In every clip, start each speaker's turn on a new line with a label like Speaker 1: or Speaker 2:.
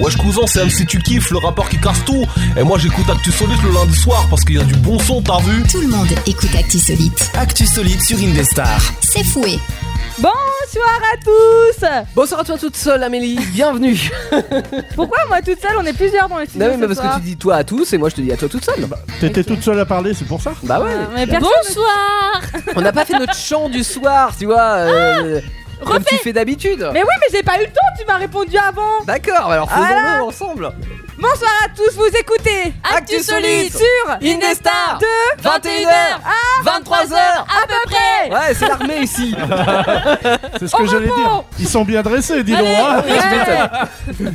Speaker 1: Wesh cousin, c'est MC Tu kiffes, le rappeur qui casse tout. Et moi j'écoute Actu Solide le lundi soir parce qu'il y a du bon son, t'as vu
Speaker 2: Tout le monde écoute Actu Solite.
Speaker 3: Actu Solide sur Indestar.
Speaker 2: C'est fouet.
Speaker 4: Bonsoir à tous
Speaker 5: Bonsoir à toi toute seule Amélie, bienvenue
Speaker 4: Pourquoi moi toute seule On est plusieurs dans le studio
Speaker 5: Non mais,
Speaker 4: ce
Speaker 5: parce
Speaker 4: soir.
Speaker 5: que tu dis toi à tous et moi je te dis à toi toute seule. Bah,
Speaker 6: T'étais toute seule à parler, c'est pour ça
Speaker 5: ouais,
Speaker 4: Euh, mais personne
Speaker 7: Bonsoir
Speaker 5: on n'a pas fait notre chant du soir, tu vois, euh, comme tu fais d'habitude.
Speaker 4: ne- Ah, Mais oui, mais j'ai pas eu le temps, tu m'as répondu avant
Speaker 5: D'accord, alors faisons-le
Speaker 4: Voilà.
Speaker 5: ensemble.
Speaker 4: Bonsoir à tous, vous écoutez
Speaker 5: Actu Solide
Speaker 4: sur
Speaker 5: Indestar.
Speaker 4: de
Speaker 5: 21h, 23h.
Speaker 7: À peu près
Speaker 5: Ouais, c'est l'armée ici.
Speaker 6: C'est
Speaker 4: Oh,
Speaker 6: ce que j'allais dire. Ils sont bien dressés, dis donc. hein.
Speaker 4: Ouais.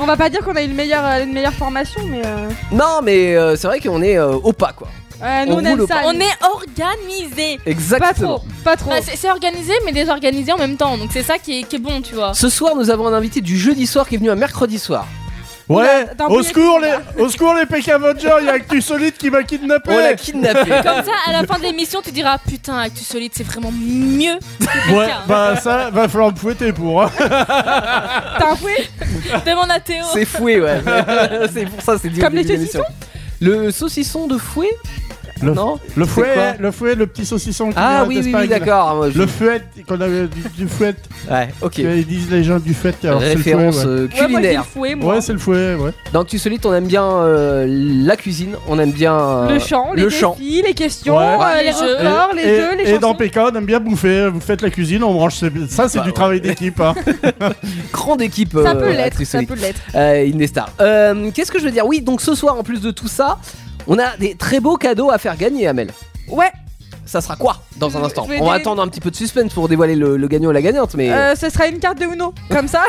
Speaker 4: On va pas dire qu'on a eu le meilleur, euh, une meilleure formation, mais euh,
Speaker 5: Non, mais euh, c'est vrai qu'on est euh, au pas quoi.
Speaker 4: ouais, nous
Speaker 5: On
Speaker 4: on,
Speaker 5: roule au
Speaker 4: aime ça.
Speaker 7: On
Speaker 4: nous.
Speaker 7: est organisé
Speaker 4: pas
Speaker 5: Exactement.
Speaker 4: trop, pas trop.
Speaker 7: Bah, c'est c'est organisé mais désorganisé en même temps donc c'est ça qui est, qui est bon tu vois
Speaker 5: Ce soir, nous avons un invité du jeudi soir qui est venu un mercredi soir.
Speaker 6: Ouais,
Speaker 4: Oula, t'as un
Speaker 6: au
Speaker 4: bouillet
Speaker 6: secours,
Speaker 4: qui
Speaker 6: les, au secours les PK Avengers, il y a Actu Solide qui m'a kidnappé.
Speaker 5: On l'a kidnappé.
Speaker 7: Comme ça à la fin de l'émission tu diras putain Actu Solide c'est vraiment mieux
Speaker 6: ouais,
Speaker 7: hein.
Speaker 6: bah ça, va falloir me fouetter pour. hein.
Speaker 4: T'as un fouet
Speaker 7: Demande à Théo
Speaker 5: C'est fouet, ouais. c'est pour ça, c'est dit au
Speaker 4: Comme les
Speaker 5: début de l'émission. Le saucisson de fouet
Speaker 6: Le,
Speaker 5: Non
Speaker 6: le
Speaker 5: C'est
Speaker 6: fouet,
Speaker 5: quoi
Speaker 6: le fouet, le petit saucisson. qui vient
Speaker 5: Ah oui, oui,
Speaker 6: d'Espagne,
Speaker 5: oui,
Speaker 6: là.
Speaker 5: d'accord. moi, je-
Speaker 6: Le fouet, qu'on avait du, du fouet,
Speaker 5: Ouais, ok.
Speaker 6: ils disent les gens du fouet. alors c'est le fouet,
Speaker 5: Référence
Speaker 6: ouais.
Speaker 5: euh,
Speaker 4: Ouais, moi j'ai le
Speaker 5: culinaire.
Speaker 4: fouet, moi.
Speaker 6: Ouais, c'est le fouet, ouais.
Speaker 5: Dans Actu Solide, on aime bien euh, la cuisine, on aime bien. euh,
Speaker 4: le chant, les
Speaker 5: le
Speaker 4: défis,
Speaker 5: chant.
Speaker 4: les questions,
Speaker 6: Ouais.
Speaker 4: euh,
Speaker 7: Les
Speaker 4: les
Speaker 7: jeux.
Speaker 4: records, les
Speaker 6: et,
Speaker 4: jeux, les
Speaker 6: et
Speaker 4: chansons.
Speaker 6: dans PK, on aime bien bouffer. Vous faites la cuisine, on mange. ses- Ça, c'est
Speaker 5: Bah,
Speaker 6: du
Speaker 5: ouais.
Speaker 6: travail d'équipe. hein.
Speaker 5: Grande équipe.
Speaker 4: Ça
Speaker 5: euh,
Speaker 4: peut l'être,
Speaker 5: Actu
Speaker 4: ça
Speaker 5: Solide.
Speaker 4: peut l'être.
Speaker 5: Euh, Indestar. Euh, Qu'est-ce que je veux dire Oui, donc ce soir, en plus de tout ça, on a des très beaux cadeaux à faire gagner, Amel.
Speaker 4: Ouais,
Speaker 5: Ça sera quoi dans un
Speaker 4: Je-
Speaker 5: instant
Speaker 4: je vais
Speaker 5: On va
Speaker 4: dé-
Speaker 5: attendre un petit peu de suspense pour dévoiler le, le gagnant ou la gagnante, mais.
Speaker 4: euh, ce sera une carte de Uno, comme ça.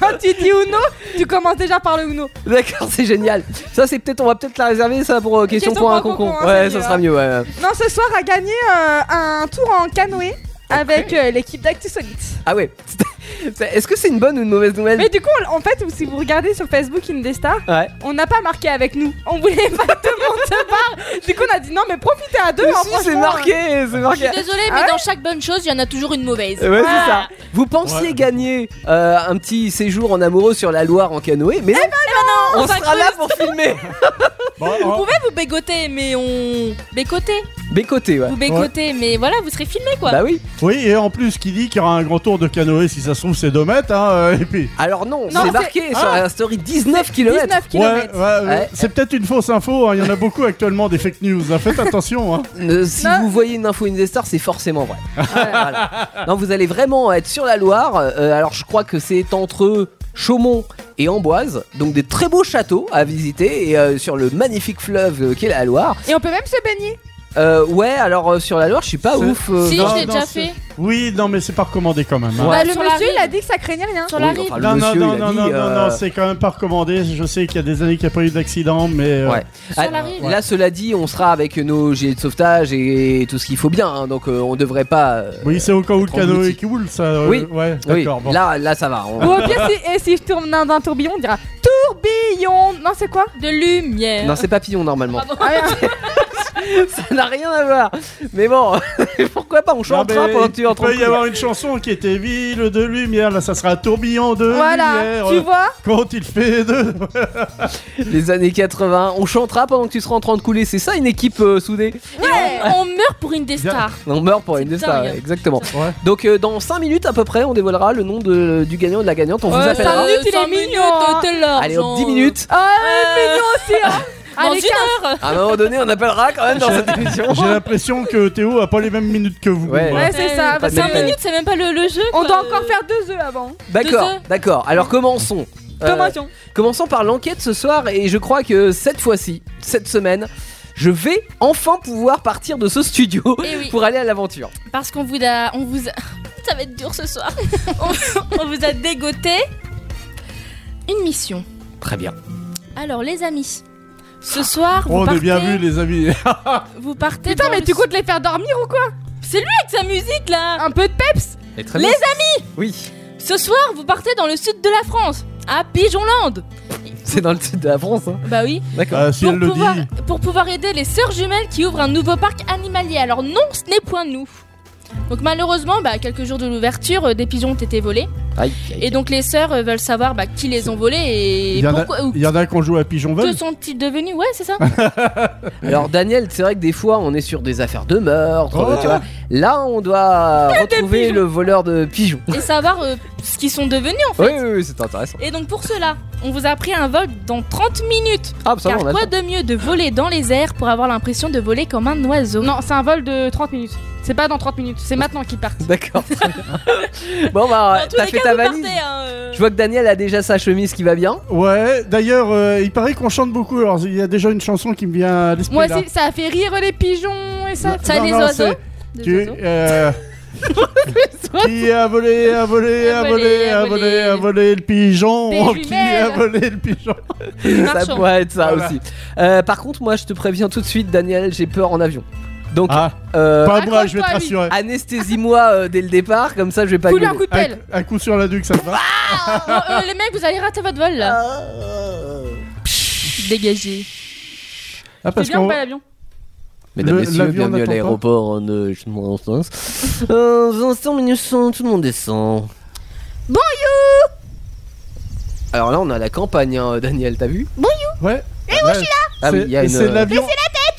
Speaker 4: Quand tu dis Uno, tu commences déjà par le Uno.
Speaker 5: D'accord, c'est génial. Ça, c'est peut-être, on va peut-être la réserver ça pour euh,
Speaker 4: Question
Speaker 5: question, pour
Speaker 4: pour
Speaker 5: un
Speaker 4: un
Speaker 5: concon.
Speaker 4: concon, hein,
Speaker 5: Ouais,
Speaker 4: c'est
Speaker 5: ça
Speaker 4: mieux,
Speaker 5: sera
Speaker 4: hein.
Speaker 5: mieux. ouais, ouais.
Speaker 4: Non, ce soir a gagné euh, un tour en canoë avec euh, l'équipe d'Actu Solite.
Speaker 5: Ah ouais. C'est- Est-ce que c'est une bonne ou une mauvaise nouvelle
Speaker 4: Mais du coup, on- en fait, si vous regardez sur Facebook Indestar,
Speaker 5: Ouais.
Speaker 4: on n'a pas marqué avec nous. On voulait pas que tout le monde se barre. Du coup, on a dit non, mais profitez à deux.
Speaker 5: Mais
Speaker 4: hein,
Speaker 5: si,
Speaker 4: franchement.
Speaker 5: c'est marqué, c'est
Speaker 7: Je
Speaker 5: marqué.
Speaker 7: suis désolée mais
Speaker 4: Ah ouais
Speaker 7: dans chaque bonne chose il y en a toujours une mauvaise
Speaker 5: Ouais, c'est ça. Vous pensiez
Speaker 6: Ouais.
Speaker 5: gagner euh, un petit séjour en amoureux sur la Loire en canoë, mais non, on sera là pour filmer. Bah,
Speaker 6: Bon,
Speaker 7: Vous
Speaker 6: on-
Speaker 7: pouvez vous bégoter mais on... Bécoter
Speaker 5: Bécoté, ouais.
Speaker 7: Vous bégoter mais voilà vous serez filmé quoi
Speaker 5: Bah oui.
Speaker 6: Oui, et en plus, qui dit qu'il y aura un grand tour de canoë, si ça se trouve, c'est 2 mètres. Hein, euh, et puis.
Speaker 5: Alors non,
Speaker 4: Non,
Speaker 5: c'est
Speaker 4: c'est-
Speaker 5: marqué sur la story 19 km.
Speaker 4: 19
Speaker 6: Ouais, ouais,
Speaker 4: km.
Speaker 6: ouais.
Speaker 5: Ouais.
Speaker 6: c'est peut-être une fausse info. hein, Il y en a beaucoup actuellement des fake news. hein, Faites attention. Hein.
Speaker 5: Ne- si
Speaker 4: Non.
Speaker 5: vous voyez une info Indestar, c'est forcément vrai. Voilà. Non, vous allez vraiment être sur la Loire. Euh, alors, je crois que c'est entre Chaumont et Amboise, donc des très beaux châteaux à visiter et euh, sur le magnifique fleuve euh, qu'est la Loire.
Speaker 4: Et on peut même se baigner.
Speaker 5: Euh, ouais, alors euh, sur la Loire, je suis pas
Speaker 6: C'est-
Speaker 5: ouf. euh,
Speaker 7: Si
Speaker 6: non,
Speaker 7: je l'ai
Speaker 6: non,
Speaker 7: déjà
Speaker 6: c'est-
Speaker 7: fait
Speaker 6: Oui, non, mais c'est pas recommandé quand même. hein.
Speaker 5: Ouais.
Speaker 4: Bah, le
Speaker 7: Sur la
Speaker 4: monsieur, il a
Speaker 7: rive.
Speaker 4: dit que ça craignait rien.
Speaker 7: sur la
Speaker 5: Oui,
Speaker 7: rive
Speaker 5: enfin, le
Speaker 6: Non, non,
Speaker 5: monsieur,
Speaker 6: non,
Speaker 5: il a
Speaker 6: non,
Speaker 5: dit,
Speaker 6: non, non,
Speaker 5: euh,
Speaker 6: non, c'est quand même pas recommandé. Je sais qu'il y a des années qu'il n'y a pas eu d'accident, mais. euh,
Speaker 5: Ouais.
Speaker 7: Sur
Speaker 5: Ah,
Speaker 7: la rive.
Speaker 5: Là, cela dit, on sera avec nos gilets de sauvetage et tout ce qu'il faut bien, hein, donc euh, on devrait pas. euh,
Speaker 6: Oui, c'est au cas où le
Speaker 5: Être englouti.
Speaker 6: canoë qui roule, ça. euh,
Speaker 5: Oui.
Speaker 6: Ouais,
Speaker 5: oui,
Speaker 6: d'accord. bon.
Speaker 5: là, là, ça va. on-
Speaker 4: Ou au pire, si, et si je tourne dans un tourbillon, on dira tourbillon. Non, c'est quoi Ah,
Speaker 7: de lumière
Speaker 5: Non, c'est papillon normalement.
Speaker 7: Pardon.
Speaker 5: ça n'a rien à voir. Mais bon, pourquoi pas On
Speaker 6: Non,
Speaker 5: chantera
Speaker 6: mais
Speaker 5: pendant que tu es en
Speaker 6: il
Speaker 5: train
Speaker 6: peut
Speaker 5: de
Speaker 6: y
Speaker 5: courir.
Speaker 6: avoir une chanson qui était ville de lumière. Là, ça sera tourbillon de
Speaker 4: Voilà,
Speaker 6: lumière.
Speaker 4: tu
Speaker 6: euh,
Speaker 4: vois
Speaker 6: Quand il fait deux.
Speaker 5: Les années 80, on chantera pendant que tu seras en train de couler. C'est ça une équipe euh, soudée.
Speaker 7: Et on, on meurt pour une des
Speaker 6: Bien.
Speaker 7: stars
Speaker 5: On meurt pour une
Speaker 7: C'est
Speaker 5: de ça,
Speaker 7: dingue.
Speaker 5: exactement.
Speaker 6: Ouais.
Speaker 5: Donc euh, dans 5 minutes à peu près, on dévoilera le nom de- du gagnant et de la gagnante. On vous
Speaker 4: Ouais,
Speaker 5: appellera.
Speaker 4: cinq minutes, il est
Speaker 7: cinq
Speaker 4: mignon,
Speaker 7: minutes,
Speaker 4: hein.
Speaker 7: t'es là,
Speaker 5: Allez, en
Speaker 7: genre.
Speaker 5: 10 minutes.
Speaker 4: Ah,
Speaker 7: Euh,
Speaker 4: mais nous aussi, hein
Speaker 7: Dans
Speaker 4: Allez,
Speaker 7: une
Speaker 4: quinze.
Speaker 7: heure
Speaker 5: À un moment donné, on appellera quand même dans cette émission.
Speaker 6: J'ai l'impression que Théo a pas les mêmes minutes que vous.
Speaker 5: Ouais.
Speaker 4: Ouais, c'est ça.
Speaker 5: Pas
Speaker 4: parce
Speaker 5: de
Speaker 4: que-
Speaker 5: même
Speaker 7: 5 minutes, c'est même pas le, le jeu.
Speaker 4: On
Speaker 7: quoi.
Speaker 4: doit encore faire deux œufs avant.
Speaker 5: D'accord,
Speaker 7: deux heures.
Speaker 5: d'accord. Alors commençons. Euh,
Speaker 4: Commençons.
Speaker 5: commençons par l'enquête ce soir et je crois que cette fois-ci, cette semaine, je vais enfin pouvoir partir de ce studio
Speaker 7: Eh oui.
Speaker 5: pour aller à l'aventure.
Speaker 7: Parce qu'on vous a. On vous a- Ça va être dur ce soir. on, on vous a dégoté une mission.
Speaker 5: Très bien.
Speaker 7: Alors, les amis, ce soir, vous
Speaker 6: Oh, on
Speaker 7: partez.
Speaker 6: est bien vu, les amis.
Speaker 7: Vous partez.
Speaker 4: Putain,
Speaker 7: dans
Speaker 4: mais
Speaker 7: le-
Speaker 4: tu comptes les faire dormir ou quoi
Speaker 7: Avec sa musique là
Speaker 4: Un peu de peps
Speaker 7: Les
Speaker 5: amis Oui,
Speaker 7: Ah. Ce soir, vous partez dans le sud de la France, à Pigeonland.
Speaker 5: c'est dans le sud de la France. hein.
Speaker 7: Bah oui.
Speaker 5: D'accord.
Speaker 6: Ah, si elle le
Speaker 7: pouvoir,
Speaker 6: dit.
Speaker 7: pour pouvoir aider les sœurs jumelles qui ouvrent un nouveau parc animalier. Alors non, ce n'est point nous. Donc malheureusement, bah, quelques jours de l'ouverture, euh, des pigeons ont été volés.
Speaker 5: Aïe, aïe, aïe.
Speaker 7: Et donc les sœurs euh, veulent savoir bah, qui les ont volés et
Speaker 6: Il y en a-
Speaker 7: pourquoi. ou
Speaker 6: Il y en a qu'on joue à pigeon
Speaker 7: que
Speaker 6: vol.
Speaker 7: sont-ils devenus Ouais, c'est ça.
Speaker 5: Alors Daniel, c'est vrai que des fois on est sur des affaires de meurtre,
Speaker 6: Oh.
Speaker 5: tu vois. Là, on doit retrouver le voleur de pigeons.
Speaker 7: et savoir euh, ce qu'ils sont devenus en fait.
Speaker 5: Oui, oui, oui, c'est intéressant.
Speaker 7: Et donc pour cela, on vous a pris un vol dans 30 minutes.
Speaker 5: Ah, ça va,
Speaker 7: Car
Speaker 5: on a le
Speaker 7: quoi de mieux de voler dans les airs pour avoir l'impression de voler comme un oiseau
Speaker 4: Non, c'est un vol de 30 minutes. C'est pas dans 30 minutes, c'est maintenant qu'ils partent.
Speaker 5: temps. D'accord. très bien. bon bah,
Speaker 7: Dans tous
Speaker 5: t'as
Speaker 7: les
Speaker 5: fait
Speaker 7: cas,
Speaker 5: ta
Speaker 7: vous
Speaker 5: valise.
Speaker 7: partez, hein, euh.
Speaker 5: Je vois que Daniel a déjà sa chemise qui va bien.
Speaker 6: Ouais, d'ailleurs, euh, il paraît qu'on chante beaucoup. Alors, il y a déjà une chanson qui me vient à l'esprit.
Speaker 4: Moi
Speaker 6: là.
Speaker 4: aussi, ça a fait rire les pigeons et ça.
Speaker 7: Ça,
Speaker 6: Non,
Speaker 7: les
Speaker 6: non,
Speaker 7: oiseaux.
Speaker 6: c'est-
Speaker 7: Des
Speaker 6: Tu,
Speaker 7: oiseaux.
Speaker 6: euh, qui a volé, a volé, a volé, a volé, a volé le pigeon Oh,
Speaker 4: Des
Speaker 6: Qui a
Speaker 4: jumelles.
Speaker 6: volé le pigeon
Speaker 5: Ça pourrait être ça aussi. Euh, par contre, moi, je te préviens tout de suite, Daniel, j'ai peur en avion. Donc,
Speaker 6: Ah,
Speaker 5: euh,
Speaker 6: pas moi, je vais
Speaker 4: raconte-toi,
Speaker 6: te
Speaker 4: lui.
Speaker 6: rassurer.
Speaker 5: anesthésie-moi euh, dès le départ, comme ça, je vais pas.
Speaker 4: Coule un
Speaker 5: gueuler.
Speaker 4: coup de
Speaker 6: Un,
Speaker 4: pelle.
Speaker 6: un coup sur la duc, ça te va
Speaker 7: Ah, euh, les mecs, vous allez rater votre vol là.
Speaker 5: Ah.
Speaker 7: Pshh, Dégagez.
Speaker 6: Ah,
Speaker 4: C'est bien bah.
Speaker 6: qu'on-
Speaker 4: ou pas l'avion
Speaker 5: Mesdames,
Speaker 6: Le-
Speaker 5: messieurs,
Speaker 6: l'avion
Speaker 5: bienvenue à
Speaker 6: n'attend pas.
Speaker 5: l'aéroport euh, de je m'en sens. Euh, vous instant, minuscule, tout le monde descend. Bonjour Alors là, on a la campagne, hein, Daniel, t'as vu
Speaker 6: Ouais. Là,
Speaker 5: Ah oui,
Speaker 6: c'est-
Speaker 5: il y a une.
Speaker 6: C'est l'avion,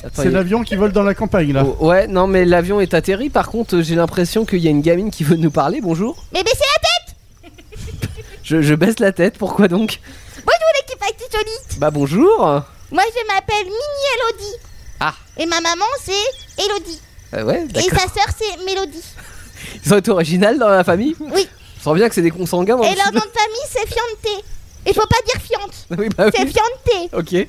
Speaker 5: Attends,
Speaker 6: c'est
Speaker 5: il y a-
Speaker 6: l'avion qui vole dans la campagne là.
Speaker 5: Oh, ouais, non, mais l'avion est atterri. Par contre, euh, j'ai l'impression qu'il y a une gamine qui veut nous parler. Bonjour.
Speaker 8: Mais baissez
Speaker 5: Je, je baisse la tête, pourquoi donc
Speaker 8: l'équipe Actisolite
Speaker 5: Bah bonjour
Speaker 8: Moi je m'appelle Mini Elodie.
Speaker 5: Ah.
Speaker 8: Et ma maman c'est Elodie.
Speaker 5: Euh, Ouais,
Speaker 8: Et
Speaker 5: d'accord.
Speaker 8: sa sœur c'est Mélodie.
Speaker 5: Ils sont originales dans la famille
Speaker 8: Oui.
Speaker 5: Je sens bien que c'est des consanguins. dans
Speaker 8: Et
Speaker 5: le-
Speaker 8: leur nom de famille c'est Fianté. Et faut pas dire Fiante,
Speaker 5: Oui, bah
Speaker 8: c'est
Speaker 5: oui.
Speaker 8: Fianté.
Speaker 5: Ok.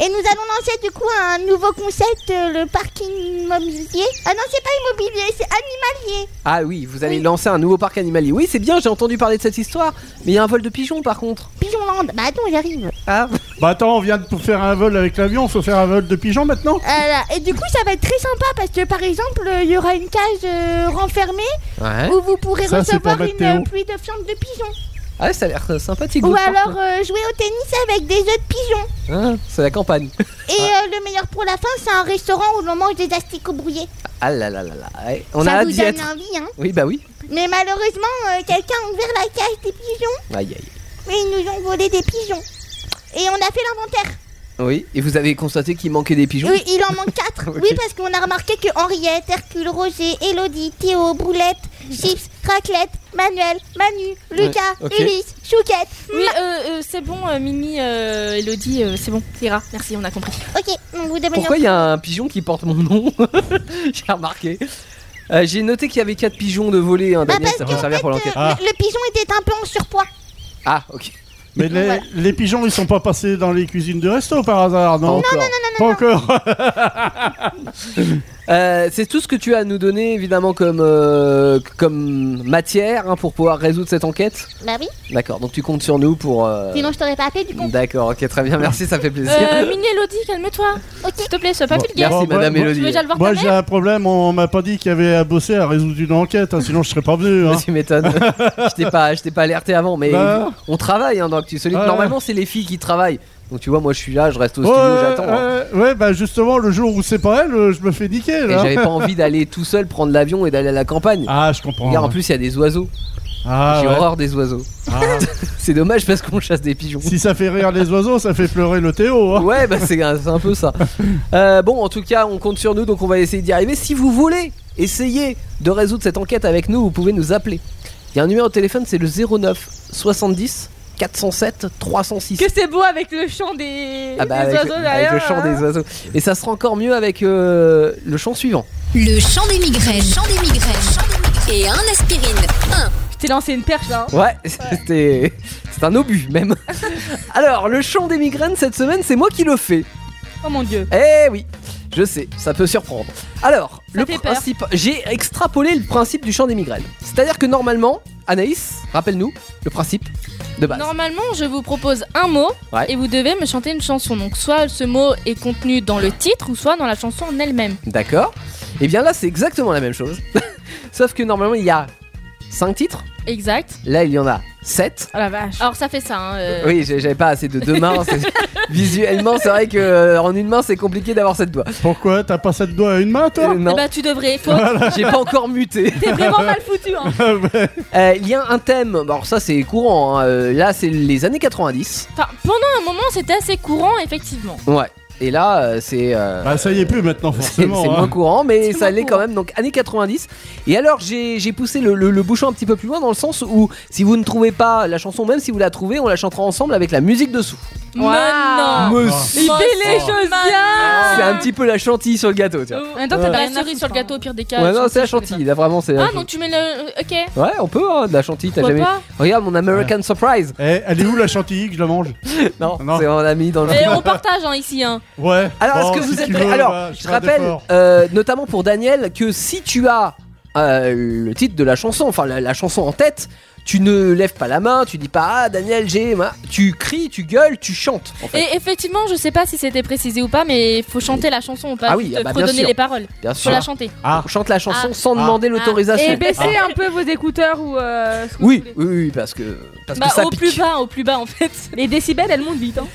Speaker 8: Et nous allons lancer du coup un nouveau concept, euh, le parking immobilier. Ah non, c'est pas immobilier, c'est animalier.
Speaker 5: Ah oui, vous allez lancer un nouveau parc animalier. Oui, c'est bien, j'ai entendu parler de cette histoire. Mais il y a un vol de pigeons par contre.
Speaker 8: Pigeonland. Bah attends, j'arrive.
Speaker 5: Ah,
Speaker 6: Bah attends, on vient de pour faire un vol avec l'avion, faut faire un vol de pigeon maintenant
Speaker 8: Voilà. Et du coup, ça va être très sympa parce que par exemple, euh, il y aura une cage euh, renfermée
Speaker 5: ouais.
Speaker 8: où vous pourrez
Speaker 6: Ça, c'est
Speaker 8: recevoir
Speaker 6: pas
Speaker 8: une
Speaker 6: Mathéo.
Speaker 8: euh, pluie de fientes de pigeons.
Speaker 5: Ah, ça a l'air euh, sympathique.
Speaker 8: Ou
Speaker 5: votre parc,
Speaker 8: alors euh, jouer au tennis avec des œufs de pigeons.
Speaker 5: hein. Ah, c'est la campagne.
Speaker 8: Et
Speaker 5: Ah.
Speaker 8: euh, le meilleur pour la fin, c'est un restaurant où l'on mange des asticots brouillés.
Speaker 5: Ah là là là là. ouais, On
Speaker 8: ça
Speaker 5: a hâte
Speaker 8: vous
Speaker 5: d'y
Speaker 8: donne
Speaker 5: être.
Speaker 8: envie, hein.
Speaker 5: Oui, bah oui.
Speaker 8: Mais malheureusement, euh, quelqu'un a ouvert la cage des pigeons
Speaker 5: Aïe aïe.
Speaker 8: et ils nous ont volé des pigeons. Et on a fait l'inventaire.
Speaker 5: Oui, et vous avez constaté qu'il manquait des pigeons
Speaker 8: Oui, il en manque 4.
Speaker 5: Ok.
Speaker 8: Oui, parce qu'on a remarqué que Henriette, Hercule, Roger, Elodie, Théo, Broulette, Chips, Raclette, Manuel, Manu, Lucas,
Speaker 5: ok.
Speaker 8: Ulysse, Chouquette.
Speaker 7: Oui, euh, euh, c'est bon, euh, Mimi, euh, Elodie, euh, c'est bon, ça ira. Merci, on a compris.
Speaker 8: Ok, on vous demande.
Speaker 5: Pourquoi il y a un pigeon qui porte mon nom J'ai remarqué. Euh, J'ai noté qu'il y avait 4 pigeons de volée, hein,
Speaker 8: Bah,
Speaker 5: Daniel,
Speaker 8: parce
Speaker 5: ça
Speaker 8: qu'en euh,
Speaker 5: va servir pour l'enquête.
Speaker 6: Ah.
Speaker 8: Le pigeon était un peu en surpoids.
Speaker 5: Ah, ok.
Speaker 6: Mais les,
Speaker 8: Voilà.
Speaker 6: les pigeons ils sont pas passés dans les cuisines de resto par hasard, non
Speaker 5: Encore.
Speaker 6: Pas encore
Speaker 5: Euh, c'est tout ce que tu as à nous donner, évidemment, comme, euh, comme matière hein, pour pouvoir résoudre cette enquête.
Speaker 8: Bah oui,
Speaker 5: D'accord, donc tu comptes sur nous pour. euh,
Speaker 8: sinon je t'aurais pas appelé du coup.
Speaker 5: D'accord, ok, très bien, merci, ça fait plaisir.
Speaker 7: Euh, Mini Elodie, calme-toi.
Speaker 8: Ok.
Speaker 7: S'il te plaît, sois pas
Speaker 5: Bon,
Speaker 7: vulgaire.
Speaker 5: merci,
Speaker 6: Bon, moi-
Speaker 5: madame
Speaker 6: moi-
Speaker 7: Tu
Speaker 5: Elodie.
Speaker 7: veux déjà le voir ta
Speaker 6: Moi
Speaker 7: mère
Speaker 6: j'ai un problème, on m'a pas dit qu'il y avait à bosser à résoudre une enquête, hein, sinon je serais pas venu. hein.
Speaker 5: Tu m'étonnes. je t'ai pas, je t'ai pas alerté avant, mais
Speaker 6: Bah. Ah.
Speaker 5: on travaille hein, dans Actu Solide.
Speaker 6: Ouais.
Speaker 5: Normalement, c'est les filles qui travaillent. Donc tu vois, moi je suis là, je reste au
Speaker 6: Ouais,
Speaker 5: studio, j'attends. hein.
Speaker 6: ouais, ouais, bah justement, le jour où c'est pas elle, euh, je me fais niquer
Speaker 5: Et
Speaker 6: là.
Speaker 5: j'avais pas envie d'aller tout seul prendre l'avion et d'aller à la campagne.
Speaker 6: Ah, je comprends.
Speaker 5: Regarde, en plus, il y a des oiseaux.
Speaker 6: Ah,
Speaker 5: J'ai
Speaker 6: ouais.
Speaker 5: horreur des oiseaux.
Speaker 6: Ah.
Speaker 5: C'est dommage parce qu'on chasse des pigeons.
Speaker 6: si ça fait rire les oiseaux, ça fait pleurer le Théo. hein.
Speaker 5: Ouais, bah c'est un, c'est un peu ça. Euh, bon, en tout cas, on compte sur nous, donc on va essayer d'y arriver. Si vous voulez essayer de résoudre cette enquête avec nous, vous pouvez nous appeler. Il y a un numéro de téléphone, c'est le 09 70 407 306.
Speaker 4: Que c'est beau avec le chant des,
Speaker 5: Ah
Speaker 4: des
Speaker 5: bah, avec,
Speaker 4: oiseaux
Speaker 5: le-
Speaker 4: derrière.
Speaker 5: avec le chant
Speaker 4: hein.
Speaker 5: des oiseaux. Et ça sera encore mieux avec euh, le chant suivant.
Speaker 2: Le chant des migraines. Chant des migraines. Et un aspirine. Un.
Speaker 4: Je t'ai lancé une perche là. hein.
Speaker 5: Ouais, c'était. C'est un obus même. Alors, le chant des migraines cette semaine, c'est moi qui le fais.
Speaker 4: Oh mon dieu.
Speaker 5: Eh oui, je sais, ça peut surprendre. Alors,
Speaker 7: Ça
Speaker 5: le
Speaker 7: fait peur.
Speaker 5: principe, j'ai extrapolé le principe du champ des migraines. C'est-à-dire que normalement, Anaïs, rappelle-nous le principe de base.
Speaker 7: Normalement, je vous propose un mot
Speaker 5: Ouais.
Speaker 7: et vous devez me chanter une chanson. Donc, soit ce mot est contenu dans le titre ou soit dans la chanson en elle-même.
Speaker 5: D'accord Et bien là, c'est exactement la même chose. Sauf que normalement, il y a 5 titres.
Speaker 7: Exact.
Speaker 5: Là, il y en a 7.
Speaker 4: Ah la vache.
Speaker 7: Alors ça fait ça. hein, euh,
Speaker 5: Oui, j'ai- j'avais pas assez de deux mains. c'est- Visuellement, c'est vrai que euh, en une main, c'est compliqué d'avoir sept doigts.
Speaker 6: Pourquoi T'as pas sept doigts à une main,
Speaker 5: Euh,
Speaker 6: toi
Speaker 7: eh
Speaker 5: non,
Speaker 7: bah, tu devrais. Faut...
Speaker 5: j'ai pas encore muté.
Speaker 7: T'es vraiment mal foutu. Hein.
Speaker 6: Ouais.
Speaker 5: Euh, Il y a un thème, bon, alors ça c'est courant, hein, euh, là c'est les années 90.
Speaker 7: Enfin, pendant un moment, c'était assez courant, effectivement.
Speaker 5: Ouais. Et là euh, c'est... euh,
Speaker 6: Bah ça y est plus maintenant
Speaker 5: C'est c'est
Speaker 6: forcément.
Speaker 5: moins
Speaker 6: hein.
Speaker 5: courant, mais
Speaker 7: C'est
Speaker 5: ça
Speaker 7: moins
Speaker 5: l'est quand
Speaker 7: courant.
Speaker 5: même, donc années 90. Et alors, j'ai j'ai poussé le, le- le bouchon un petit peu plus loin dans le sens où, si vous ne trouvez pas la chanson, même si vous la trouvez, on la chantera ensemble avec la musique dessous.
Speaker 4: Waouh.
Speaker 7: Maintenant.
Speaker 6: Oh.
Speaker 4: Il fait les choses bien.
Speaker 7: Ah.
Speaker 5: C'est un petit peu la chantilly sur le gâteau, tu vois.
Speaker 4: En même temps, t'as
Speaker 5: Ouais.
Speaker 4: pas
Speaker 7: La
Speaker 4: rien à
Speaker 7: cerise
Speaker 4: foutre,
Speaker 7: sur le
Speaker 4: hein.
Speaker 7: gâteau, au pire des cas.
Speaker 5: Ouais, non,
Speaker 7: Ah, chantilly,
Speaker 5: c'est la
Speaker 7: je connais
Speaker 5: chantilly, là vraiment, c'est la
Speaker 7: pas. Ah non,
Speaker 5: chantilly.
Speaker 7: tu mets le. Ok.
Speaker 5: Ouais, on peut, hein, de la chantilly, t'as
Speaker 7: Pourquoi
Speaker 5: jamais.
Speaker 7: pas
Speaker 5: Regarde mon American Surprise
Speaker 6: Eh, elle est où la chantilly que je la mange
Speaker 5: Non,
Speaker 6: Non.
Speaker 5: c'est mon ami dans le.
Speaker 7: Mais on partage hein, ici. Hein.
Speaker 6: Ouais.
Speaker 5: Alors, est-ce
Speaker 6: Bon,
Speaker 5: que
Speaker 6: si
Speaker 5: vous êtes
Speaker 6: tu
Speaker 5: prêts
Speaker 6: veux,
Speaker 5: Alors,
Speaker 6: bah,
Speaker 5: je
Speaker 6: ferai un
Speaker 5: rappelle,
Speaker 6: effort.
Speaker 5: euh, notamment pour Daniel, que si tu as euh, le titre de la chanson, enfin la, la chanson en tête, tu ne lèves pas la main, tu dis pas Ah, Daniel, j'ai. ma- Tu cries, tu gueules, tu chantes. En fait.
Speaker 7: Et effectivement, je sais pas si c'était précisé ou pas, mais faut chanter la chanson ou pas.
Speaker 5: Ah oui,
Speaker 7: Faut
Speaker 5: ah bah, bien
Speaker 7: redonner
Speaker 5: sûr.
Speaker 7: les paroles.
Speaker 5: Bien
Speaker 7: Faut
Speaker 5: sûr.
Speaker 7: la chanter.
Speaker 6: Ah.
Speaker 5: On chante la chanson
Speaker 7: Ah. Eh ben,
Speaker 5: sans
Speaker 6: Ah.
Speaker 5: demander l'autorisation.
Speaker 4: Et baissez un peu vos écouteurs ou. euh, ce que
Speaker 5: Oui,
Speaker 4: vous voulez.
Speaker 5: oui, oui, parce que, parce
Speaker 7: Bah,
Speaker 5: que ça
Speaker 7: au
Speaker 5: pique.
Speaker 7: plus bas, au plus bas en fait.
Speaker 4: Les décibels, elles montent vite. Hein.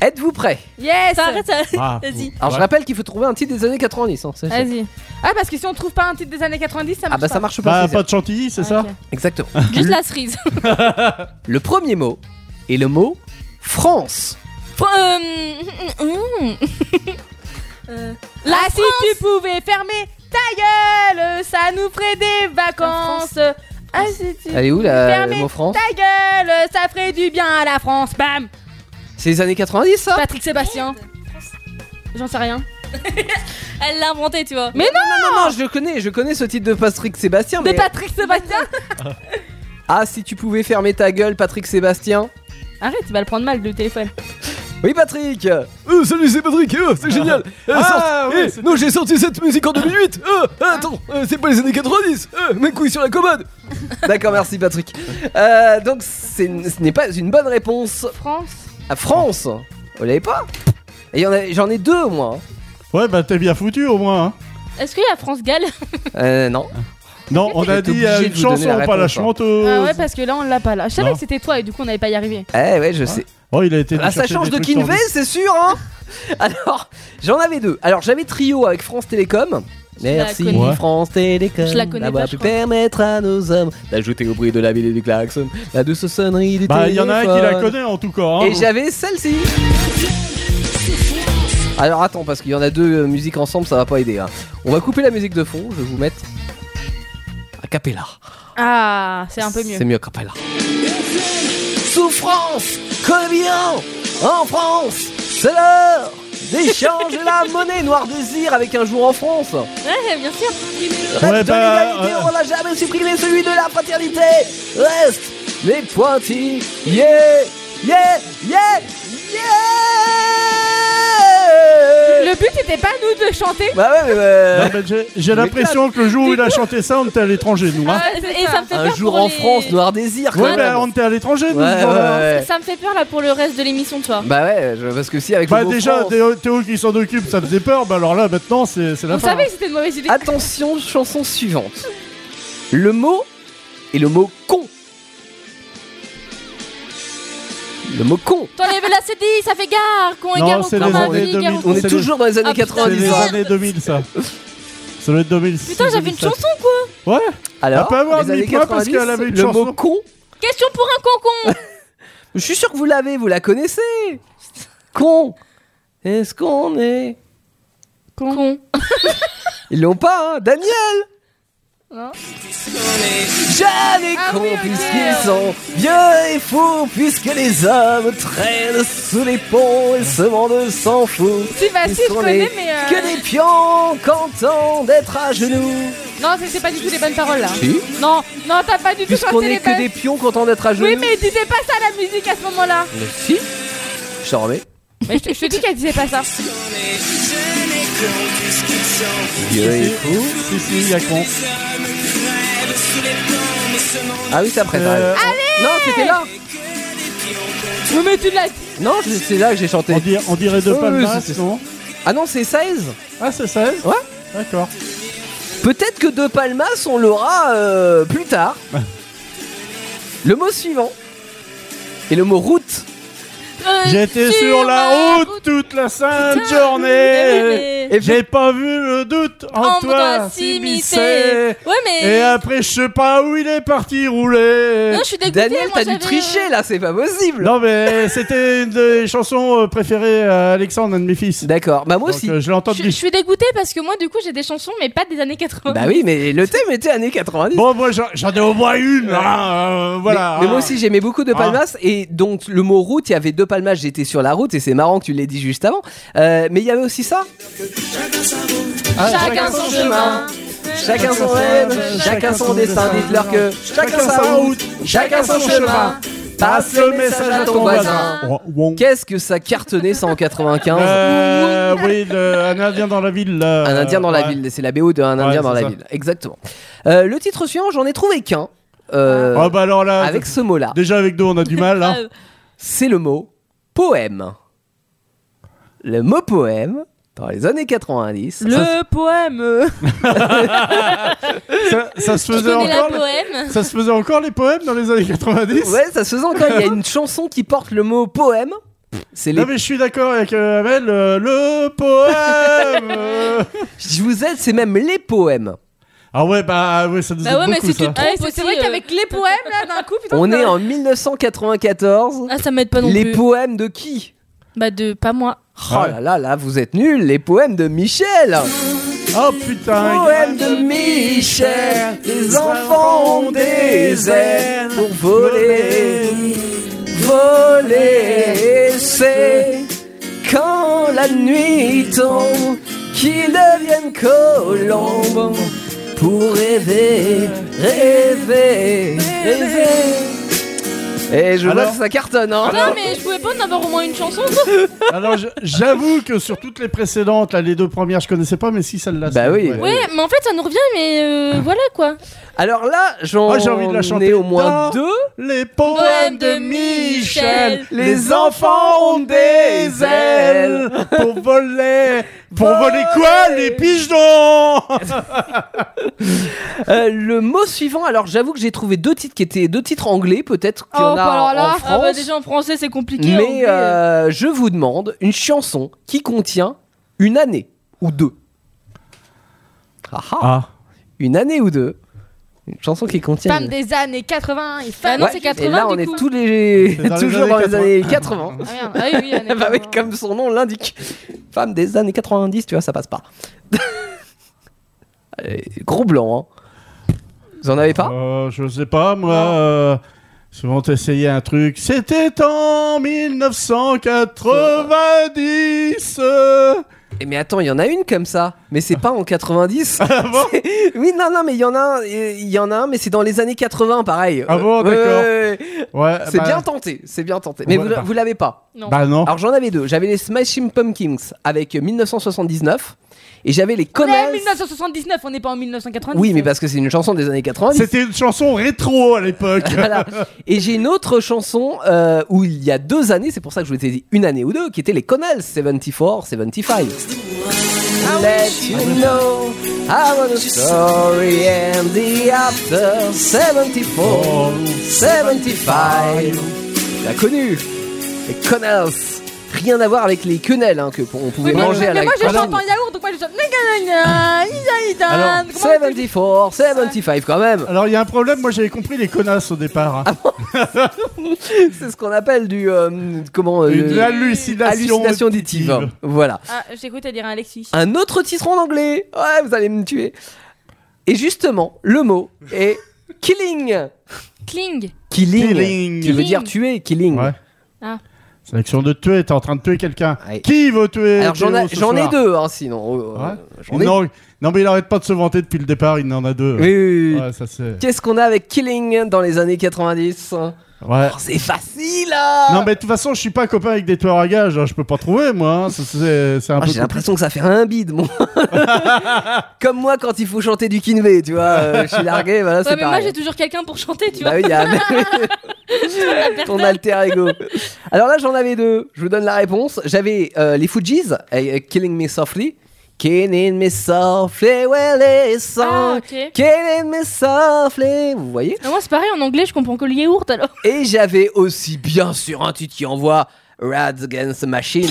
Speaker 5: Êtes-vous prêts
Speaker 4: Yes.
Speaker 7: Ça, arrête, ça.
Speaker 6: Ah,
Speaker 7: Vas-y.
Speaker 5: Alors, je rappelle qu'il faut trouver un titre des années 90. hein, c'est-
Speaker 4: Vas-y. Ah parce que si on trouve pas un titre des années 90, ça marche
Speaker 5: Ah, bah ça
Speaker 4: pas.
Speaker 5: marche pas. Ah,
Speaker 6: Bah
Speaker 5: c'est
Speaker 6: pas de chantilly, c'est ça
Speaker 4: Ok.
Speaker 5: ça. Exactement.
Speaker 7: Ah, Juste la cerise.
Speaker 5: Le premier mot est le mot France.
Speaker 7: Faut- euh, mm, mm. Euh, La
Speaker 4: ah si tu pouvais fermer ta gueule, ça nous ferait des vacances. Ah si tu
Speaker 5: Elle est où la, le
Speaker 4: fermez
Speaker 5: mot France
Speaker 4: ta gueule, ça ferait du bien à la France. Bam.
Speaker 5: C'est les années 90 ça
Speaker 4: Patrick Sébastien. J'en sais rien.
Speaker 7: Elle l'a inventé, tu vois.
Speaker 5: Non, non, je le connais, je connais ce titre de Patrick Sébastien.
Speaker 4: De
Speaker 5: mais...
Speaker 4: Patrick Sébastien.
Speaker 5: Ah, si tu pouvais fermer ta gueule, Patrick Sébastien.
Speaker 4: Arrête, il va le prendre mal le téléphone.
Speaker 5: Oui, Patrick Euh, Salut, c'est Patrick, euh, c'est génial Euh,
Speaker 6: Ah,
Speaker 5: sort-
Speaker 6: ouais,
Speaker 5: Eh,
Speaker 6: c'était-
Speaker 5: Non, j'ai sorti cette musique en 2008 Euh, Attends, euh, c'est pas les années 90 euh, Mes couilles sur la commode D'accord, merci Patrick. Euh, donc, c'est- ce n'est pas une bonne réponse.
Speaker 4: France.
Speaker 5: À France Vous l'avez pas Et y en a- J'en ai deux, moi.
Speaker 6: Ouais, bah t'es bien foutu au moins. hein.
Speaker 7: Est-ce qu'il y a France Gall
Speaker 5: Euh, non.
Speaker 6: Non, on a
Speaker 5: J'étais
Speaker 6: dit euh,
Speaker 5: obligé de
Speaker 6: une
Speaker 5: vous donner
Speaker 6: chanson,
Speaker 5: la
Speaker 6: pas la
Speaker 5: réponse, hein.
Speaker 6: chanteuse.
Speaker 4: Ah ouais parce que là on l'a pas là. Je savais
Speaker 6: Non.
Speaker 4: que c'était toi et du coup on n'avait pas y arrivé.
Speaker 5: Eh ouais, je sais.
Speaker 6: Oh, il a été.
Speaker 5: Ah, ça
Speaker 6: chercher
Speaker 5: change
Speaker 6: des
Speaker 5: de
Speaker 6: trucs sur-
Speaker 5: Kinvey, c'est sûr, hein Alors, j'en avais deux. Alors, j'avais Trio avec France Télécom.
Speaker 7: la
Speaker 5: Merci
Speaker 7: connais.
Speaker 6: Ouais.
Speaker 5: France Télécom
Speaker 7: Je la connais
Speaker 5: d'avoir
Speaker 7: pas, je
Speaker 5: pu
Speaker 7: crois.
Speaker 5: permettre à nos hommes d'ajouter au bruit de la ville et du klaxon la douce sonnerie du
Speaker 6: Bah, il y en
Speaker 5: téléphone.
Speaker 6: a un qui la connaît en tout cas. hein.
Speaker 5: Et j'avais celle-ci. Alors attends, parce qu'il y en a deux euh, musiques ensemble, ça va pas aider. hein. On va couper la musique de fond, je vais vous mettre a cappella.
Speaker 4: Ah c'est un peu mieux.
Speaker 5: C'est mieux a cappella. Souffrance, combien en France, c'est l'heure d'échange de la monnaie noir désir avec un jour en France.
Speaker 7: Ouais, bien sûr.
Speaker 5: Reste
Speaker 6: Ouais,
Speaker 5: de
Speaker 6: bah,
Speaker 5: l'égalité,
Speaker 6: euh,
Speaker 5: on n'a jamais supprimé celui de la fraternité. Reste les pointillés. Yeah, yeah, yeah, yeah.
Speaker 4: Le but c'était pas nous de chanter.
Speaker 5: Bah ouais, mais euh,
Speaker 6: Non, mais j'ai- J'ai
Speaker 5: Mais
Speaker 6: l'impression que le jour où il a chanté ça, on était à l'étranger, nous. hein.
Speaker 4: Ah,
Speaker 7: Et
Speaker 4: c'est
Speaker 7: et ça me fait
Speaker 5: un
Speaker 7: peur
Speaker 5: jour
Speaker 7: pour
Speaker 5: en
Speaker 7: les-
Speaker 5: France, Noir Désir. quand
Speaker 6: Ouais,
Speaker 5: même.
Speaker 6: bah, on était à l'étranger, nous. hein,
Speaker 5: Ouais,
Speaker 6: ce jour-là.
Speaker 5: ouais, ouais.
Speaker 7: Ça me fait peur là pour le reste de l'émission, toi.
Speaker 5: Bah ouais, je- parce que si avec
Speaker 6: Bah,
Speaker 5: le mot
Speaker 6: déjà,
Speaker 5: France-
Speaker 6: Théo, Théo qui s'en occupe, ça faisait peur. Bah, alors là, maintenant, c'est c'est la
Speaker 4: Vous
Speaker 6: fin.
Speaker 4: savez que c'était une mauvaise idée.
Speaker 5: Attention, chanson suivante. Le mot et le mot con. Le mot con.
Speaker 7: T'enlèves la CD, ça fait gare. Con et
Speaker 6: Non,
Speaker 7: gare au
Speaker 6: c'est les
Speaker 7: combat,
Speaker 6: années
Speaker 7: vie, gare au
Speaker 6: 2000.
Speaker 5: On est,
Speaker 6: C'est
Speaker 5: toujours dans les années hein.
Speaker 7: Ah, putain,
Speaker 6: C'est
Speaker 5: 90.
Speaker 6: les années 2000, ça. Ça doit être 2006.
Speaker 7: Putain, j'avais une
Speaker 6: 2007.
Speaker 7: chanson quoi
Speaker 6: Ouais,
Speaker 5: Alors,
Speaker 6: Elle peut avoir
Speaker 5: les années
Speaker 6: mis quoi, parce
Speaker 5: 90,
Speaker 6: qu'elle avait une
Speaker 5: le
Speaker 6: chanson.
Speaker 5: mot con.
Speaker 7: Question pour un concon
Speaker 5: Je suis sûr que vous l'avez, vous la connaissez. Con. Est-ce qu'on est
Speaker 7: Con.
Speaker 5: Ils l'ont pas, hein, Daniel.
Speaker 4: Non.
Speaker 5: Jeunes et
Speaker 4: Ah
Speaker 5: cons
Speaker 4: oui, ok.
Speaker 5: puisqu'ils sont vieux et fous puisque les hommes traînent sous les ponts et se vendent sans fou.
Speaker 4: Si bah
Speaker 5: Ils
Speaker 4: si je
Speaker 5: sont
Speaker 4: connais
Speaker 5: les-
Speaker 4: mais. euh,
Speaker 5: Que des pions contents d'être à genoux.
Speaker 4: Non, c'est- c'est pas du tout les bonnes paroles là.
Speaker 5: Si.
Speaker 4: Non, non, t'as pas du tout
Speaker 5: Puisqu'on
Speaker 4: chanté les
Speaker 5: est que
Speaker 4: bonnes.
Speaker 5: des pions contents d'être à genoux.
Speaker 4: Oui, mais disais pas ça la musique à ce moment-là.
Speaker 5: Mais si. Je t'en remets.
Speaker 4: Mais je te- je te dis qu'elle disait pas ça.
Speaker 5: Vieux et fous.
Speaker 6: si, si, il y a con.
Speaker 5: Ah oui, c'est après. t'as
Speaker 6: Euh,
Speaker 5: raison. Non, c'était là.
Speaker 4: Oui, mais tu l'as.
Speaker 5: Non, je- c'est là que j'ai chanté.
Speaker 6: on, dir- on dirait deux
Speaker 5: Oui, oui,
Speaker 6: palmas,
Speaker 5: c'est-
Speaker 6: non
Speaker 5: Ah non, c'est 16
Speaker 6: Ah, c'est 16
Speaker 5: Ouais.
Speaker 6: D'accord.
Speaker 5: Peut-être que De Palmas, on l'aura euh, plus tard. Le mot suivant est le mot route.
Speaker 6: J'étais sur la route toute la sainte journée.
Speaker 5: Et
Speaker 6: J'ai pas vu le doute en toi
Speaker 7: Embrasse, imiter.
Speaker 6: s'immiscer.
Speaker 7: Ouais, mais.
Speaker 6: Et après, je sais pas où il est parti rouler.
Speaker 7: Non, je suis dégoûtée.
Speaker 5: Euh, Daniel,
Speaker 7: moi,
Speaker 5: t'as dû
Speaker 7: j'avais- euh,
Speaker 5: tricher là, c'est pas possible.
Speaker 6: Non, mais c'était une des chansons euh, préférées à Alexandre, un de mes fils.
Speaker 5: D'accord, bah moi
Speaker 6: Donc,
Speaker 5: aussi.
Speaker 6: euh, je l'ai
Speaker 7: Je,
Speaker 6: entendu.
Speaker 7: je suis dégoûtée parce que moi, du coup, j'ai des chansons, mais pas des années 80.
Speaker 5: Bah oui, mais le thème était années 90.
Speaker 6: Bon, moi, j'en- j'en ai au moins une. hein, euh, voilà.
Speaker 5: Mais, mais moi aussi j'aimais beaucoup De
Speaker 6: Ah.
Speaker 5: Palmas et donc le mot route, il y avait De Palmas, j'étais sur la route et c'est marrant que tu l'aies dit juste avant. Euh, mais il y avait aussi ça.
Speaker 6: Ah,
Speaker 7: Chacun son chemin.
Speaker 5: Chacun son rêve, chacun son destin, dites-leur que chacun sa route, chacun son chemin. Passe le message à ton voisin. Qu'est-ce que ça cartonnait ça en 95
Speaker 6: Euh, oui, le- un indien dans la ville. là.
Speaker 5: Un Indien dans la
Speaker 6: Ouais.
Speaker 5: ville, c'est la BO d'un Indien
Speaker 6: c'est
Speaker 5: dans la
Speaker 6: ça.
Speaker 5: ville, exactement. Euh, le titre suivant, j'en ai trouvé qu'un euh,
Speaker 6: Ah bah alors là,
Speaker 5: avec ce mot-là.
Speaker 6: déjà avec nous on a du mal. hein.
Speaker 7: Euh,
Speaker 5: c'est le mot poème. Le mot poème, dans les années 90,
Speaker 4: Le poème.
Speaker 6: ça, ça se
Speaker 7: je
Speaker 6: faisait
Speaker 7: connais la
Speaker 6: encore. les-
Speaker 7: poème.
Speaker 6: Ça se faisait encore les poèmes dans les années 90
Speaker 5: ouais, ça se faisait encore. Il y a une chanson qui porte le mot poème. C'est les...
Speaker 6: Non mais je suis d'accord avec euh, Amel, euh, le poème euh.
Speaker 5: Je vous aide, c'est même les poèmes.
Speaker 6: Ah ouais bah ouais ça nous aide
Speaker 7: Bah ouais, mais
Speaker 6: beaucoup
Speaker 7: si tu
Speaker 6: ça.
Speaker 7: te trompes
Speaker 4: Ouais,
Speaker 7: aussi,
Speaker 4: c'est vrai
Speaker 7: euh,
Speaker 4: qu'avec les poèmes là d'un coup, putain. euh, oh
Speaker 5: On
Speaker 4: ça-
Speaker 5: est en 1994.
Speaker 7: Ah, ça m'aide pas non
Speaker 5: les
Speaker 7: plus.
Speaker 5: poèmes de qui
Speaker 7: Bah, de pas moi.
Speaker 5: Oh
Speaker 6: Ouais.
Speaker 5: là là, là, vous êtes nuls. Les poèmes de Michel.
Speaker 6: Oh putain
Speaker 5: Poème de Michel. Les enfants ont des ailes pour voler. Voler, c'est quand la nuit tombe qu'ils deviennent colombes pour rêver, rêver, rêver. Et je vois
Speaker 6: Alors
Speaker 5: que ça cartonne, hein
Speaker 7: Non, mais je pouvais pas en avoir au moins une chanson.
Speaker 6: Alors je- j'avoue que sur toutes les précédentes, là, les deux premières je connaissais pas mais si celle-là.
Speaker 5: Bah
Speaker 6: c'est-
Speaker 5: oui.
Speaker 6: ouais.
Speaker 7: Ouais, mais en fait, ça nous revient, mais
Speaker 5: Ah.
Speaker 7: euh, voilà quoi.
Speaker 5: Alors là, j'en
Speaker 6: Ah, j'ai envie de la chanter.
Speaker 5: ai au moins
Speaker 6: Dans
Speaker 5: deux.
Speaker 6: Les poèmes
Speaker 7: Poème
Speaker 6: de
Speaker 7: de
Speaker 6: Michel,
Speaker 7: Michel.
Speaker 6: les enfants ont des ailes pour voler. Pour voler quoi Les pigeons
Speaker 5: Euh, le mot suivant, alors j'avoue que j'ai trouvé deux titres qui étaient deux titres anglais, peut-être qu'il y
Speaker 4: Oh,
Speaker 5: en a
Speaker 4: bah alors là,
Speaker 5: en
Speaker 4: ah
Speaker 5: France.
Speaker 7: Ah, bah, déjà en français, c'est compliqué. en anglais.
Speaker 5: Mais euh, je vous demande une chanson qui contient une année ou deux. Ah ah,
Speaker 6: Ah,
Speaker 5: Une année ou deux. Une chanson qui contient.
Speaker 4: Femme
Speaker 5: une-
Speaker 4: des Ah années 80. Il
Speaker 7: Bah
Speaker 4: fallait.
Speaker 7: non,
Speaker 5: Ouais,
Speaker 7: c'est 80.
Speaker 5: Et là, on
Speaker 7: du
Speaker 5: est
Speaker 7: coup.
Speaker 5: tous les...
Speaker 6: C'est dans les
Speaker 5: toujours dans les
Speaker 6: années
Speaker 5: années 80.
Speaker 4: Ah, merde. Ah oui, oui, années
Speaker 5: bah oui,
Speaker 4: 80.
Speaker 5: comme son nom l'indique. Femme des années 90, tu vois, ça passe pas. Allez, gros blanc, hein. Vous en avez pas
Speaker 6: euh, je sais pas, moi. euh, souvent, t'essayais un truc. C'était en 1990. euh.
Speaker 5: Eh, Mais attends, il y en a une comme ça, mais c'est pas en 90.
Speaker 6: Ah
Speaker 5: C'est- oui, non, non, mais il y en a, un, euh, il y en a un, mais c'est dans les années 80, pareil.
Speaker 6: Ah
Speaker 5: Euh,
Speaker 6: bon,
Speaker 5: ouais,
Speaker 6: d'accord.
Speaker 5: ouais, ouais.
Speaker 6: Ouais,
Speaker 5: C'est
Speaker 6: bah-
Speaker 5: bien tenté, c'est bien tenté. Mais
Speaker 6: Ouais,
Speaker 5: vous,
Speaker 6: bah.
Speaker 5: vous l'avez pas.
Speaker 7: Non.
Speaker 6: Bah non.
Speaker 5: Alors j'en avais deux. J'avais les Smashing Pumpkins avec 1979 et j'avais
Speaker 4: Mais
Speaker 5: les
Speaker 7: bah,
Speaker 5: Connells.
Speaker 4: 1979, on n'est pas en 1990.
Speaker 5: Oui, mais bah, parce que c'est une chanson des années 90.
Speaker 6: C'était une chanson rétro à l'époque.
Speaker 5: Voilà. Et j'ai une autre chanson euh, où il y a deux années, c'est pour ça que je vous ai dit une année ou deux, qui était les Connells 74, 75. Let you know I want a story and the after 74, 75. Tu l'as connu, les Connells. Rien à voir avec les quenelles hein, que pour- on pouvait
Speaker 4: Oui, mais-
Speaker 5: manger à la
Speaker 4: mais moi je
Speaker 5: cantine.
Speaker 4: chante en yaourt, donc moi je chante. Nagana, ida, ida.
Speaker 6: Alors,
Speaker 4: Comment on dit
Speaker 5: 74, 75 quand même.
Speaker 6: Alors, il y a un problème. Moi, j'avais compris les connasses au départ. hein.
Speaker 5: Ah, C'est ce qu'on appelle du euh, comment euh,
Speaker 6: une
Speaker 5: le-
Speaker 6: hallucination.
Speaker 5: hallucination auditive. Voilà.
Speaker 7: Ah, j'ai cru que t'allais dire un Alexis.
Speaker 5: Un autre titre en anglais. Ouais, vous allez me tuer. Et justement, le mot est killing.
Speaker 7: Kling.
Speaker 5: Killing.
Speaker 6: Killing.
Speaker 5: Qui veut
Speaker 7: Killing.
Speaker 5: dire tuer, killing.
Speaker 6: Ouais.
Speaker 7: Ah.
Speaker 6: C'est l'action de tuer, t'es en train de tuer quelqu'un.
Speaker 5: Ouais.
Speaker 6: Qui veut tuer
Speaker 5: Alors j'en ai,
Speaker 6: Théo ce
Speaker 5: j'en ai
Speaker 6: soir
Speaker 5: deux, hein, sinon. euh,
Speaker 6: Ouais.
Speaker 5: J'en ai
Speaker 6: non, non, mais il arrête pas de se vanter depuis le départ, il en a deux.
Speaker 5: deux. Oui, oui, oui.
Speaker 6: Ouais, ça c'est.
Speaker 5: Qu'est-ce qu'on a avec killing dans les années 90
Speaker 6: Ouais.
Speaker 5: Oh, C'est facile hein
Speaker 6: Non, mais de toute façon, je suis pas copain avec des tueurs à gages, hein, je peux pas trouver moi. hein, ça, C'est c'est un
Speaker 5: Ah,
Speaker 6: peu.
Speaker 5: J'ai l'impression que ça fait un bide, moi. Comme moi quand il faut chanter du Kinvé, tu vois. euh, je suis largué, voilà,
Speaker 7: Ouais,
Speaker 5: c'est
Speaker 7: mais moi,
Speaker 5: pareil.
Speaker 7: j'ai toujours quelqu'un pour chanter, tu
Speaker 5: Bah
Speaker 7: vois.
Speaker 5: oui, il y a- ton alter ego. Alors là, j'en avais deux. Je vous donne la réponse. J'avais euh, les Fujis, euh, euh, Killing Me Softly, Killing me softly, well, it's
Speaker 7: Ah,
Speaker 5: song.
Speaker 7: ok.
Speaker 5: Killing me softly. Vous voyez
Speaker 7: Ah, Moi, c'est pareil, en anglais, je comprends que le yaourt alors.
Speaker 5: Et j'avais aussi bien sûr un titre qui envoie Rats Against the Machine.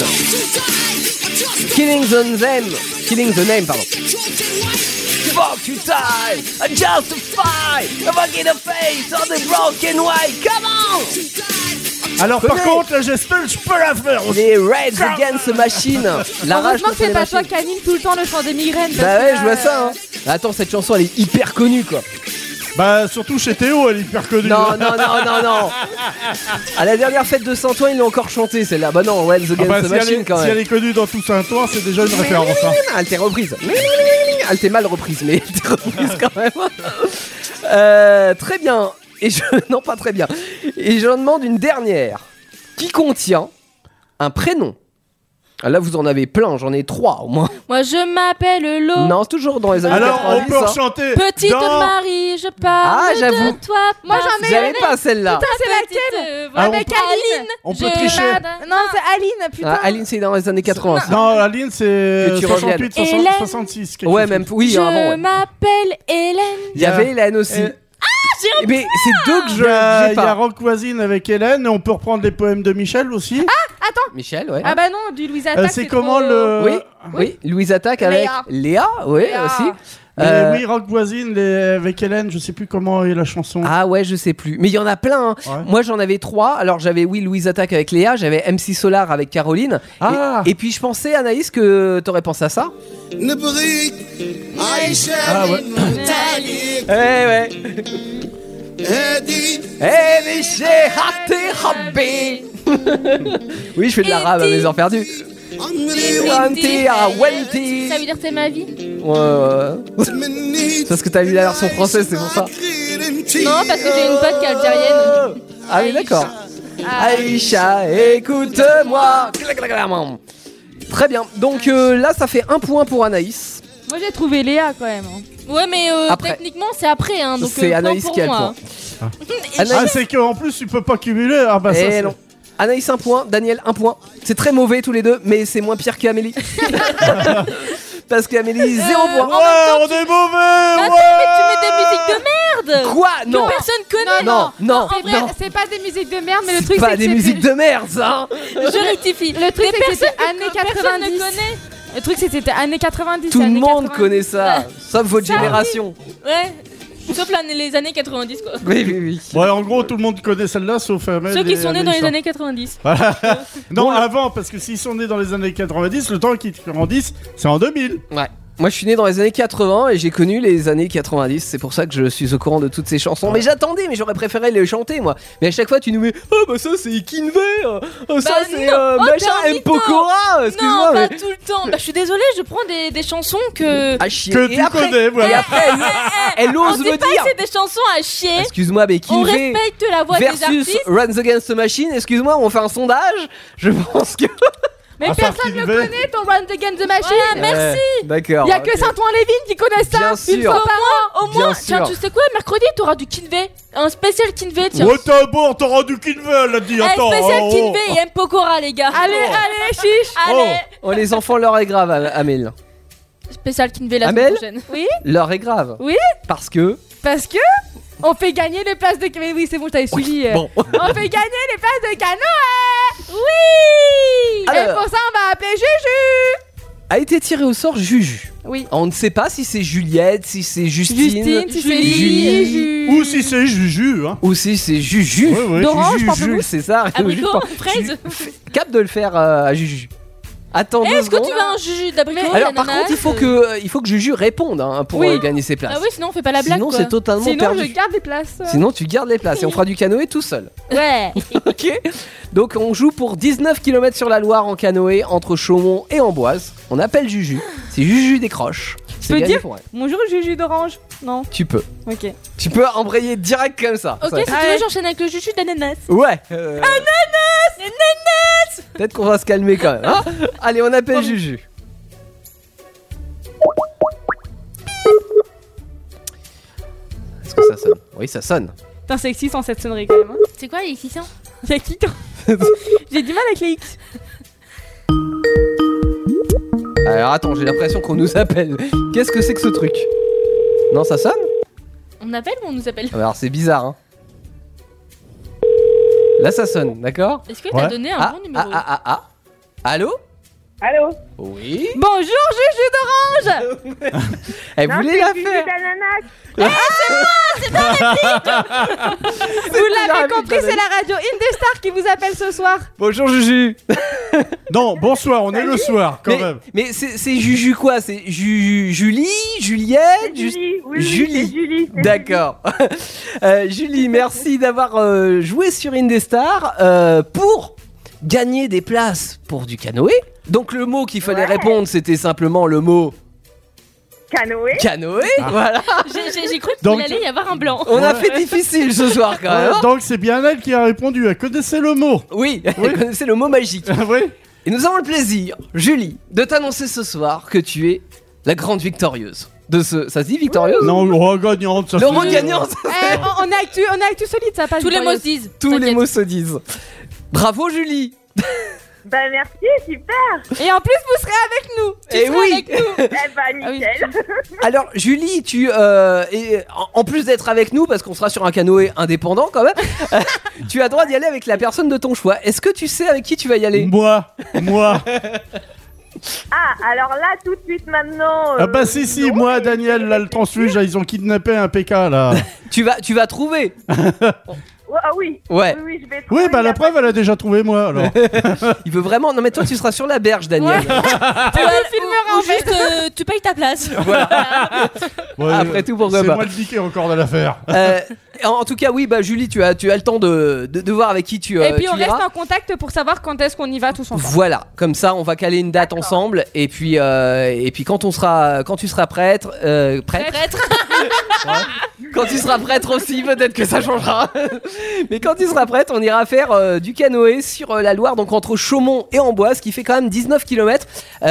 Speaker 5: Killing the Name. Killing the Name, pardon. Fuck you die, I justify, a fuck in the face of the broken way, come on!
Speaker 6: Alors par
Speaker 5: Tenez.
Speaker 6: contre, la gestuelle, je peux la faire aussi.
Speaker 5: Les Reds Against the Machine, la rage
Speaker 4: Heureusement que
Speaker 5: contre les
Speaker 4: c'est pas toi
Speaker 5: machines.
Speaker 4: qui anime tout le temps le chant des migraines. parce
Speaker 5: Bah
Speaker 4: que
Speaker 5: ouais,
Speaker 4: là,
Speaker 5: je vois
Speaker 6: euh.
Speaker 5: ça, hein. Attends, cette chanson elle est hyper connue quoi.
Speaker 6: Bah surtout chez Théo, elle est hyper connue. hein. Ah
Speaker 5: Non, non, non, non, non. À la dernière fête de Saint-Ouen, ils l'ont encore chanté celle-là. Bah non, Reds Against
Speaker 6: Ah bah,
Speaker 5: the
Speaker 6: si,
Speaker 5: Machine
Speaker 6: elle est,
Speaker 5: quand
Speaker 6: si
Speaker 5: même.
Speaker 6: elle est connue dans tout saint temps, c'est déjà une référence. hein.
Speaker 5: Ah, Elle t'est reprise. Elle t'est mal reprise, mais elle t'est reprise quand même. Euh, très bien. Et je... Non, pas très bien. Et j'en demande une dernière qui contient un prénom. Ah, Là, vous en avez plein, j'en ai trois au moins.
Speaker 7: Moi, je m'appelle
Speaker 4: Oh.
Speaker 7: Lo.
Speaker 5: Non, toujours dans les années
Speaker 6: Alors on
Speaker 5: 90,
Speaker 6: peut
Speaker 5: hein.
Speaker 6: rechanter.
Speaker 7: Petite
Speaker 6: dans-
Speaker 7: Marie, je parle
Speaker 5: Ah, j'avoue.
Speaker 7: de toi.
Speaker 4: Moi, j'en
Speaker 5: Vous avez pas celle-là.
Speaker 4: Putain, c'est laquelle
Speaker 6: Ah, on
Speaker 4: Avec
Speaker 6: peut-
Speaker 4: Aline.
Speaker 6: on peut
Speaker 7: je-
Speaker 6: tricher.
Speaker 4: euh, Non, c'est Aline, putain.
Speaker 5: Ah, Aline, c'est dans les années 80. ça.
Speaker 6: Non, la ligne
Speaker 5: Que
Speaker 6: c'est
Speaker 5: tu
Speaker 6: 68,
Speaker 7: reviennes.
Speaker 6: 60,
Speaker 7: Hélène.
Speaker 6: 66. quelque
Speaker 5: Ouais,
Speaker 6: chose.
Speaker 5: même. Oui,
Speaker 7: je
Speaker 5: avant. ouais.
Speaker 7: m'appelle Hélène.
Speaker 5: Il y avait Hélène aussi.
Speaker 6: Euh,
Speaker 4: Ah,
Speaker 5: mais c'est deux que je
Speaker 6: Il y a,
Speaker 5: j'ai
Speaker 6: il y a
Speaker 5: pas.
Speaker 6: Rock Voisine avec Hélène, et on peut reprendre les poèmes de Michel aussi.
Speaker 5: Michel, ouais.
Speaker 4: Ah bah non, du Louise
Speaker 6: Euh,
Speaker 4: Attaque.
Speaker 6: c'est comment
Speaker 4: trop-
Speaker 6: le.
Speaker 5: oui, oui, Louise attaque avec
Speaker 4: Léa.
Speaker 5: Léa, oui
Speaker 4: Léa.
Speaker 5: aussi.
Speaker 6: Mais
Speaker 5: Euh,
Speaker 6: oui, Rock Voisine les- avec Hélène, je sais plus comment est la chanson.
Speaker 5: Ah ouais, je sais plus. Mais il y en a plein. hein.
Speaker 6: Ouais.
Speaker 5: Moi, j'en avais trois. Alors, j'avais, oui, Louise Attaque avec Léa, j'avais MC Solar avec Caroline. Et-
Speaker 6: Ah.
Speaker 5: Et, puis, je pensais, Anaïs, que t'aurais pensé à ça.
Speaker 6: Ah, ouais.
Speaker 5: Eh ouais. Eh, Michel, raté, rabé. Oui, je fais de l'arabe à mes heures perdues. Wanty, ah, Wanty.
Speaker 7: Ça veut dire c'est ma vie
Speaker 5: Ouais, ouais, ouais. Parce que t'as vu la version française, c'est pour ça.
Speaker 7: Non, parce que j'ai une pote qui est algérienne.
Speaker 5: Ah oui, d'accord. Aïcha, écoute-moi. Clac, clac, clac, mam. Très bien. Donc euh, là, ça fait un point pour Anaïs.
Speaker 4: Moi j'ai trouvé Léa quand même. hein.
Speaker 7: Ouais, mais euh,
Speaker 5: Après.
Speaker 7: techniquement, c'est après. Hein, donc,
Speaker 5: C'est
Speaker 7: euh, point
Speaker 5: Anaïs
Speaker 7: pour
Speaker 5: qui a le
Speaker 7: moi.
Speaker 5: point.
Speaker 6: Ah,
Speaker 5: Anaïs,
Speaker 6: c'est qu'en plus tu peux pas cumuler. Ah, bah ça.
Speaker 5: eh
Speaker 6: c'est-
Speaker 5: non. Anaïs, un point. Daniel, un point. C'est très mauvais tous les deux, mais c'est moins pire qu'Amélie. Parce qu'Amélie, zéro
Speaker 7: Oh,
Speaker 6: Ouais,
Speaker 5: point.
Speaker 6: on est mauvais!
Speaker 7: Attends, mais tu mets des musiques de merde
Speaker 5: Quoi Non
Speaker 7: Que personne connaît
Speaker 5: Non, non,
Speaker 4: En vrai,
Speaker 5: non.
Speaker 4: c'est pas des musiques de merde, mais le
Speaker 5: C'est
Speaker 4: truc
Speaker 5: pas
Speaker 4: c'est
Speaker 5: des
Speaker 4: que
Speaker 5: musiques
Speaker 4: c'était-
Speaker 5: de merde, hein. ça
Speaker 7: Je rectifie.
Speaker 4: le truc
Speaker 7: Des
Speaker 4: c'est que
Speaker 7: personnes
Speaker 4: c'était années
Speaker 7: que personne
Speaker 4: 90.
Speaker 7: ne connaît.
Speaker 4: Le truc c'est que c'était années 90.
Speaker 5: Tout le
Speaker 4: années
Speaker 5: monde
Speaker 4: 90.
Speaker 5: connaît ça, sauf votre génération.
Speaker 7: Ouais. Sauf l'année- les années 90, quoi.
Speaker 5: Oui, oui, oui.
Speaker 6: Ouais, en gros, tout le monde connaît celle-là sauf. euh,
Speaker 7: Ceux qui
Speaker 6: les-
Speaker 7: sont nés dans les
Speaker 6: Lisa.
Speaker 7: années 90.
Speaker 6: Non, avant, parce que s'ils sont nés dans les années 90, le temps qu'ils grandissent, c'est en 2000.
Speaker 5: Ouais. Moi, je suis né dans les années 80 et j'ai connu les années 90. C'est pour ça que je suis au courant de toutes ces chansons. Mais j'attendais, mais j'aurais préféré les chanter, moi. Mais à chaque fois, tu nous mets Ah, bah ça, c'est Kinvey Ah, ça,
Speaker 7: Bah,
Speaker 5: c'est
Speaker 7: non.
Speaker 5: euh,
Speaker 7: Oh,
Speaker 5: machin
Speaker 7: t'es un
Speaker 5: M.
Speaker 7: mytho.
Speaker 5: Pokora euh, Excuse-moi,
Speaker 7: Non, pas
Speaker 5: mais.
Speaker 7: tout le temps. Bah, je suis désolée, je prends des, des chansons que.
Speaker 5: Ah, chier.
Speaker 6: Que
Speaker 5: et
Speaker 6: tu
Speaker 5: après,
Speaker 6: connais,
Speaker 5: Et
Speaker 6: voilà.
Speaker 5: après, elle, elle
Speaker 7: On
Speaker 5: ose
Speaker 7: dit
Speaker 5: me
Speaker 7: pas que
Speaker 5: dire
Speaker 7: c'est des chansons à chier.
Speaker 5: Excuse-moi, mais
Speaker 7: On
Speaker 5: Kinvey
Speaker 7: respecte la voix des
Speaker 5: versus
Speaker 7: artistes.
Speaker 5: Runs Against the Machine, excuse-moi, on fait un sondage Je pense que.
Speaker 4: Mais
Speaker 6: À part
Speaker 4: personne ne
Speaker 6: qu'il
Speaker 4: le
Speaker 6: veut.
Speaker 4: connaît ton Run the Game the Machine.
Speaker 7: Voilà, merci.
Speaker 5: D'accord.
Speaker 4: Il y a
Speaker 5: ok.
Speaker 4: que Saint-Ouen-Lévin qui connaît ça.
Speaker 5: Bien
Speaker 4: une
Speaker 5: sûr.
Speaker 4: fois par an.
Speaker 7: Au moins,
Speaker 5: Bien
Speaker 7: tiens,
Speaker 5: sûr.
Speaker 7: tu sais quoi, mercredi, t'auras du Kinvey. Un spécial Kinvey, tiens.
Speaker 6: Oh, t'as bon, t'auras du Kinvel, là, dit,
Speaker 7: Un
Speaker 6: attends.
Speaker 7: spécial
Speaker 6: oh, oh.
Speaker 7: Kinvey et M. Pokora, les gars.
Speaker 4: Allez, allez, chiche.
Speaker 7: Allez.
Speaker 5: Oh, les enfants, l'heure est grave, Am- Amel.
Speaker 7: Spécial Kinvey la
Speaker 5: Amel
Speaker 7: semaine prochaine.
Speaker 4: Oui,
Speaker 5: L'heure est grave.
Speaker 4: Oui.
Speaker 5: Parce que.
Speaker 4: parce que on fait gagner les places de. Mais oui, c'est bon, je t'avais suivi. euh.
Speaker 5: Bon.
Speaker 4: On fait gagner les places de canoë. Oui. Et
Speaker 5: Alors.
Speaker 4: pour ça, on va appeler Juju.
Speaker 5: a été tiré au sort Juju.
Speaker 4: Oui.
Speaker 5: On ne sait pas si c'est Juliette, si c'est Justine,
Speaker 4: si c'est
Speaker 5: Julie,
Speaker 4: Julie.
Speaker 6: Ou si c'est Juju, hein.
Speaker 5: ou si c'est Juju.
Speaker 6: Ouais, ouais.
Speaker 4: D'orange,
Speaker 5: Juju,
Speaker 4: pamplemousse.
Speaker 5: c'est ça.
Speaker 7: Abricot,
Speaker 5: Juju,
Speaker 7: Ah, fraise.
Speaker 5: Cap de le faire euh, à Juju. Attends
Speaker 7: Eh,
Speaker 5: deux
Speaker 7: Est-ce que
Speaker 5: secondes.
Speaker 7: tu veux un jus d'abricot
Speaker 5: Alors par
Speaker 7: d'ananas,
Speaker 5: contre, il faut
Speaker 7: euh,
Speaker 5: que il faut que Juju réponde hein, pour
Speaker 4: Oui.
Speaker 5: euh, gagner ses places.
Speaker 7: Ah oui, sinon on fait pas la blague.
Speaker 5: Sinon
Speaker 7: quoi.
Speaker 5: c'est totalement
Speaker 4: Sinon,
Speaker 5: perdu.
Speaker 4: je garde les places.
Speaker 5: Sinon tu gardes les places et on fera du canoë tout seul.
Speaker 7: Ouais.
Speaker 5: Ok. Donc on joue pour 19 km sur la Loire en canoë entre Chaumont et Amboise. On appelle Juju. Si Juju décroche, c'est
Speaker 4: peux
Speaker 5: gagné
Speaker 4: dire
Speaker 5: pour elle.
Speaker 4: Bonjour Juju d'orange. Non.
Speaker 5: Tu peux.
Speaker 4: Ok.
Speaker 5: Tu peux embrayer direct comme ça.
Speaker 7: Ok,
Speaker 5: Ça-
Speaker 7: si tu veux, j'enchaîne avec le jus d'ananas.
Speaker 5: Ouais. Ananas Ananas Peut-être qu'on va se calmer quand même. hein. Allez, on appelle Juju. Est-ce que ça sonne Oui, ça sonne.
Speaker 4: Putain, c'est sexy sans cette sonnerie quand même. hein.
Speaker 7: C'est quoi les clients
Speaker 4: Y'a qui quand J'ai du mal avec les X.
Speaker 5: Alors attends, j'ai l'impression qu'on nous appelle. Qu'est-ce que c'est que ce truc Non, ça sonne
Speaker 7: On appelle ou on nous appelle
Speaker 5: Ah bah Alors c'est bizarre, hein. Là, ça sonne, d'accord
Speaker 7: Est-ce que
Speaker 6: Ouais.
Speaker 7: t'as donné un
Speaker 5: ah,
Speaker 7: bon
Speaker 5: ah,
Speaker 7: numéro
Speaker 5: ah, ah, ah. Allô
Speaker 9: Allô
Speaker 5: Oui
Speaker 4: Bonjour, Juju d'Orange
Speaker 5: Elle voulait la
Speaker 9: c'est Gigi
Speaker 5: faire
Speaker 9: d'ananas.
Speaker 4: Vous l'avez compris, c'est la radio Indestar qui vous appelle ce soir.
Speaker 5: Bonjour Juju
Speaker 6: Non, bonsoir, on est le soir quand
Speaker 5: Mais,
Speaker 6: même.
Speaker 5: mais c'est c'est Juju quoi C'est Ju- Julie Juliette Ju-
Speaker 9: Julie, oui, oui,
Speaker 5: Julie.
Speaker 9: c'est Julie. c'est
Speaker 5: D'accord. Euh, Julie, merci d'avoir euh, joué sur Indestar euh, pour gagner des places pour du canoë. Donc le mot qu'il fallait
Speaker 9: Ouais.
Speaker 5: répondre, c'était simplement le mot
Speaker 9: Julie. Canoë.
Speaker 5: canoë.
Speaker 6: Ah.
Speaker 5: Voilà.
Speaker 7: J'ai- J'ai j'ai cru qu'il
Speaker 6: Donc-
Speaker 7: allait y avoir un blanc.
Speaker 5: On a fait difficile ce soir quand même.
Speaker 6: Ouais, donc c'est bien elle qui a répondu, elle connaissait le mot.
Speaker 5: Oui,
Speaker 6: Oui.
Speaker 5: c'est le mot magique.
Speaker 6: Ah oui
Speaker 5: Et nous avons le plaisir, Julie, de t'annoncer ce soir que tu es la grande victorieuse de ce. Ça se dit victorieuse
Speaker 6: Non, le regagnante, ça
Speaker 5: Le
Speaker 6: se-
Speaker 5: regagnant,
Speaker 4: Eh, on, on a actu, on a actu solide, ça passe.
Speaker 7: Tous les mots
Speaker 4: Victorieuse.
Speaker 7: se disent.
Speaker 5: tous les
Speaker 7: t'inquiète.
Speaker 5: mots se disent. Bravo Julie
Speaker 9: Bah merci, super.
Speaker 4: Et en plus, vous serez avec nous.
Speaker 5: Et oui ben,
Speaker 9: eh bah
Speaker 4: Ah oui.
Speaker 9: nickel.
Speaker 5: Alors Julie, tu euh, et en- en plus d'être avec nous parce qu'on sera sur un canoë indépendant quand même, euh, tu as droit d'y aller avec la personne de ton choix. Est-ce que tu sais avec qui tu vas y aller
Speaker 6: Moi, moi.
Speaker 9: Ah, alors là, tout de suite maintenant.
Speaker 6: Ah
Speaker 9: euh,
Speaker 6: bah si, si,
Speaker 9: non,
Speaker 6: moi,
Speaker 9: mais-
Speaker 6: Daniel, là, le transfuge, là, ils ont kidnappé un PK, là.
Speaker 5: Tu vas tu vas trouver.
Speaker 9: Ouais, ah oui.
Speaker 5: Ouais.
Speaker 9: Oui, oui, je vais
Speaker 6: Oui,
Speaker 9: trouver,
Speaker 6: bah
Speaker 9: y a
Speaker 6: la preuve, elle a déjà trouvé moi, alors.
Speaker 5: Il veut vraiment. Non mais toi tu seras sur la berge, Daniel.
Speaker 7: Tu filmeras en Ah, juste euh, tu payes ta place.
Speaker 6: Ouais,
Speaker 5: Après tout, pourquoi
Speaker 6: C'est
Speaker 5: pas.
Speaker 6: moi le niqué encore de l'affaire.
Speaker 5: Euh, en, en tout cas, oui, bah Julie, tu as tu as le temps de de, de voir avec qui tu. euh,
Speaker 4: Et puis,
Speaker 5: tu
Speaker 4: on reste
Speaker 5: iras.
Speaker 4: en contact pour savoir quand est-ce qu'on y va tous ensemble.
Speaker 5: Voilà, comme ça on va caler une date ensemble et puis euh, et puis quand on sera quand tu seras prêtre euh, prêtre
Speaker 7: Prêtre.
Speaker 5: Quand tu seras prêtre aussi, peut-être que ça changera. Mais quand tu seras prêtre, on ira faire euh, du canoë sur euh, la Loire, donc entre Chaumont et Amboise, qui fait quand même 19 km. on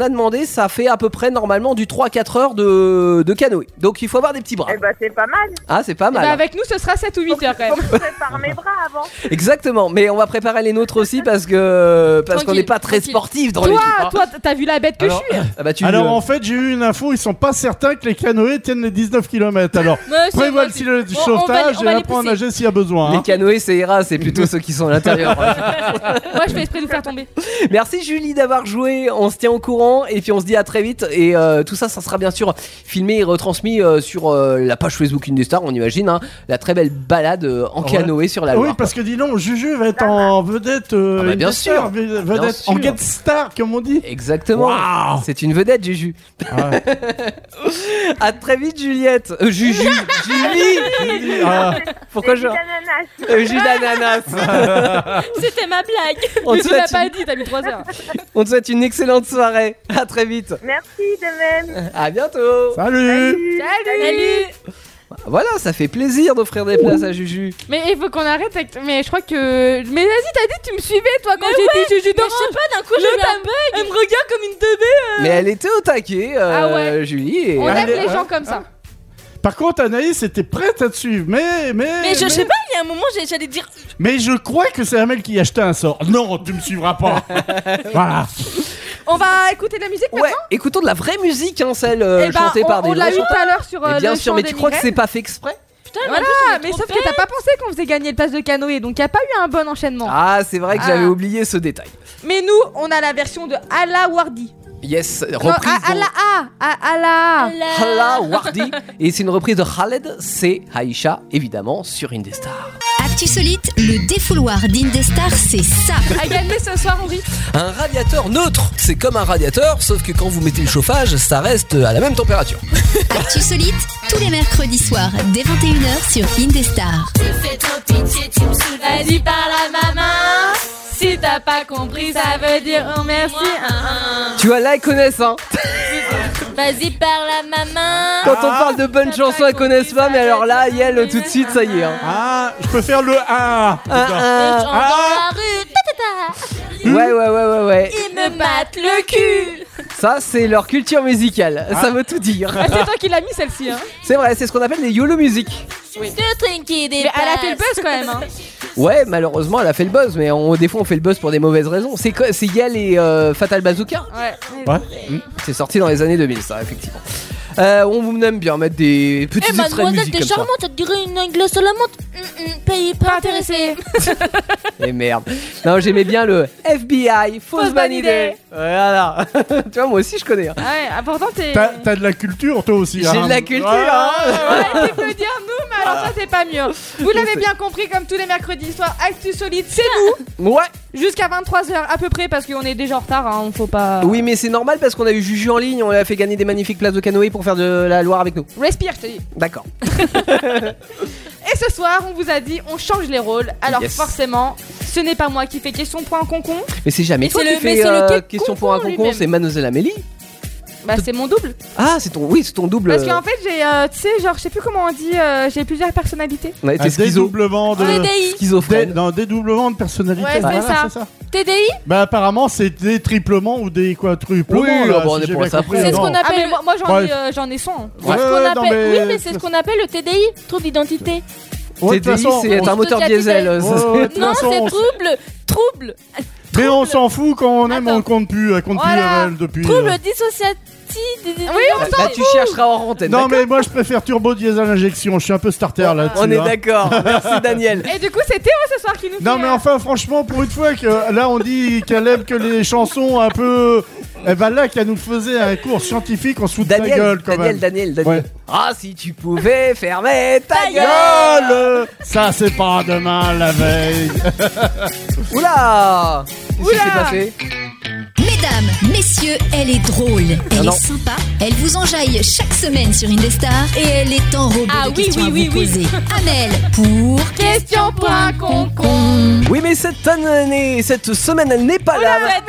Speaker 5: a demandé, ça fait à peu près normalement du 3-4 heures de, de canoë. Donc il faut avoir des petits bras.
Speaker 9: Eh bah c'est pas mal.
Speaker 5: Ah, c'est pas
Speaker 4: Eh ben,
Speaker 5: mal.
Speaker 4: avec nous, ce sera 7 ou 8 heures quand même.
Speaker 9: Je prépare mes bras avant.
Speaker 5: Exactement. Mais on va préparer les nôtres aussi parce que parce qu'on
Speaker 7: Tranquille,
Speaker 5: n'est pas très
Speaker 7: tranquille.
Speaker 5: sportifs dans
Speaker 4: Toi,
Speaker 5: l'équipe. hein.
Speaker 4: toi, t'as vu la bête que
Speaker 5: Alors,
Speaker 4: je suis
Speaker 5: ah bah, tu,
Speaker 6: alors
Speaker 5: euh,
Speaker 6: en fait, j'ai eu une info, ils sont pas certains que les canoës tiennent les 19 km. Alors,
Speaker 7: Monsieur,
Speaker 6: prévois le
Speaker 7: monsieur.
Speaker 6: signal du
Speaker 7: Bon, on va
Speaker 6: sauvetage
Speaker 7: les- on
Speaker 6: et
Speaker 7: va les
Speaker 6: apprends à
Speaker 7: pousser.
Speaker 6: nager s'il y a besoin.
Speaker 5: les
Speaker 6: hein.
Speaker 5: canoës, c'est ira, c'est plutôt ceux qui sont à l'intérieur.
Speaker 4: Moi, je fais esprit de vous faire tomber.
Speaker 5: Merci Julie d'avoir joué, on se tient au courant et puis on se dit à très vite et euh, tout ça ça sera bien sûr filmé et retransmis euh, sur euh, la page Facebook Indestar on imagine hein, la très belle balade euh, en
Speaker 6: Ouais.
Speaker 5: canoë sur la
Speaker 6: Oui,
Speaker 5: Loire.
Speaker 6: parce que dis donc, Juju va être en vedette. euh,
Speaker 5: Ah bah, bien
Speaker 6: une star,
Speaker 5: sûr.
Speaker 6: ve-
Speaker 5: bien
Speaker 6: vedette,
Speaker 5: sûr.
Speaker 6: En guest star, comme on dit.
Speaker 5: Exactement.
Speaker 6: Waouh. Ah
Speaker 5: C'est une vedette Juju.
Speaker 6: Ouais.
Speaker 5: À très vite Juliette. Euh, Juju. Julie.
Speaker 6: Ah.
Speaker 5: Pourquoi
Speaker 9: Des
Speaker 5: je
Speaker 9: ananas.
Speaker 5: Euh, Jus d'ananas.
Speaker 7: C'était ma blague.
Speaker 5: On te
Speaker 4: tu l'as
Speaker 5: souhaite
Speaker 4: pas
Speaker 5: une-
Speaker 4: dit, t'as mis 3 heures.
Speaker 5: on te souhaite une excellente soirée. À très vite.
Speaker 9: Merci de même.
Speaker 5: À bientôt.
Speaker 6: Salut
Speaker 4: Salut
Speaker 5: Voilà, ça fait plaisir d'offrir des places à Juju.
Speaker 4: Mais il faut qu'on arrête avec... Mais je crois que... Mais vas-y, t'as dit que tu me suivais, toi, quand j'étais Juju
Speaker 7: Mais
Speaker 4: d'Orange.
Speaker 7: je sais pas, d'un coup, j'ai eu un bug. Elle me regarde comme une teubée.
Speaker 5: Mais elle était au taquet euh,
Speaker 4: Ah ouais.
Speaker 5: Julie et-
Speaker 4: On aime
Speaker 6: Allez,
Speaker 4: les
Speaker 6: ouais.
Speaker 4: gens comme ça.
Speaker 6: Par contre, Anaïs était prête à te suivre, mais. Mais,
Speaker 7: Mais je sais pas, il y a un moment, j'ai- j'allais dire.
Speaker 6: mais je crois que c'est Amel qui a acheté un sort. Non, tu me suivras pas. voilà.
Speaker 4: On va écouter de la musique
Speaker 5: Ouais, écoutons de la vraie musique, hein, celle euh,
Speaker 4: Eh ben,
Speaker 5: chantée par
Speaker 4: on,
Speaker 5: des
Speaker 4: on l'a
Speaker 5: vrais
Speaker 4: eu tout
Speaker 5: chanteurs.
Speaker 4: à l'heure sur euh,
Speaker 5: Mais bien
Speaker 4: le
Speaker 5: sûr,
Speaker 4: chant
Speaker 5: mais
Speaker 4: des
Speaker 5: tu crois que c'est
Speaker 4: migraines.
Speaker 5: pas fait exprès
Speaker 7: Putain,
Speaker 4: Voilà,
Speaker 7: Ah,
Speaker 4: mais sauf que t'as pas pensé qu'on faisait gagner le passe de canoë, donc y a pas eu un bon enchaînement.
Speaker 5: Ah, c'est vrai que
Speaker 4: Ah.
Speaker 5: j'avais oublié ce détail.
Speaker 4: Mais nous, on a la version de Allah Wardi.
Speaker 5: Yes,
Speaker 4: Non,
Speaker 5: reprise
Speaker 4: ah, Allah, ah, ah, Allah.
Speaker 5: de Hala Wardi. Et c'est une reprise de Khaled, c'est Aïcha, évidemment, sur Indestar.
Speaker 2: Actu Solite, le défouloir d'Indestar, c'est ça.
Speaker 4: A gagner ce soir, Henri.
Speaker 5: Un radiateur neutre, c'est comme un radiateur, sauf que quand vous mettez le chauffage, ça reste à la même température.
Speaker 2: Actu Solite, tous les mercredis soirs dès 21h sur Indestar.
Speaker 7: T'as dit par la maman. Si t'as pas compris, ça veut dire oh merci. hein, hein.
Speaker 5: Tu vois, là, elles connaissent, hein.
Speaker 7: Vas-y par la maman.
Speaker 5: Quand on parle de bonnes
Speaker 7: Ah.
Speaker 5: chansons, elles connaissent pas, mais alors là, Yel, tout de suite, ça y est. Hein.
Speaker 6: Ah, je peux faire le 1.
Speaker 5: Un, un.
Speaker 7: Ah. Dans la rue, ta, ta, ta,
Speaker 5: Ouais, ouais, ouais, ouais, ouais.
Speaker 7: il me mate le cul.
Speaker 5: Ça, c'est leur culture musicale. Ça veut tout dire.
Speaker 4: Ah, c'est toi qui l'as mis celle-ci, hein.
Speaker 5: C'est vrai, c'est ce qu'on appelle les YOLO musiques.
Speaker 7: Le truc
Speaker 4: Mais
Speaker 7: qui dépasse. Eh,
Speaker 4: elle a fait le buzz quand même, hein.
Speaker 5: Ouais, malheureusement, elle a fait le buzz, mais on, des fois on fait le buzz pour des mauvaises raisons. C'est quoi C'est Yel et euh, Fatal Bazooka
Speaker 4: Ouais.
Speaker 5: C'est sorti dans les années 2000, ça, effectivement. Euh, on aime bien mettre des petits
Speaker 7: Eh,
Speaker 5: extraits de
Speaker 7: mademoiselle,
Speaker 5: musique
Speaker 7: t'es
Speaker 5: comme ça.
Speaker 7: charmante, elle te dirait une anglaise à la menthe. Hum, hum, Pays pas intéressé.
Speaker 5: Et merde. Non, j'aimais bien le FBI, fausse
Speaker 4: Fausse
Speaker 5: bonne
Speaker 4: bonne
Speaker 5: idée. Voilà. tu vois, moi aussi, je connais. hein.
Speaker 4: Ah Ouais, important, t'es.
Speaker 6: T'as t'as de la culture, toi aussi.
Speaker 5: J'ai
Speaker 6: hein.
Speaker 5: de la culture.
Speaker 6: Ouais.
Speaker 5: hein.
Speaker 4: Ouais, tu peux dire nous, mais alors ça, c'est pas mieux. Vous l'avez bien compris, comme tous les mercredis soirs, Actu Solide, c'est nous
Speaker 5: Ouais.
Speaker 4: jusqu'à 23h à peu près, parce qu'on est déjà en retard, hein, on faut pas.
Speaker 5: Oui, mais c'est normal parce qu'on a eu Juju en ligne, on lui a fait gagner des magnifiques places de canoë pour faire de la Loire avec nous.
Speaker 4: Respire, je te dis.
Speaker 5: D'accord.
Speaker 4: Et ce soir, on vous a dit, on change les rôles. Alors
Speaker 5: Yes.
Speaker 4: forcément, ce n'est pas moi qui fais question point en concon.
Speaker 5: Mais c'est jamais
Speaker 7: Mais
Speaker 5: toi
Speaker 7: c'est
Speaker 5: qui
Speaker 7: le- mais
Speaker 5: fais
Speaker 7: c'est le
Speaker 5: euh,
Speaker 7: quai de
Speaker 5: question pour un
Speaker 7: concours
Speaker 5: concours,
Speaker 7: lui-même.
Speaker 5: c'est Mademoiselle Amélie.
Speaker 4: Bah, c'est mon double.
Speaker 5: Ah, c'est ton, oui, c'est ton double.
Speaker 4: Parce qu'en fait, j'ai, euh, tu sais, genre, je sais plus comment on dit, euh, j'ai plusieurs personnalités.
Speaker 5: on a
Speaker 6: Un
Speaker 5: été schizo,
Speaker 6: dédoublement de.
Speaker 7: TDI.
Speaker 6: Dé-
Speaker 5: schizophrène.
Speaker 6: non, dédoublement de personnalité.
Speaker 4: Ouais, c'est
Speaker 6: Voilà,
Speaker 4: ça.
Speaker 5: Euh.
Speaker 7: TDI,
Speaker 6: Bah apparemment c'est des triplements ou des quadruplements.
Speaker 5: Oui, ah
Speaker 6: là,
Speaker 5: bon, on
Speaker 6: si
Speaker 5: est
Speaker 6: j'ai
Speaker 5: pour
Speaker 6: bien
Speaker 5: ça
Speaker 6: compris.
Speaker 5: après.
Speaker 7: c'est ce
Speaker 6: Non.
Speaker 7: qu'on
Speaker 4: Ah, mais
Speaker 7: appelle.
Speaker 4: moi, moi, j'en,
Speaker 6: Ouais.
Speaker 4: ai, euh, j'en ai 100.
Speaker 7: c'est ce
Speaker 6: Ouais,
Speaker 7: qu'on
Speaker 6: ouais, non,
Speaker 7: appelle-
Speaker 6: mais-
Speaker 7: Oui, mais c'est ce qu'on appelle le TDI, trouble d'identité.
Speaker 6: Ouais, de toute
Speaker 5: TDI,
Speaker 6: façon,
Speaker 5: c'est
Speaker 6: on-
Speaker 5: un moteur
Speaker 7: Société
Speaker 5: diesel.
Speaker 6: Ouais,
Speaker 5: euh, ça,
Speaker 6: ouais, de toute
Speaker 7: Non,
Speaker 6: façon,
Speaker 7: c'est
Speaker 6: on-
Speaker 7: trouble. Trouble.
Speaker 6: Mais on s'en fout quand on aime, on
Speaker 7: Attends.
Speaker 6: compte plus, elle compte plus
Speaker 4: Voilà.
Speaker 6: elle, depuis. euh.
Speaker 7: Trouble dissociatif.
Speaker 4: Oui, on
Speaker 5: c'est- Là, tu chercheras en antenne.
Speaker 6: Non
Speaker 5: d'accord
Speaker 6: mais moi je préfère turbo diesel injection, je suis un peu starter là-dessus.
Speaker 5: on est
Speaker 6: hein.
Speaker 5: d'accord. Merci Daniel.
Speaker 4: Et du coup, c'est Théo ce soir qui nous
Speaker 6: Non
Speaker 4: fait,
Speaker 6: mais
Speaker 4: euh,
Speaker 6: enfin franchement pour une fois que là on dit qu'elle aime que les chansons un peu... Eh ben là qu'elle nous faisait un cours scientifique, on se fout de
Speaker 5: Daniel,
Speaker 6: ta gueule quand
Speaker 5: Daniel,
Speaker 6: même.
Speaker 5: Daniel, Daniel.
Speaker 6: Ouais.
Speaker 5: Ah, si tu pouvais fermer ta gueule.
Speaker 6: Gueule Ça c'est pas demain la veille.
Speaker 5: Oula Qu'est-ce qui
Speaker 4: Oula
Speaker 5: s'est passé
Speaker 2: Mesdames, messieurs, elle est drôle, elle
Speaker 5: non.
Speaker 2: est sympa, elle vous enjaille chaque semaine sur Indestar et elle est enrobée
Speaker 7: Ah
Speaker 2: de
Speaker 7: oui,
Speaker 2: questions
Speaker 7: oui,
Speaker 2: à
Speaker 7: oui,
Speaker 2: vous
Speaker 7: oui.
Speaker 2: poser. Amel pour
Speaker 7: Question pour un concon.
Speaker 2: con.
Speaker 5: Oui, mais cette année, cette semaine, elle n'est pas là.
Speaker 7: Cette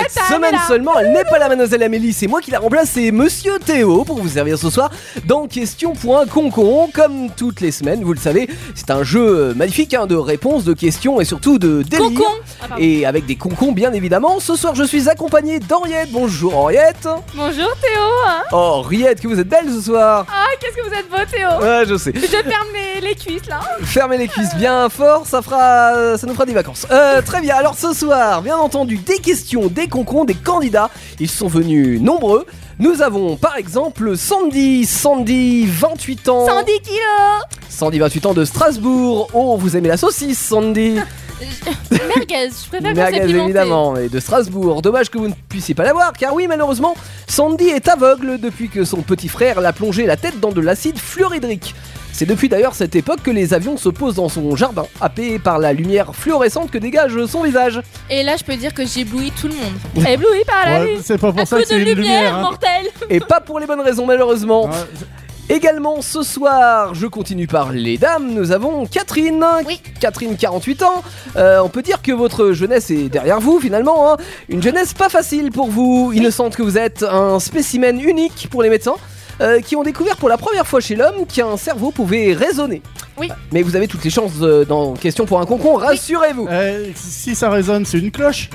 Speaker 7: année,
Speaker 5: Cette semaine seulement, elle n'est pas là, mademoiselle Amélie. C'est moi qui la remplace, c'est monsieur Théo pour vous servir ce soir dans Question pour un concon. Comme toutes les semaines, vous le savez, c'est un jeu magnifique hein, de réponses, de questions et surtout de délire.
Speaker 7: concon.
Speaker 5: Et avec des concons, bien évidemment. Ce soir, je suis accompagné d'Henriette. Bonjour, Henriette.
Speaker 4: Bonjour Théo. hein.
Speaker 5: Oh, Henriette, que vous êtes belle ce soir.
Speaker 4: Ah, qu'est-ce que vous êtes beau Théo.
Speaker 5: Ouais, je sais.
Speaker 4: Je ferme les, les cuisses là.
Speaker 5: Fermez les cuisses bien fort, ça fera, ça nous fera des vacances. Euh, très bien. Alors ce soir, bien entendu, des questions, des concours, des candidats. Ils sont venus nombreux. Nous avons par exemple Sandy, Sandy, 28 ans.
Speaker 7: 110 kilos.
Speaker 5: Sandy, 28 ans de Strasbourg. Oh, vous aimez la saucisse, Sandy.
Speaker 7: Merguez, je préfère quand c'est
Speaker 5: Merguez,
Speaker 7: pimenté.
Speaker 5: évidemment, et de Strasbourg. Dommage que vous ne puissiez pas la voir, car oui, malheureusement, Sandy est aveugle depuis que son petit frère l'a plongé la tête dans de l'acide fluoridrique. C'est depuis d'ailleurs cette époque que les avions se posent dans son jardin, happés par la lumière fluorescente que dégage son visage.
Speaker 7: Et là, je peux dire que j'éblouis tout le monde.
Speaker 4: Ébloui par la
Speaker 6: Ouais,
Speaker 4: nuit.
Speaker 6: c'est pas pour
Speaker 7: Un
Speaker 6: ça
Speaker 7: coup
Speaker 6: que
Speaker 7: de
Speaker 6: c'est une
Speaker 7: lumière,
Speaker 6: lumière. hein.
Speaker 7: mortelle.
Speaker 5: Et pas pour les bonnes raisons, malheureusement.
Speaker 6: Ouais,
Speaker 5: Également ce soir, je continue par les dames, nous avons Catherine. Catherine, 48 ans. Euh, on peut dire que votre jeunesse est derrière vous finalement. hein. Une jeunesse pas facile pour vous, innocente que vous êtes, un spécimen unique pour les médecins. euh, qui ont découvert pour la première fois chez l'homme qu'un cerveau pouvait raisonner.
Speaker 7: Oui.
Speaker 5: Mais vous avez toutes les chances euh, dans Question pour un concon, rassurez-vous.
Speaker 6: Euh, si ça résonne, c'est une cloche.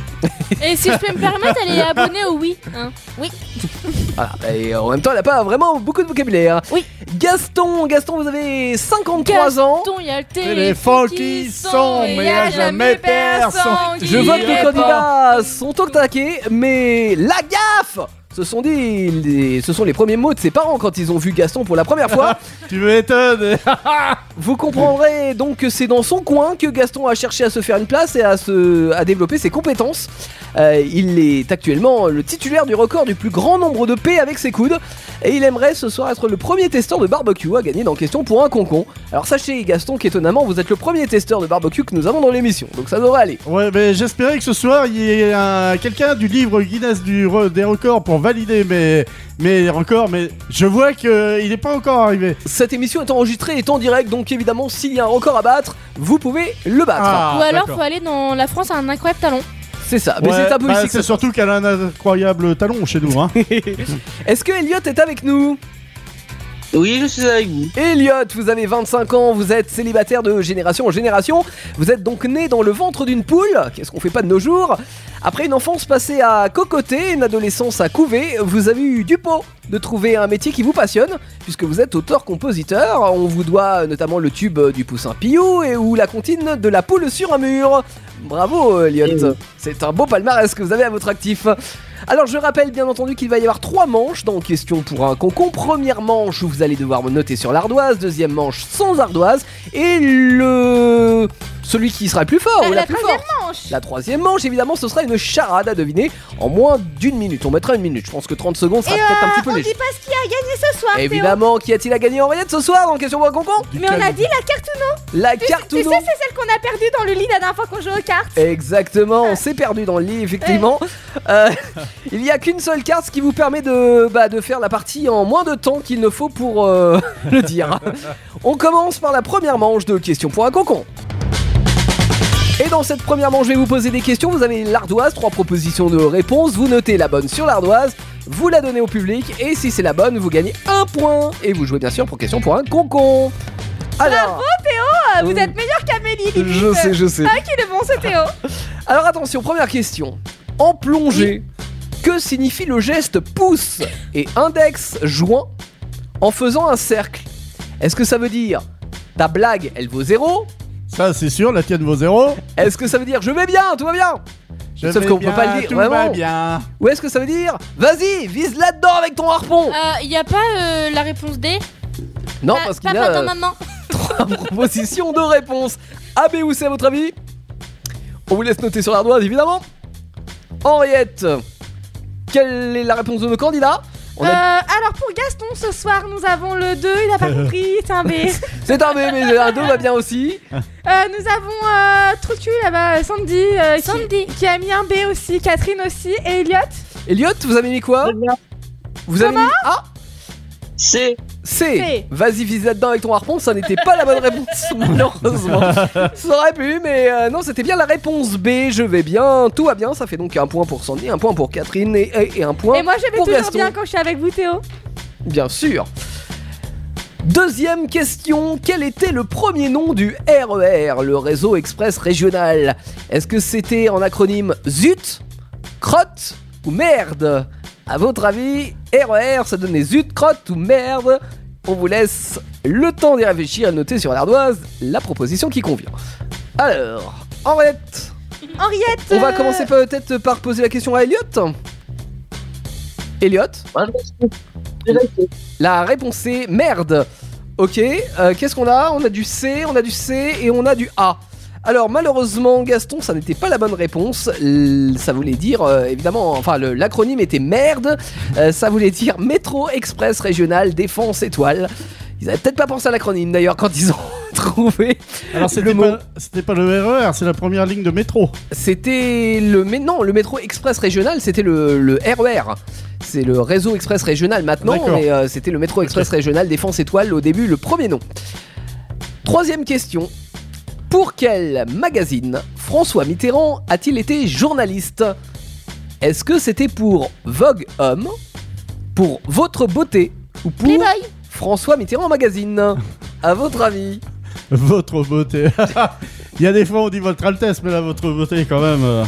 Speaker 7: Et si je peux me permettre, elle est abonnée au oui. hein.
Speaker 5: Voilà. Et en même temps, elle n'a pas vraiment beaucoup de vocabulaire.
Speaker 7: Oui.
Speaker 5: Gaston, Gaston, vous avez 53 ans.
Speaker 7: Ton, il y a le
Speaker 6: Téléphone
Speaker 7: téléphone qui
Speaker 6: qui sonne,
Speaker 7: sont,
Speaker 6: mais y a jamais personne
Speaker 5: Je vote les candidats sont au taquet, mais la gaffe ce sont, des, les- ce sont les premiers mots de ses parents quand ils ont vu Gaston pour la première fois.
Speaker 6: Tu m'étonnes.
Speaker 5: Vous comprendrez donc que c'est dans son coin que Gaston a cherché à se faire une place et à, se, à développer ses compétences. Euh, il est actuellement le titulaire du record du plus grand nombre de P avec ses coudes. Et il aimerait ce soir être le premier testeur de barbecue à gagner dans Question pour un concon. Alors sachez Gaston qu'étonnamment vous êtes le premier testeur de barbecue que nous avons dans l'émission. Donc ça devrait aller.
Speaker 6: Ouais, mais j'espérais que ce soir il y ait un- quelqu'un du livre Guinness du re- des records pour valider mes, mes records, mais je vois que il n'est pas encore arrivé.
Speaker 5: Cette émission est enregistrée et en direct, donc évidemment, s'il y a un record à battre, vous pouvez le battre.
Speaker 6: Ah.
Speaker 7: Ou alors, faut aller dans la France à un incroyable talon.
Speaker 5: C'est ça, Ah, mais
Speaker 6: Ouais,
Speaker 5: c'est un peu
Speaker 6: bah,
Speaker 5: ici que
Speaker 6: c'est
Speaker 5: ça se-
Speaker 6: surtout qu'elle a un incroyable talon chez nous. Hein.
Speaker 5: Est-ce que Elliot est avec nous
Speaker 10: Oui, je suis avec vous.
Speaker 5: Elliot, vous avez 25 ans, vous êtes célibataire de génération en génération. Vous êtes donc né dans le ventre d'une poule, qu'est-ce qu'on fait pas de nos jours Après une enfance passée à cocoter, une adolescence à couver, vous avez eu du pot de trouver un métier qui vous passionne, puisque vous êtes auteur-compositeur. On vous doit notamment le tube du Poussin Pillou et ou la comptine de la poule sur un mur. Bravo Elliot, c'est un beau palmarès que vous avez à votre actif. Alors je rappelle bien entendu qu'il va y avoir trois manches dans Question pour un concon. Première manche où vous allez devoir me noter sur l'ardoise, deuxième manche sans ardoise et le celui qui sera le plus fort
Speaker 4: Bah,
Speaker 5: ou la,
Speaker 4: la
Speaker 5: plus
Speaker 4: troisième
Speaker 5: forte. La troisième manche évidemment ce sera une charade à deviner en moins d'une minute. On mettra une minute. Je pense que 30 secondes sera
Speaker 4: Et
Speaker 5: peut-être un
Speaker 4: euh,
Speaker 5: petit peu
Speaker 4: on
Speaker 5: léger.
Speaker 4: dit pas ce qui a gagné ce soir, Théo.
Speaker 5: Évidemment, qui a-t-il à gagner en rillette ce soir dans Question pour un concon
Speaker 4: Mais on a dit la carte ou non
Speaker 5: la
Speaker 4: Tu-
Speaker 5: carte
Speaker 4: Tu
Speaker 5: ou
Speaker 4: sais,
Speaker 5: non
Speaker 4: c'est celle qu'on a perdue dans le lit la dernière fois qu'on jouait aux cartes.
Speaker 5: Exactement, on s'est perdu dans le lit, effectivement. Euh, il n'y a qu'une seule carte, ce qui vous permet de, bah, de faire la partie en moins de temps qu'il ne faut pour euh, le dire. On commence par la première manche de questions pour un concon. Et dans cette première manche, je vais vous poser des questions. Vous avez l'ardoise, trois propositions de réponse. Vous notez la bonne sur l'ardoise, vous la donnez au public, et si c'est la bonne, vous gagnez un point. Et vous jouez bien sûr pour question pour un concon. Alors,
Speaker 4: Ah, vous
Speaker 5: Oui.
Speaker 4: êtes meilleur qu'Amélie, limite.
Speaker 5: je sais, je sais.
Speaker 4: Ah, qu'il est bon ce Théo.
Speaker 5: Alors attention, première question. En plongée, que signifie le geste pouce et index joint en faisant un cercle Est-ce que ça veut dire ta blague, elle vaut zéro
Speaker 6: Ça, c'est sûr, la tienne vaut zéro.
Speaker 5: Est-ce que ça veut dire je vais bien, tout va bien
Speaker 6: Je
Speaker 5: Sauf
Speaker 6: vais
Speaker 5: qu'on peut
Speaker 6: bien,
Speaker 5: pas le dire,
Speaker 6: Tout
Speaker 5: vraiment.
Speaker 6: va bien.
Speaker 5: Ou est-ce que ça veut dire vas-y, vise là-dedans avec ton harpon
Speaker 7: Il n'y a pas euh, la réponse D
Speaker 5: Non,
Speaker 7: Pa-
Speaker 5: parce qu'il
Speaker 7: Papa,
Speaker 5: a
Speaker 7: attends,
Speaker 5: euh,
Speaker 7: maman.
Speaker 5: trois propositions de réponse. A, B ou C à votre avis On vous laisse noter sur l'ardoise, évidemment. Henriette, quelle est la réponse de nos candidats On a-
Speaker 4: Euh, alors pour Gaston, ce soir, nous avons le 2, il a pas compris, c'est un B. Euh,
Speaker 5: C'est un B, mais un 2 va bien aussi.
Speaker 4: nous avons euh, Trucu, là-bas, Sandy, euh, qui-
Speaker 7: Sandy.
Speaker 4: Qui, a mis un B aussi, Catherine aussi, et Elliot.
Speaker 5: Elliot, vous avez mis quoi Vous avez mis A
Speaker 10: C'est
Speaker 5: C.
Speaker 4: C.
Speaker 5: Vas-y, vise là-dedans avec ton harpon, ça n'était pas la bonne réponse, malheureusement. Ça aurait pu, mais euh, non, c'était bien la réponse B. Je vais bien, tout va bien. Ça fait donc un point pour Sandy, un point pour Catherine et, et- et un point
Speaker 4: Et moi, je vais
Speaker 5: Oh, pour
Speaker 4: toujours
Speaker 5: Gaston.
Speaker 4: bien quand je suis avec vous, Théo. Euh,
Speaker 5: Bien sûr. Deuxième question, quel était le premier nom du RER, le réseau express régional Est-ce que c'était en acronyme ZUT, CROTTE ou MERDE À votre avis, RER, ça donnait ZUT, CROTTE ou MERDE On vous laisse le temps d'y réfléchir et de noter sur l'ardoise la proposition qui convient. Alors, Henriette,
Speaker 4: Henriette.
Speaker 5: on va
Speaker 4: euh,
Speaker 5: commencer peut-être par poser la question à Elliot. Elliot la réponse est merde. Ok, euh, qu'est-ce qu'on a On a du C, on a du C et on a du A. Alors malheureusement Gaston, ça n'était pas la bonne réponse. L- ça voulait dire euh, évidemment, enfin le- l'acronyme était merde. Euh, ça voulait dire métro express régional défense étoile. Ils avaient peut-être pas pensé à l'acronyme d'ailleurs quand ils ont trouvé.
Speaker 6: Alors,
Speaker 5: le
Speaker 6: c'était
Speaker 5: mot.
Speaker 6: pas, c'était pas le RER, c'est la première ligne de métro.
Speaker 5: C'était le mais non, le métro express régional, c'était le, le RER. C'est le réseau express régional maintenant,
Speaker 6: D'accord.
Speaker 5: mais euh, c'était le métro express régional Défense Étoile au début, le premier nom. Troisième question. Pour quel magazine François Mitterrand a-t-il été journaliste Est-ce que c'était pour Vogue Homme, pour Votre Beauté ou pour François Mitterrand Magazine À votre avis
Speaker 6: Votre beauté. Il y a des fois on dit votre Altesse, mais là, votre beauté, quand même. euh.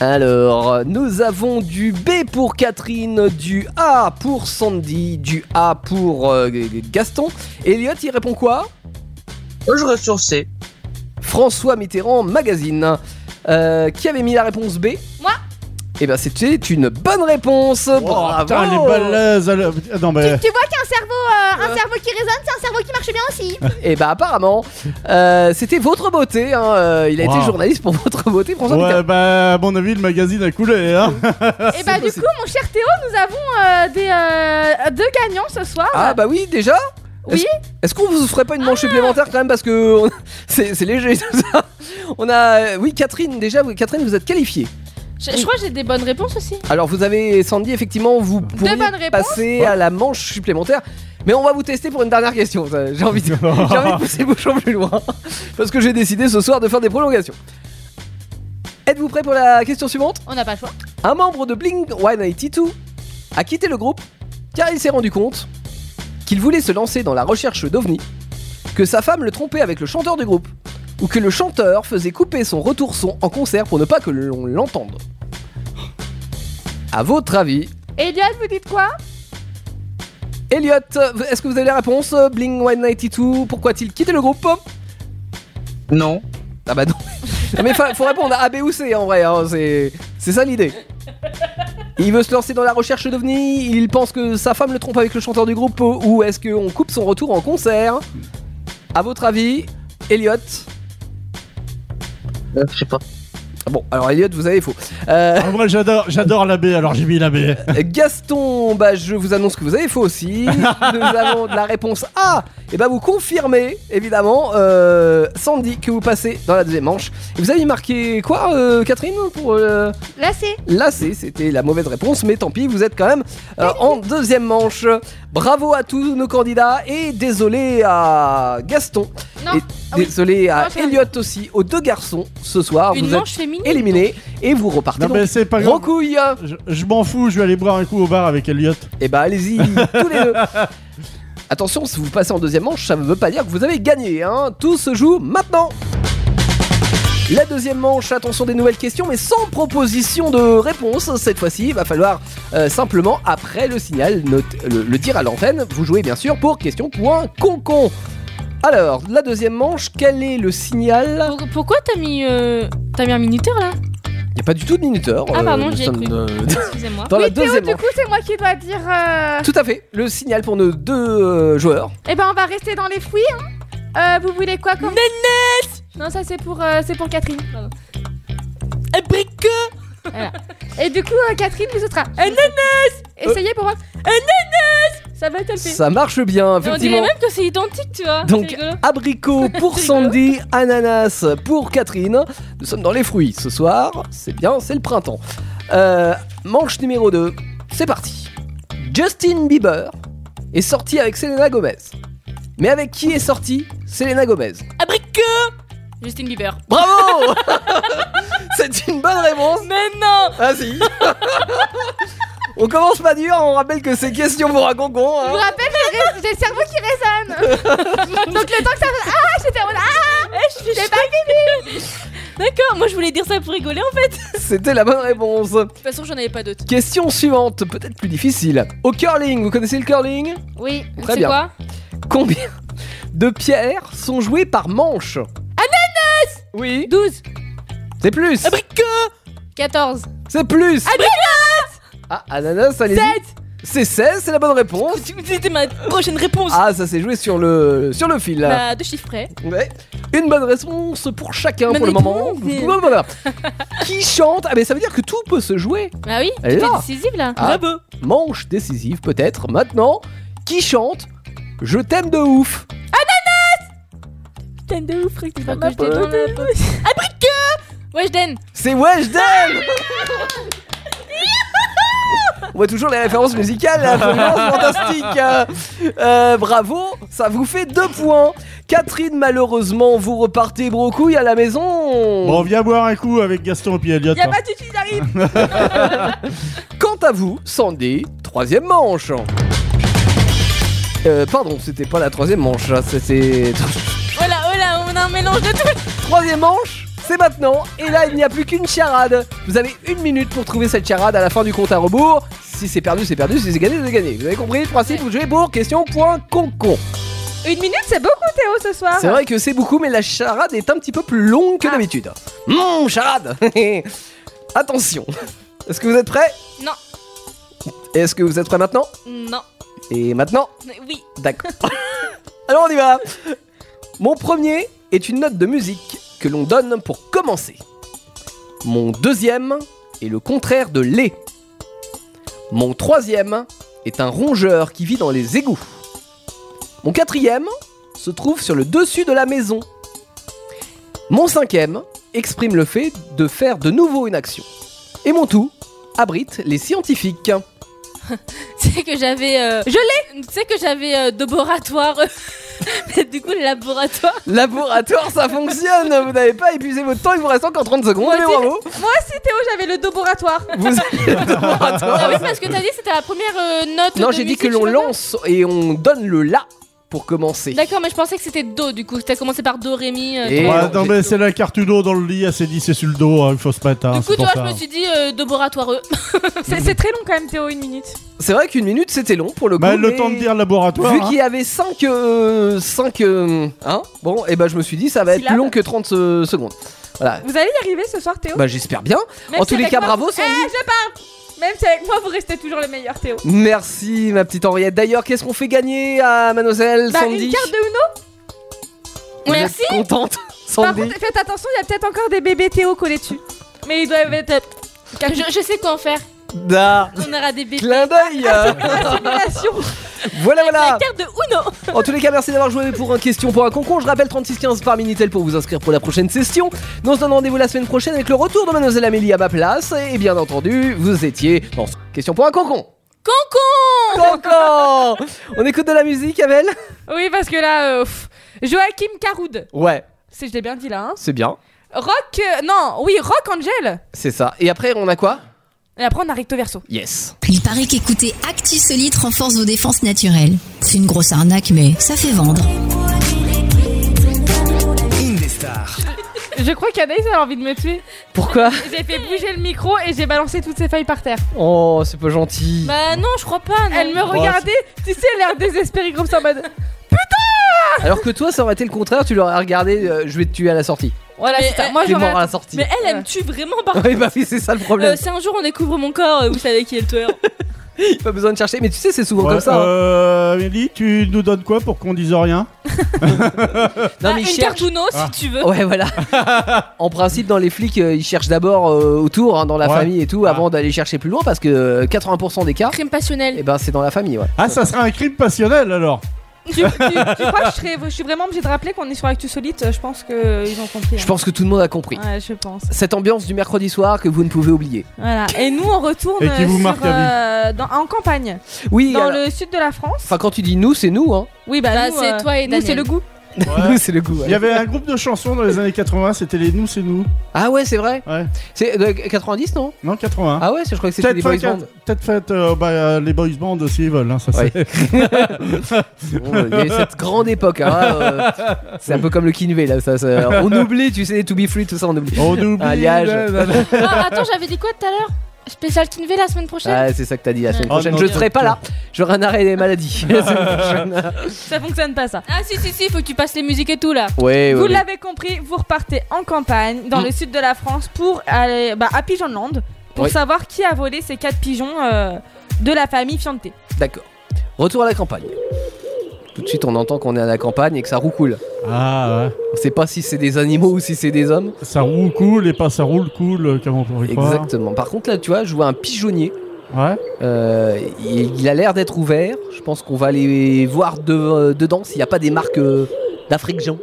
Speaker 5: Alors, nous avons du B pour Catherine, du A pour Sandy, du A pour euh, Gaston. Elliot, il répond quoi
Speaker 10: Moi, je reste sur C.
Speaker 5: François Mitterrand Magazine. Euh, qui avait mis la réponse B
Speaker 7: Moi.
Speaker 5: Eh ben, c'était une bonne réponse
Speaker 6: Oh,
Speaker 5: Bravo
Speaker 6: putain, elle est balèze. elle- Ah, Non, mais.
Speaker 8: Tu vois qu'un cerveau, euh, un cerveau qui résonne, c'est un cerveau qui marche bien aussi.
Speaker 5: Eh ben, apparemment, euh, c'était Votre Beauté. hein, euh, il a été
Speaker 6: Wow.
Speaker 5: journaliste pour Votre Beauté, François
Speaker 6: Ouais,
Speaker 5: Mitterrand.
Speaker 6: bah, à mon avis, le magazine a coulé, hein.
Speaker 4: Et bah, du
Speaker 5: possible.
Speaker 4: coup, mon cher Théo, nous avons euh, des, euh, deux gagnants ce soir.
Speaker 5: Ah bah oui, déjà
Speaker 4: Oui. Ah.
Speaker 5: Est-ce- Est-ce qu'on vous ferait pas une manche supplémentaire quand même parce que on- c'est c'est léger tout ça. On a euh, oui Catherine déjà vous- Catherine vous êtes qualifiée.
Speaker 7: Je, je crois que j'ai des bonnes réponses aussi.
Speaker 5: Alors vous avez Sandy effectivement vous pourriez
Speaker 4: bonnes réponses.
Speaker 5: passer à la manche supplémentaire. Mais on va vous tester pour une dernière question. ça, J'ai envie, de- j'ai envie de pousser le bouchon plus loin parce que j'ai décidé ce soir de faire des prolongations. Êtes-vous prêt pour la question suivante
Speaker 7: On n'a pas le choix.
Speaker 5: Un membre de Blink 182 a quitté le groupe car il s'est rendu compte qu'il voulait se lancer dans la recherche d'OVNI, que sa femme le trompait avec le chanteur du groupe, ou que le chanteur faisait couper son retour son en concert pour ne pas que l'on l'entende. À votre avis,
Speaker 4: Eliane, vous dites quoi
Speaker 5: Elliot, est-ce que vous avez la réponse Bling 192, pourquoi a-t-il quitté le groupe
Speaker 10: Non.
Speaker 5: Ah bah non. Non, mais fa- faut répondre à A, B ou C en vrai, hein, c'est c'est ça l'idée. Il veut se lancer dans la recherche d'OVNI, il pense que sa femme le trompe avec le chanteur du groupe, ou est-ce qu'on coupe son retour en concert À votre avis, Elliot
Speaker 10: Euh, Je sais pas.
Speaker 5: Bon, alors Elliot, vous avez faux. Euh,
Speaker 6: Ah, moi j'adore, j'adore la baie, alors j'ai mis la baie.
Speaker 5: Gaston, bah je vous annonce que vous avez faux aussi. Nous avons de la réponse A. Et bah vous confirmez, évidemment, euh, Sandy, que vous passez dans la deuxième manche. Et vous avez marqué quoi, euh, Catherine pour, euh,
Speaker 4: Là, c'est.
Speaker 5: Là, c'est- c'était la mauvaise réponse, mais tant pis, vous êtes quand même euh, en deuxième manche. Bravo à tous nos candidats et désolé à Gaston.
Speaker 4: Non.
Speaker 5: Et
Speaker 4: Ah oui.
Speaker 5: désolé à
Speaker 4: Non, j'ai-
Speaker 5: Elliot aussi, aux deux garçons ce soir.
Speaker 7: Une
Speaker 5: vous
Speaker 7: manche
Speaker 5: êtes
Speaker 7: féminine.
Speaker 5: éliminés et vous repartez
Speaker 6: Non, mais
Speaker 5: donc.
Speaker 6: c'est pas grave.
Speaker 5: Recouille
Speaker 6: Je, je m'en fous, je vais aller boire un coup au bar avec Elliot.
Speaker 5: Et bah allez-y, tous les deux Attention, si vous passez en deuxième manche, ça ne veut pas dire que vous avez gagné, hein Tout se joue maintenant la deuxième manche, attention des nouvelles questions, mais sans proposition de réponse. Cette fois-ci, il va falloir euh, simplement, après le signal, note- le, le dire à l'antenne. Vous jouez bien sûr pour question point concon. Alors, la deuxième manche, quel est le signal
Speaker 7: Pour- Pourquoi t'as mis, euh, t'as mis un minuteur là
Speaker 5: Il n'y a pas du tout de minuteur.
Speaker 7: Ah, pardon,
Speaker 5: nous
Speaker 7: j'y ai
Speaker 5: sommes,
Speaker 7: cru.
Speaker 5: euh,
Speaker 7: Excusez-moi.
Speaker 5: dans la
Speaker 4: oui, Théo,
Speaker 5: deuxième
Speaker 4: du
Speaker 5: manche.
Speaker 4: coup, c'est moi qui dois dire. euh,
Speaker 5: Tout à fait, le signal pour nos deux euh, joueurs.
Speaker 4: Eh ben, on va rester dans les fruits. Hein. Euh, vous voulez quoi comme. Non, ça, c'est pour, euh, c'est pour Catherine. pardon.
Speaker 7: Un briqueux
Speaker 4: Et du coup, euh, Catherine, vous autres. Un nanas Essayez pour voir. Un nanas Ça va, t'as le fait.
Speaker 5: Ça marche bien,
Speaker 7: Euh, Mais On dirait
Speaker 5: effectivement.
Speaker 7: même que c'est identique, tu vois.
Speaker 5: Donc,
Speaker 7: C'est rigolo.
Speaker 5: abricot pour Sandy, ananas pour Catherine. Nous sommes dans les fruits ce soir. C'est bien, c'est le printemps. Euh, manche numéro 2, c'est parti. Justin Bieber est sorti avec Selena Gomez. Mais avec qui est sorti Selena Gomez
Speaker 7: Un briqueux Justin Bieber.
Speaker 5: Bravo C'est une bonne réponse.
Speaker 7: Mais non
Speaker 5: Ah si On commence pas dur, on rappelle que c'est question pour un concon.
Speaker 4: Je
Speaker 5: hein.
Speaker 4: vous rappelle, j'ai ré- j'ai le cerveau qui résonne. Donc, le temps que ça. résonne- Ah, j'étais en mode. Ah Je suis pas
Speaker 7: D'accord, moi je voulais dire ça pour rigoler en fait.
Speaker 5: C'était la bonne réponse.
Speaker 7: De toute façon, j'en avais pas d'autres.
Speaker 5: Question suivante, peut-être plus difficile. Au curling, vous connaissez le curling
Speaker 4: Oui.
Speaker 5: Très
Speaker 7: C'est
Speaker 5: bien.
Speaker 7: quoi
Speaker 5: Combien de pierres sont jouées par manche Ananas Oui.
Speaker 7: 12,
Speaker 5: C'est plus.
Speaker 7: 14.
Speaker 5: C'est plus. Ananas Ah, ananas, allez-y. C'est 16, c'est la bonne réponse.
Speaker 7: C'était ma prochaine réponse.
Speaker 5: Ah, ça s'est joué sur le, sur le fil. là.
Speaker 7: Bah, deux chiffres près.
Speaker 5: Ouais. Une bonne réponse pour chacun
Speaker 7: Mais
Speaker 5: pour le
Speaker 7: mais
Speaker 5: moment.
Speaker 7: tout le monde, c'est-
Speaker 5: Bon, ben voilà. Qui chante Ah, mais ça veut dire que tout peut se jouer.
Speaker 7: Bah oui,
Speaker 5: Elle est
Speaker 7: t'es
Speaker 5: là.
Speaker 7: décisive là.
Speaker 5: Ah. Manche décisive, peut-être. Maintenant, qui chante Je t'aime de ouf.
Speaker 7: Putain de ouf, frère, tu vas
Speaker 5: Ah,
Speaker 7: que je t'ai dans la poche. Abrique Wesh, Den
Speaker 5: C'est Weshden On voit toujours les références musicales, là, absolument fantastique. Euh, euh, bravo, ça vous fait deux points. Catherine, malheureusement, vous repartez brocouille à la maison.
Speaker 6: Bon, viens boire un coup avec Gaston et puis Elliot.
Speaker 4: Y'a
Speaker 6: hein.
Speaker 4: pas de suite, j'arrive.
Speaker 5: Quant à vous, Sandy, troisième manche. Euh, pardon, c'était pas la troisième manche, hein, c'était
Speaker 7: Voilà, voilà, on a un mélange de tout.
Speaker 5: Troisième manche, c'est maintenant. Et là, il n'y a plus qu'une charade. Vous avez une minute pour trouver cette charade à la fin du compte à rebours. Si c'est perdu, c'est perdu. Si c'est gagné, c'est gagné. Vous avez compris le principe Vous jouez pour question point con con.
Speaker 4: Une minute, c'est beaucoup, Théo, ce soir.
Speaker 5: C'est vrai que c'est beaucoup, mais la charade est un petit peu plus longue que d'habitude. Mon charade Attention. Est-ce que vous êtes prêts
Speaker 7: Non.
Speaker 5: Est-ce que vous êtes prêts maintenant
Speaker 7: Non,
Speaker 5: Et maintenant
Speaker 7: mais oui.
Speaker 5: D'accord. Alors on y va. Mon premier est une note de musique que l'on donne pour commencer. Mon deuxième est le contraire de lait. Mon troisième est un rongeur qui vit dans les égouts. Mon quatrième se trouve sur le dessus de la maison. Mon cinquième exprime le fait de faire de nouveau une action. Et mon tout abrite les scientifiques.
Speaker 7: c'est que j'avais. euh,
Speaker 4: Je l'ai
Speaker 7: Tu sais que j'avais euh, de laboratoire. Mais du coup, le laboratoire.
Speaker 5: Laboratoire, ça fonctionne Vous n'avez pas épuisé votre temps, il vous reste encore 30 secondes, mais bravo
Speaker 4: Moi aussi, Théo, j'avais le doboratoire.
Speaker 5: Vous avez le
Speaker 7: Ah oui,
Speaker 5: laboratoire.
Speaker 7: parce que t'as dit que c'était la première euh, note.
Speaker 5: Non,
Speaker 7: de
Speaker 5: j'ai dit
Speaker 7: musique,
Speaker 5: que
Speaker 7: je
Speaker 5: l'on
Speaker 7: sais pas.
Speaker 5: lance et on donne le la pour commencer.
Speaker 7: D'accord, mais je pensais que c'était Do du coup. T'as commencé par Do, Rémi. euh,
Speaker 5: Et
Speaker 7: Do.
Speaker 6: Ouais,
Speaker 5: non,
Speaker 6: non,
Speaker 5: j'ai-
Speaker 6: mais c'est la carte du dos dans le lit, elle s'est dit c'est sur le dos, hein, il faut se mettre.
Speaker 5: Ah,
Speaker 6: Hein,
Speaker 7: Du coup,
Speaker 6: c'est
Speaker 7: tu
Speaker 6: pour
Speaker 7: vois,
Speaker 6: ça.
Speaker 7: je me suis dit euh, doboratoire. euh.
Speaker 4: C'est c'est très long quand même, Théo, une minute.
Speaker 5: C'est vrai qu'une minute c'était long pour le coup.
Speaker 6: Bah, le
Speaker 5: mais
Speaker 6: temps de dire laboratoire.
Speaker 5: Vu
Speaker 6: hein.
Speaker 5: qu'il y avait 5 5 hein bon et ben je me suis dit ça va être
Speaker 4: Syllabes.
Speaker 5: plus long que 30 euh, secondes. Voilà.
Speaker 4: Vous allez y arriver ce soir, Théo
Speaker 5: Bah j'espère bien.
Speaker 4: Même
Speaker 5: en
Speaker 4: si
Speaker 5: tous les
Speaker 4: avec
Speaker 5: cas
Speaker 4: moi-
Speaker 5: bravo Sandy.
Speaker 4: Eh, je parle Même si avec moi, vous restez toujours le meilleur, Théo.
Speaker 5: Merci ma petite Henriette. D'ailleurs, qu'est-ce qu'on fait gagner à mademoiselle
Speaker 4: Bah,
Speaker 5: Sandy
Speaker 4: une carte de Uno
Speaker 5: Vous êtes
Speaker 7: Merci.
Speaker 5: contente
Speaker 4: Par
Speaker 5: Sandy.
Speaker 4: contre, faites attention, il y a peut-être encore des bébés Théo collés dessus. Mais ils doivent être.
Speaker 7: Je, je sais quoi en faire.
Speaker 5: Da.
Speaker 7: On aura des bébés.
Speaker 5: Clin d'œil. euh.
Speaker 4: Assimilation
Speaker 5: voilà voilà.
Speaker 7: La carte de Uno.
Speaker 5: En tous les cas, merci d'avoir joué pour un question pour un concours. Je rappelle 3615 par Minitel pour vous inscrire pour la prochaine session. Nous on se donne rendez-vous la semaine prochaine avec le retour de Mademoiselle Amélie à ma place. Et bien entendu, vous étiez dans question pour un concon.
Speaker 7: Concon
Speaker 5: Concon On écoute de la musique, Abel
Speaker 4: Oui, parce que là. euh, pff. Joachim Caroud.
Speaker 5: Ouais,
Speaker 4: C'est, je l'ai bien dit là, hein.
Speaker 5: c'est bien.
Speaker 4: Rock. euh, non, oui, Rock Angel.
Speaker 5: C'est ça. Et après, on a quoi
Speaker 4: Et après, on a recto verso.
Speaker 5: Yes.
Speaker 2: Il paraît qu'écouter ActiSolite renforce vos défenses naturelles. C'est une grosse arnaque, mais ça fait vendre.
Speaker 3: Indestar.
Speaker 4: Je crois qu'Anaïs elle a envie de me tuer.
Speaker 5: Pourquoi
Speaker 4: J'ai fait bouger le micro et j'ai balancé toutes ses feuilles par terre.
Speaker 5: Oh, c'est pas gentil.
Speaker 7: Bah non, je crois pas. non.
Speaker 4: Elle me regardait, tu sais, elle a l'air désespérée comme ça en mode.
Speaker 5: Alors que toi, ça aurait été le contraire. Tu l'aurais regardé, euh, je vais te tuer à la sortie.
Speaker 4: Voilà,
Speaker 7: Mais
Speaker 4: c'est ça.
Speaker 7: elle-
Speaker 4: Moi,
Speaker 5: tu es
Speaker 4: j'aurais.
Speaker 5: mort à la sortie.
Speaker 7: Mais elle, elle me tue vraiment par
Speaker 5: Oui, bah oui, c'est ça le problème.
Speaker 7: Euh, si un jour on découvre mon corps, euh, vous savez qui est le tueur.
Speaker 5: Pas besoin de chercher. Mais tu sais, c'est souvent
Speaker 6: Ouais,
Speaker 5: comme ça. hein.
Speaker 6: euh, Amélie, tu nous donnes quoi pour qu'on dise rien
Speaker 5: Non,
Speaker 7: Ah,
Speaker 5: mais Oh.
Speaker 7: une
Speaker 5: ils
Speaker 7: carte
Speaker 5: cherchent.
Speaker 7: Uno
Speaker 6: Ah.
Speaker 7: si tu veux.
Speaker 5: Ouais, voilà. en principe, dans les flics, euh, ils cherchent d'abord euh, autour, hein, dans la
Speaker 6: Ouais.
Speaker 5: famille et tout,
Speaker 6: Ah.
Speaker 5: avant d'aller chercher plus loin, parce que euh, 80% des cas,
Speaker 7: Crime passionnel.
Speaker 5: eh ben, c'est dans la famille, ouais.
Speaker 6: Ah, ça sera un crime passionnel alors
Speaker 4: Tu, tu- tu crois que je, serais- je suis vraiment obligée de rappeler qu'on est sur Actu Solite euh, Je pense qu'ils ont compris. hein.
Speaker 5: Je pense que tout le monde a compris.
Speaker 4: Ouais, je pense.
Speaker 5: Cette ambiance du mercredi soir que vous ne pouvez oublier.
Speaker 4: Voilà. Et nous, on retourne
Speaker 6: Et qui vous
Speaker 4: sur,
Speaker 6: marque
Speaker 4: euh, dans- en campagne,
Speaker 5: Oui,
Speaker 4: dans
Speaker 5: alors-
Speaker 4: le sud de la France.
Speaker 5: Enfin, quand tu dis nous, c'est nous, hein.
Speaker 4: Oui, bah,
Speaker 7: Bah,
Speaker 4: nous,
Speaker 7: c'est
Speaker 4: euh,
Speaker 7: toi et
Speaker 4: nous, c'est
Speaker 7: Daniel.
Speaker 4: le goût.
Speaker 5: Nous, c'est le goût. ouais.
Speaker 6: Il y avait un groupe de chansons dans les années 80, c'était les Nous, c'est nous.
Speaker 5: Ah ouais, c'est vrai.
Speaker 6: Ouais.
Speaker 5: C'est de 90, non
Speaker 6: Non, 80.
Speaker 5: Ah ouais, c'est- je crois que c'était
Speaker 6: Peut-être
Speaker 5: des boys
Speaker 6: fait,
Speaker 5: band.
Speaker 6: peut-être fait, euh, bah, euh, les boys band s'ils veulent, hein, ça
Speaker 5: Ouais.
Speaker 6: c'est.
Speaker 5: Bon, euh, Il y a eu cette grande époque. hein, euh, c'est un peu comme le Kinvé là. Ça, ça- on oublie, tu sais, To Be Free, tout ça, on oublie.
Speaker 6: On oublie.
Speaker 5: Alliage.
Speaker 6: nanana.
Speaker 7: Ah, attends, j'avais dit quoi tout à l'heure Spécial Kinvé la semaine prochaine
Speaker 5: Ah, c'est ça que t'as dit la semaine
Speaker 6: Oh,
Speaker 5: prochaine.
Speaker 6: non,
Speaker 5: je ne
Speaker 6: non,
Speaker 5: serai pas là. J'aurai un arrêt des maladies. la semaine prochaine.
Speaker 4: Ça fonctionne pas, ça.
Speaker 7: Ah si si si, faut que tu passes les musiques et tout là.
Speaker 5: Ouais, ouais,
Speaker 4: Vous
Speaker 5: ouais.
Speaker 4: l'avez compris, vous repartez en campagne, dans
Speaker 5: Mm.
Speaker 4: le sud de la France, pour aller bah, à Pigeonland, pour
Speaker 5: Oui.
Speaker 4: savoir qui a volé ces quatre pigeons euh, de la famille Fianté.
Speaker 5: D'accord. Retour à la campagne. Tout de suite, on entend qu'on est à la campagne et que ça roucoule.
Speaker 6: Ah ouais.
Speaker 5: On sait pas si c'est des animaux ou si c'est des hommes.
Speaker 6: Ça roule cool et pas ça roule cool, euh, comme on pourrait croire.
Speaker 5: Exactement. Par contre, là, tu vois, je vois un pigeonnier.
Speaker 6: Ouais.
Speaker 5: Euh, il, il a l'air d'être ouvert. Je pense qu'on va aller voir de- euh, dedans s'il n'y a pas des marques euh, d'Afrique Jean.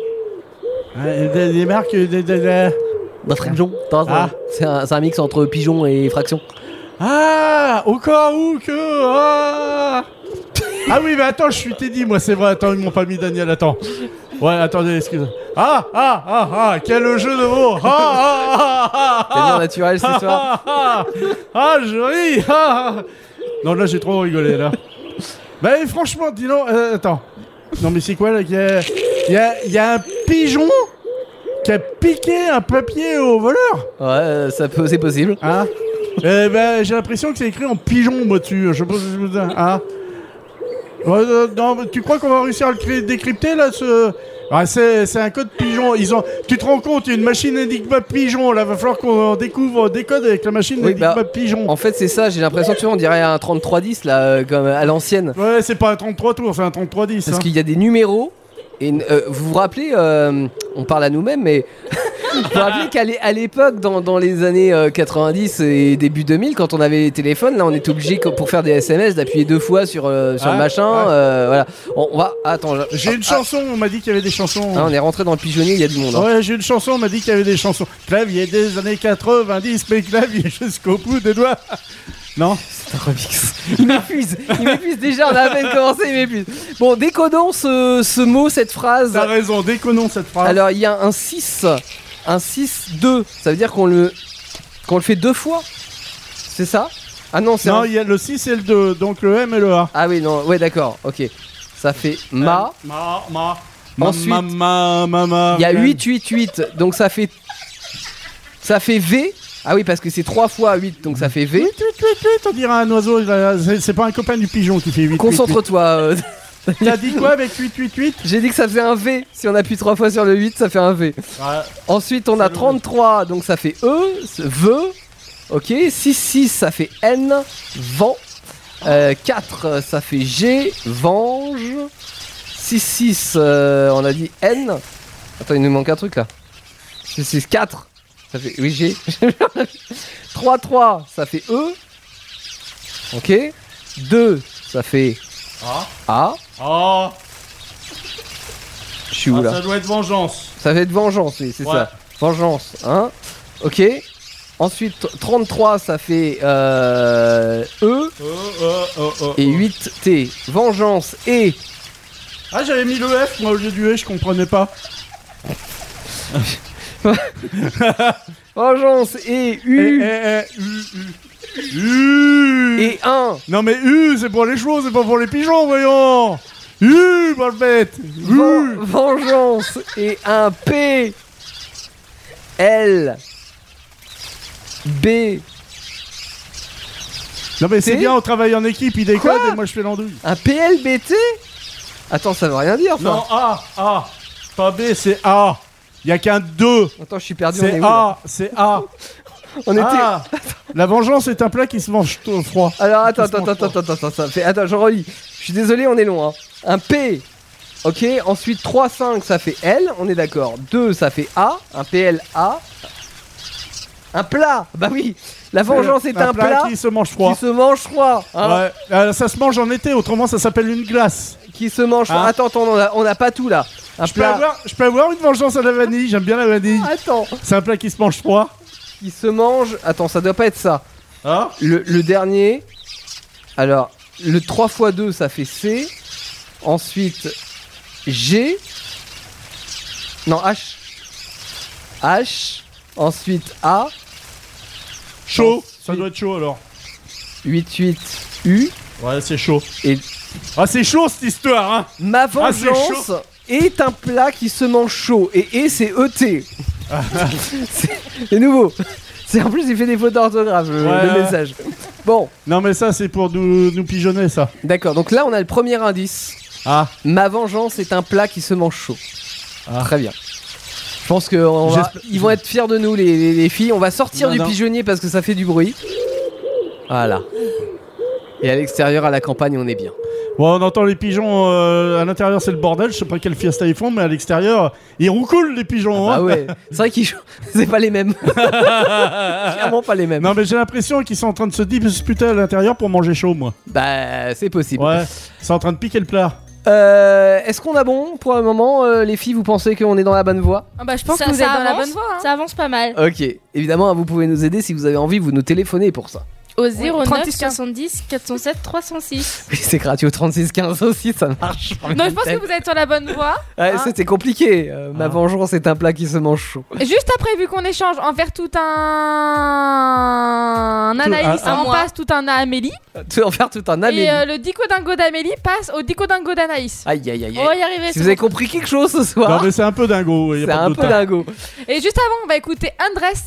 Speaker 6: Ouais, Des, des marques. euh, des- des- des-
Speaker 5: D'Afrique Jean. Attends, c'est un-
Speaker 6: Ah.
Speaker 5: C'est un, c'est un mix entre pigeon et fraction.
Speaker 6: Ah Au cas où que. Ah Ah oui, mais attends, je suis Teddy, moi, c'est vrai. Attends, ils m'ont pas mis Daniel, attends. Ouais, attendez, excusez. Ah Ah Ah Ah Quel jeu de mots Ah Ah Ah Ah
Speaker 5: C'est bien
Speaker 6: Ah
Speaker 5: naturel ce soir.
Speaker 6: Ah, ah, ah, ah, je ris ah, ah. Non, là, j'ai trop rigolé, là. Bah, et franchement, dis donc... euh, attends. Non, mais c'est quoi, là Il y a, il y a- il y a un pigeon qui a piqué un papier au voleur
Speaker 5: Ouais, euh, ça peut, c'est possible.
Speaker 6: Hein Eh ben, j'ai l'impression que c'est écrit en pigeon, moi, dessus. Je pense... je- Hein Ouais, euh, non, mais tu crois qu'on va réussir à le cré- décrypter, là, ce... Ah, c'est c'est un code pigeon. Ils ont. Tu te rends compte, il y a une machine Enigma pigeon. Là, va falloir qu'on découvre des codes avec la machine
Speaker 5: Oui,
Speaker 6: Enigma
Speaker 5: bah,
Speaker 6: pigeon.
Speaker 5: En fait, c'est ça. J'ai l'impression, tu vois, on dirait un 3310 là, euh, comme à l'ancienne.
Speaker 6: Ouais, c'est pas un 33 tours, c'est un 3310.
Speaker 5: Parce
Speaker 6: Hein.
Speaker 5: qu'il y a des numéros. Et, une- euh, vous vous rappelez, euh, on parle à nous-mêmes, mais Vous vous rappelez qu'à l'é- à l'époque, dans, dans les années euh, 90 et début 2000, quand on avait les téléphones, là, on était obligé, co- pour faire des SMS, d'appuyer deux fois sur, euh, sur le
Speaker 6: Ouais,
Speaker 5: machin.
Speaker 6: ouais.
Speaker 5: euh, voilà. On, on va. Attends, je-
Speaker 6: J'ai une
Speaker 5: ah,
Speaker 6: chanson, on m'a dit qu'il y avait des chansons.
Speaker 5: ah, on est rentré dans le pigeonnier, il y a du monde. hein.
Speaker 6: Ouais, j'ai une chanson, on m'a dit qu'il y avait des chansons. Clavier des années 90, mais clavier jusqu'au bout des doigts. Non
Speaker 5: Il m'épuise, il m'épuise déjà, on a à peine commencé, il m'épuise. Bon, décodons ce, ce mot, cette phrase.
Speaker 6: T'as raison, déconnons cette phrase.
Speaker 5: Alors, il y a un 6, un 6, 2. Ça veut dire qu'on le, qu'on le fait deux fois C'est ça Ah non, c'est
Speaker 6: non,
Speaker 5: un-
Speaker 6: il y a le 6 et le 2, donc le M et le A.
Speaker 5: Ah oui, non, ouais, d'accord, ok. Ça fait ma.
Speaker 6: Ma, ma.
Speaker 5: Ensuite,
Speaker 6: Euh, ma, ma, ma, ma.
Speaker 5: Il y a 8, 8, 8, donc ça fait. Ça fait V. Ah oui, parce que c'est 3 fois 8, donc ça fait V.
Speaker 6: Huit, huit, huit, huit, on dirait un oiseau, là, c'est c'est pas un copain du pigeon qui fait 8.
Speaker 5: Concentre-toi. euh,
Speaker 6: T'as dit quoi avec 8, 8, 8
Speaker 5: J'ai dit que ça faisait un V. Si on appuie 3 fois sur le 8, ça fait un V. Ensuite, on a
Speaker 6: le
Speaker 5: 33, donc ça fait E, ce VE. Ok, 6, 6, ça fait N, vent. Euh, 4, ça fait G, venge. 6, 6, euh, on a dit N. Attends, il nous manque un truc là. 6, 6, 4, ça fait. Oui, G. 3, 3, ça fait E. Ok. 2, ça fait
Speaker 6: Ah.
Speaker 5: A.
Speaker 6: Oh,
Speaker 5: Je suis où là
Speaker 6: Ah, doit être vengeance.
Speaker 5: Ça va être vengeance, oui, c'est
Speaker 6: Ouais.
Speaker 5: ça. Vengeance, hein Ok. Ensuite, 33, ça fait euh, E
Speaker 6: Oh, oh, oh, oh,
Speaker 5: et
Speaker 6: oh.
Speaker 5: 8 T. Vengeance et.
Speaker 6: Ah, j'avais mis le F, moi, au lieu du E, je comprenais pas.
Speaker 5: Vengeance et U
Speaker 6: Eh, eh, eh, U, U. U.
Speaker 5: et 1.
Speaker 6: Non, mais U, c'est pour les chevaux, c'est pas pour les pigeons, voyons U, bonne bête U
Speaker 5: vengeance et un P. L. B.
Speaker 6: Non, mais c'est
Speaker 5: T.
Speaker 6: bien, on travaille en équipe, il décode
Speaker 5: Quoi
Speaker 6: et moi je fais l'andouille.
Speaker 5: Un PLBT Attends, ça veut rien dire, enfin.
Speaker 6: A, A. Pas B, c'est A. Y a qu'un 2.
Speaker 5: Attends, je suis perdu, on est
Speaker 6: C'est
Speaker 5: où là
Speaker 6: A, c'est A.
Speaker 5: On était.
Speaker 6: Ah. La vengeance est un plat qui se mange tôt, froid.
Speaker 5: Alors attends,
Speaker 6: Qu'est-ce qu'on
Speaker 5: attends, attends, attends,
Speaker 6: fait
Speaker 5: attends, attends, ça fait- attends, je relis. Je suis désolé, on est loin. hein. Un P, ok. Ensuite 3, 5, ça fait L, on est d'accord. 2, ça fait A. Un PL, A. Un plat, bah oui. La vengeance est un, plat,
Speaker 6: Euh, qui
Speaker 5: qui,
Speaker 6: se mange froid.
Speaker 5: se mange froid. hein,
Speaker 6: Ouais, euh, ça se mange en été, autrement ça s'appelle une glace.
Speaker 5: Qui se mange froid.
Speaker 6: Hein.
Speaker 5: Attends, attends, on a, on a pas tout là. Un
Speaker 6: Je peux, avoir, je peux avoir une vengeance à la vanille, j'aime bien la vanille.
Speaker 5: Attends,
Speaker 6: C'est un plat qui se mange froid.
Speaker 5: qui se mange. Attends, ça doit pas être ça.
Speaker 6: Hein
Speaker 5: Le, le dernier. Alors, le 3 x 2, ça fait C. Ensuite, G. Non, H. H. Ensuite, A.
Speaker 6: Chaud.
Speaker 5: Ensuite-
Speaker 6: Ça doit être chaud alors.
Speaker 5: 8, 8, U.
Speaker 6: Ouais, c'est chaud.
Speaker 5: Et-
Speaker 6: Ah, c'est chaud cette histoire, hein
Speaker 5: Ma
Speaker 6: Ah, c'est
Speaker 5: vengeance est un plat qui se mange chaud. Et E, c'est ET. C'est- c'est nouveau. C'est en plus, il fait des fautes d'orthographe, le,
Speaker 6: Ouais,
Speaker 5: le
Speaker 6: ouais.
Speaker 5: message. Bon,
Speaker 6: Non, mais ça, c'est pour nous, nous pigeonner, ça.
Speaker 5: d'accord. Donc là, on a le premier indice.
Speaker 6: Ah,
Speaker 5: Ma vengeance est un plat qui se mange chaud.
Speaker 6: Ah.
Speaker 5: Très bien. Je pense que on va-
Speaker 6: J'espère-
Speaker 5: ils vont être fiers de nous, les, les- les filles. On va sortir
Speaker 6: Non,
Speaker 5: du
Speaker 6: non.
Speaker 5: pigeonnier parce que ça fait du bruit. Voilà. Et à l'extérieur, à la campagne, on est bien.
Speaker 6: bon, on entend les pigeons. euh, à l'intérieur, c'est le bordel. Je sais pas quelle fiesta ils font, mais à l'extérieur, ils roucoulent les pigeons.
Speaker 5: Ah
Speaker 6: hein.
Speaker 5: ouais. C'est vrai qu'ils jouent- c'est pas les mêmes. Clairement pas les mêmes.
Speaker 6: Non, mais j'ai l'impression qu'ils sont en train de se disputer à l'intérieur pour manger chaud, moi.
Speaker 5: Bah, c'est possible.
Speaker 6: Ouais, c'est en train de piquer le plat.
Speaker 5: Euh, Est-ce qu'on a bon pour un moment, euh, les filles Vous pensez qu'on est dans la bonne voie
Speaker 4: Ah bah, je pense
Speaker 7: Ça-
Speaker 4: que vous
Speaker 7: ça
Speaker 4: êtes dans la
Speaker 7: avance
Speaker 4: bonne voie. hein.
Speaker 7: Ça avance pas mal.
Speaker 5: Ok. Évidemment, hein, vous pouvez nous aider si vous avez envie. Vous nous téléphonez pour ça.
Speaker 7: Au
Speaker 4: 36,
Speaker 7: 09 70 407 306.
Speaker 5: Oui, c'est gratuit au 36 15 aussi. Ça marche.
Speaker 4: Non, je pense que vous êtes sur la bonne voie.
Speaker 5: Ouais,
Speaker 4: Hein
Speaker 5: c'était compliqué. Euh, Ma
Speaker 6: Ah.
Speaker 5: vengeance est un plat qui se mange chaud.
Speaker 4: Juste après, vu qu'on échange envers tout un, un
Speaker 6: Tout-
Speaker 4: Anaïs,
Speaker 7: un- un
Speaker 4: on
Speaker 7: moi.
Speaker 4: passe tout un à Amélie.
Speaker 5: Tout en faire tout un Amélie.
Speaker 4: Et euh, le dico dingo d'Amélie passe au dico dingo d'Anaïs.
Speaker 5: Aïe aïe aïe.
Speaker 7: On
Speaker 5: aïe.
Speaker 7: va y arriver.
Speaker 5: si
Speaker 7: c'est
Speaker 5: vous avez compris quelque chose ce
Speaker 6: Non,
Speaker 5: soir,
Speaker 6: mais c'est un peu dingo. y a
Speaker 5: Bah. c'est
Speaker 6: pas de
Speaker 5: un
Speaker 6: doute,
Speaker 5: peu
Speaker 6: hein.
Speaker 5: dingo.
Speaker 4: Et juste avant, on va écouter Andress.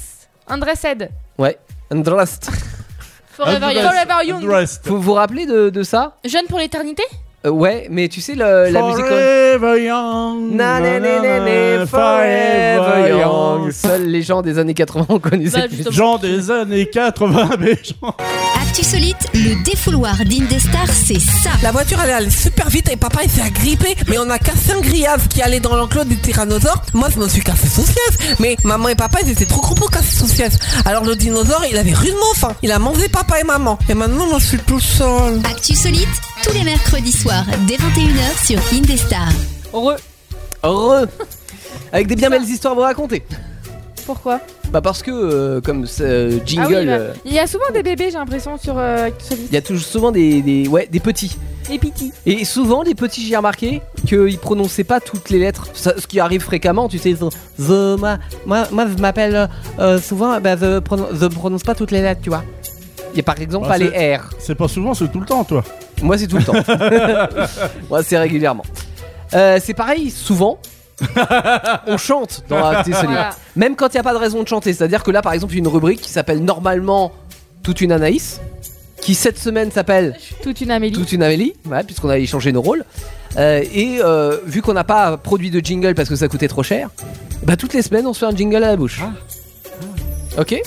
Speaker 4: Andress Ed.
Speaker 5: Andrast.
Speaker 7: bon. Forever
Speaker 6: Andress.
Speaker 7: Young.
Speaker 4: Forever Young.
Speaker 6: Dressed.
Speaker 5: Vous vous rappelez de, de ça
Speaker 7: Jeune pour l'éternité
Speaker 5: Euh, ouais, mais tu sais, le- la musique.
Speaker 6: Forever young.
Speaker 5: Na, na, na, na, na, Forever Young. Seuls les gens des années 80 ont connu
Speaker 7: Bah,
Speaker 5: cette musique.
Speaker 7: justement.
Speaker 6: Gens des années 80, mais gens.
Speaker 2: Actu Solite, le défouloir d'Indestar, c'est ça.
Speaker 11: La voiture elle est allée super vite et papa il s'est agrippé mais on a cassé un grillage qui allait dans l'enclos du tyrannosaure. Moi je me suis cassé sous sieste mais maman et papa ils étaient trop gros pour casser sous sieste. Alors le dinosaure il avait rudement faim. Il a mangé papa et maman et maintenant moi je suis tout seul.
Speaker 2: Actu Solite, tous les mercredis soirs dès 21h sur Indestar.
Speaker 4: Heureux.
Speaker 5: Heureux Avec des bien belles histoires à vous raconter.
Speaker 4: Pourquoi
Speaker 5: Bah, parce que, euh, comme ce euh,
Speaker 4: Ah
Speaker 5: jingle,
Speaker 4: oui, bah,
Speaker 5: euh,
Speaker 4: Il y a souvent des bébés, j'ai l'impression, sur euh, Actu Solite.
Speaker 5: il y a toujours souvent des, des, ouais, des petits.
Speaker 4: Les petits.
Speaker 5: Et souvent, les petits, j'ai remarqué qu'ils prononçaient pas toutes les lettres. Ça- ce qui arrive fréquemment, tu sais, ils sont, The, ma- moi, moi, je m'appelle euh, euh, souvent, bah, je, pronon- je prononce pas toutes les lettres, tu vois. Il y a par exemple
Speaker 6: Bah,
Speaker 5: pas les R.
Speaker 6: C'est pas souvent, c'est tout le temps, toi.
Speaker 5: Moi, c'est tout le temps. Moi, c'est régulièrement. Euh, c'est pareil, souvent. on chante dans la Actu Solide.
Speaker 4: Voilà.
Speaker 5: Même quand il n'y a pas de raison de chanter. C'est-à-dire que là, par exemple, il y a une rubrique qui s'appelle normalement Toute une Anaïs, qui cette semaine s'appelle
Speaker 4: Toute une Amélie.
Speaker 5: Toute une Amélie, ouais, puisqu'on a échangé nos rôles. Euh, et euh, vu qu'on n'a pas produit de jingle parce que ça coûtait trop cher, bah toutes les semaines on se fait un jingle à la bouche. Ok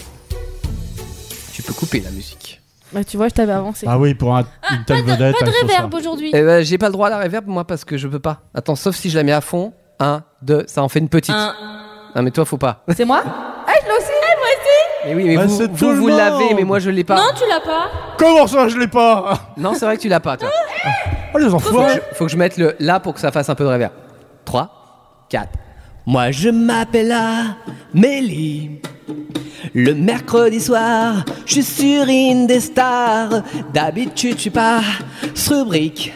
Speaker 5: Tu peux couper la musique.
Speaker 4: Bah, tu vois, je t'avais avancé.
Speaker 6: Ah oui, pour un, une telle vedette. hein,
Speaker 7: Pas de
Speaker 6: il faut
Speaker 7: réverb aujourd'hui.
Speaker 5: Eh ben, j'ai pas le droit à la reverb moi parce que je peux pas. Attends, sauf si je la mets à fond. 1, 2, ça en fait une petite. Non mais toi faut pas.
Speaker 4: C'est moi Ah, je l'ai aussi
Speaker 5: Mais oui, mais
Speaker 6: Bah,
Speaker 5: vous,
Speaker 6: c'est
Speaker 5: vous,
Speaker 6: tout le
Speaker 5: vous l'avez,
Speaker 6: monde.
Speaker 5: mais moi je l'ai pas.
Speaker 7: Non, tu l'as pas.
Speaker 6: ça. Comment ça, je l'ai pas
Speaker 5: Non, c'est vrai que tu l'as pas toi.
Speaker 6: Oh, les enfoirés
Speaker 5: Faut que je mette le là pour que ça fasse un peu de réverb. 3, 4. Moi je m'appelle Amélie. Le mercredi soir, je suis sur Indestar. D'habitude, je suis pas sur brique.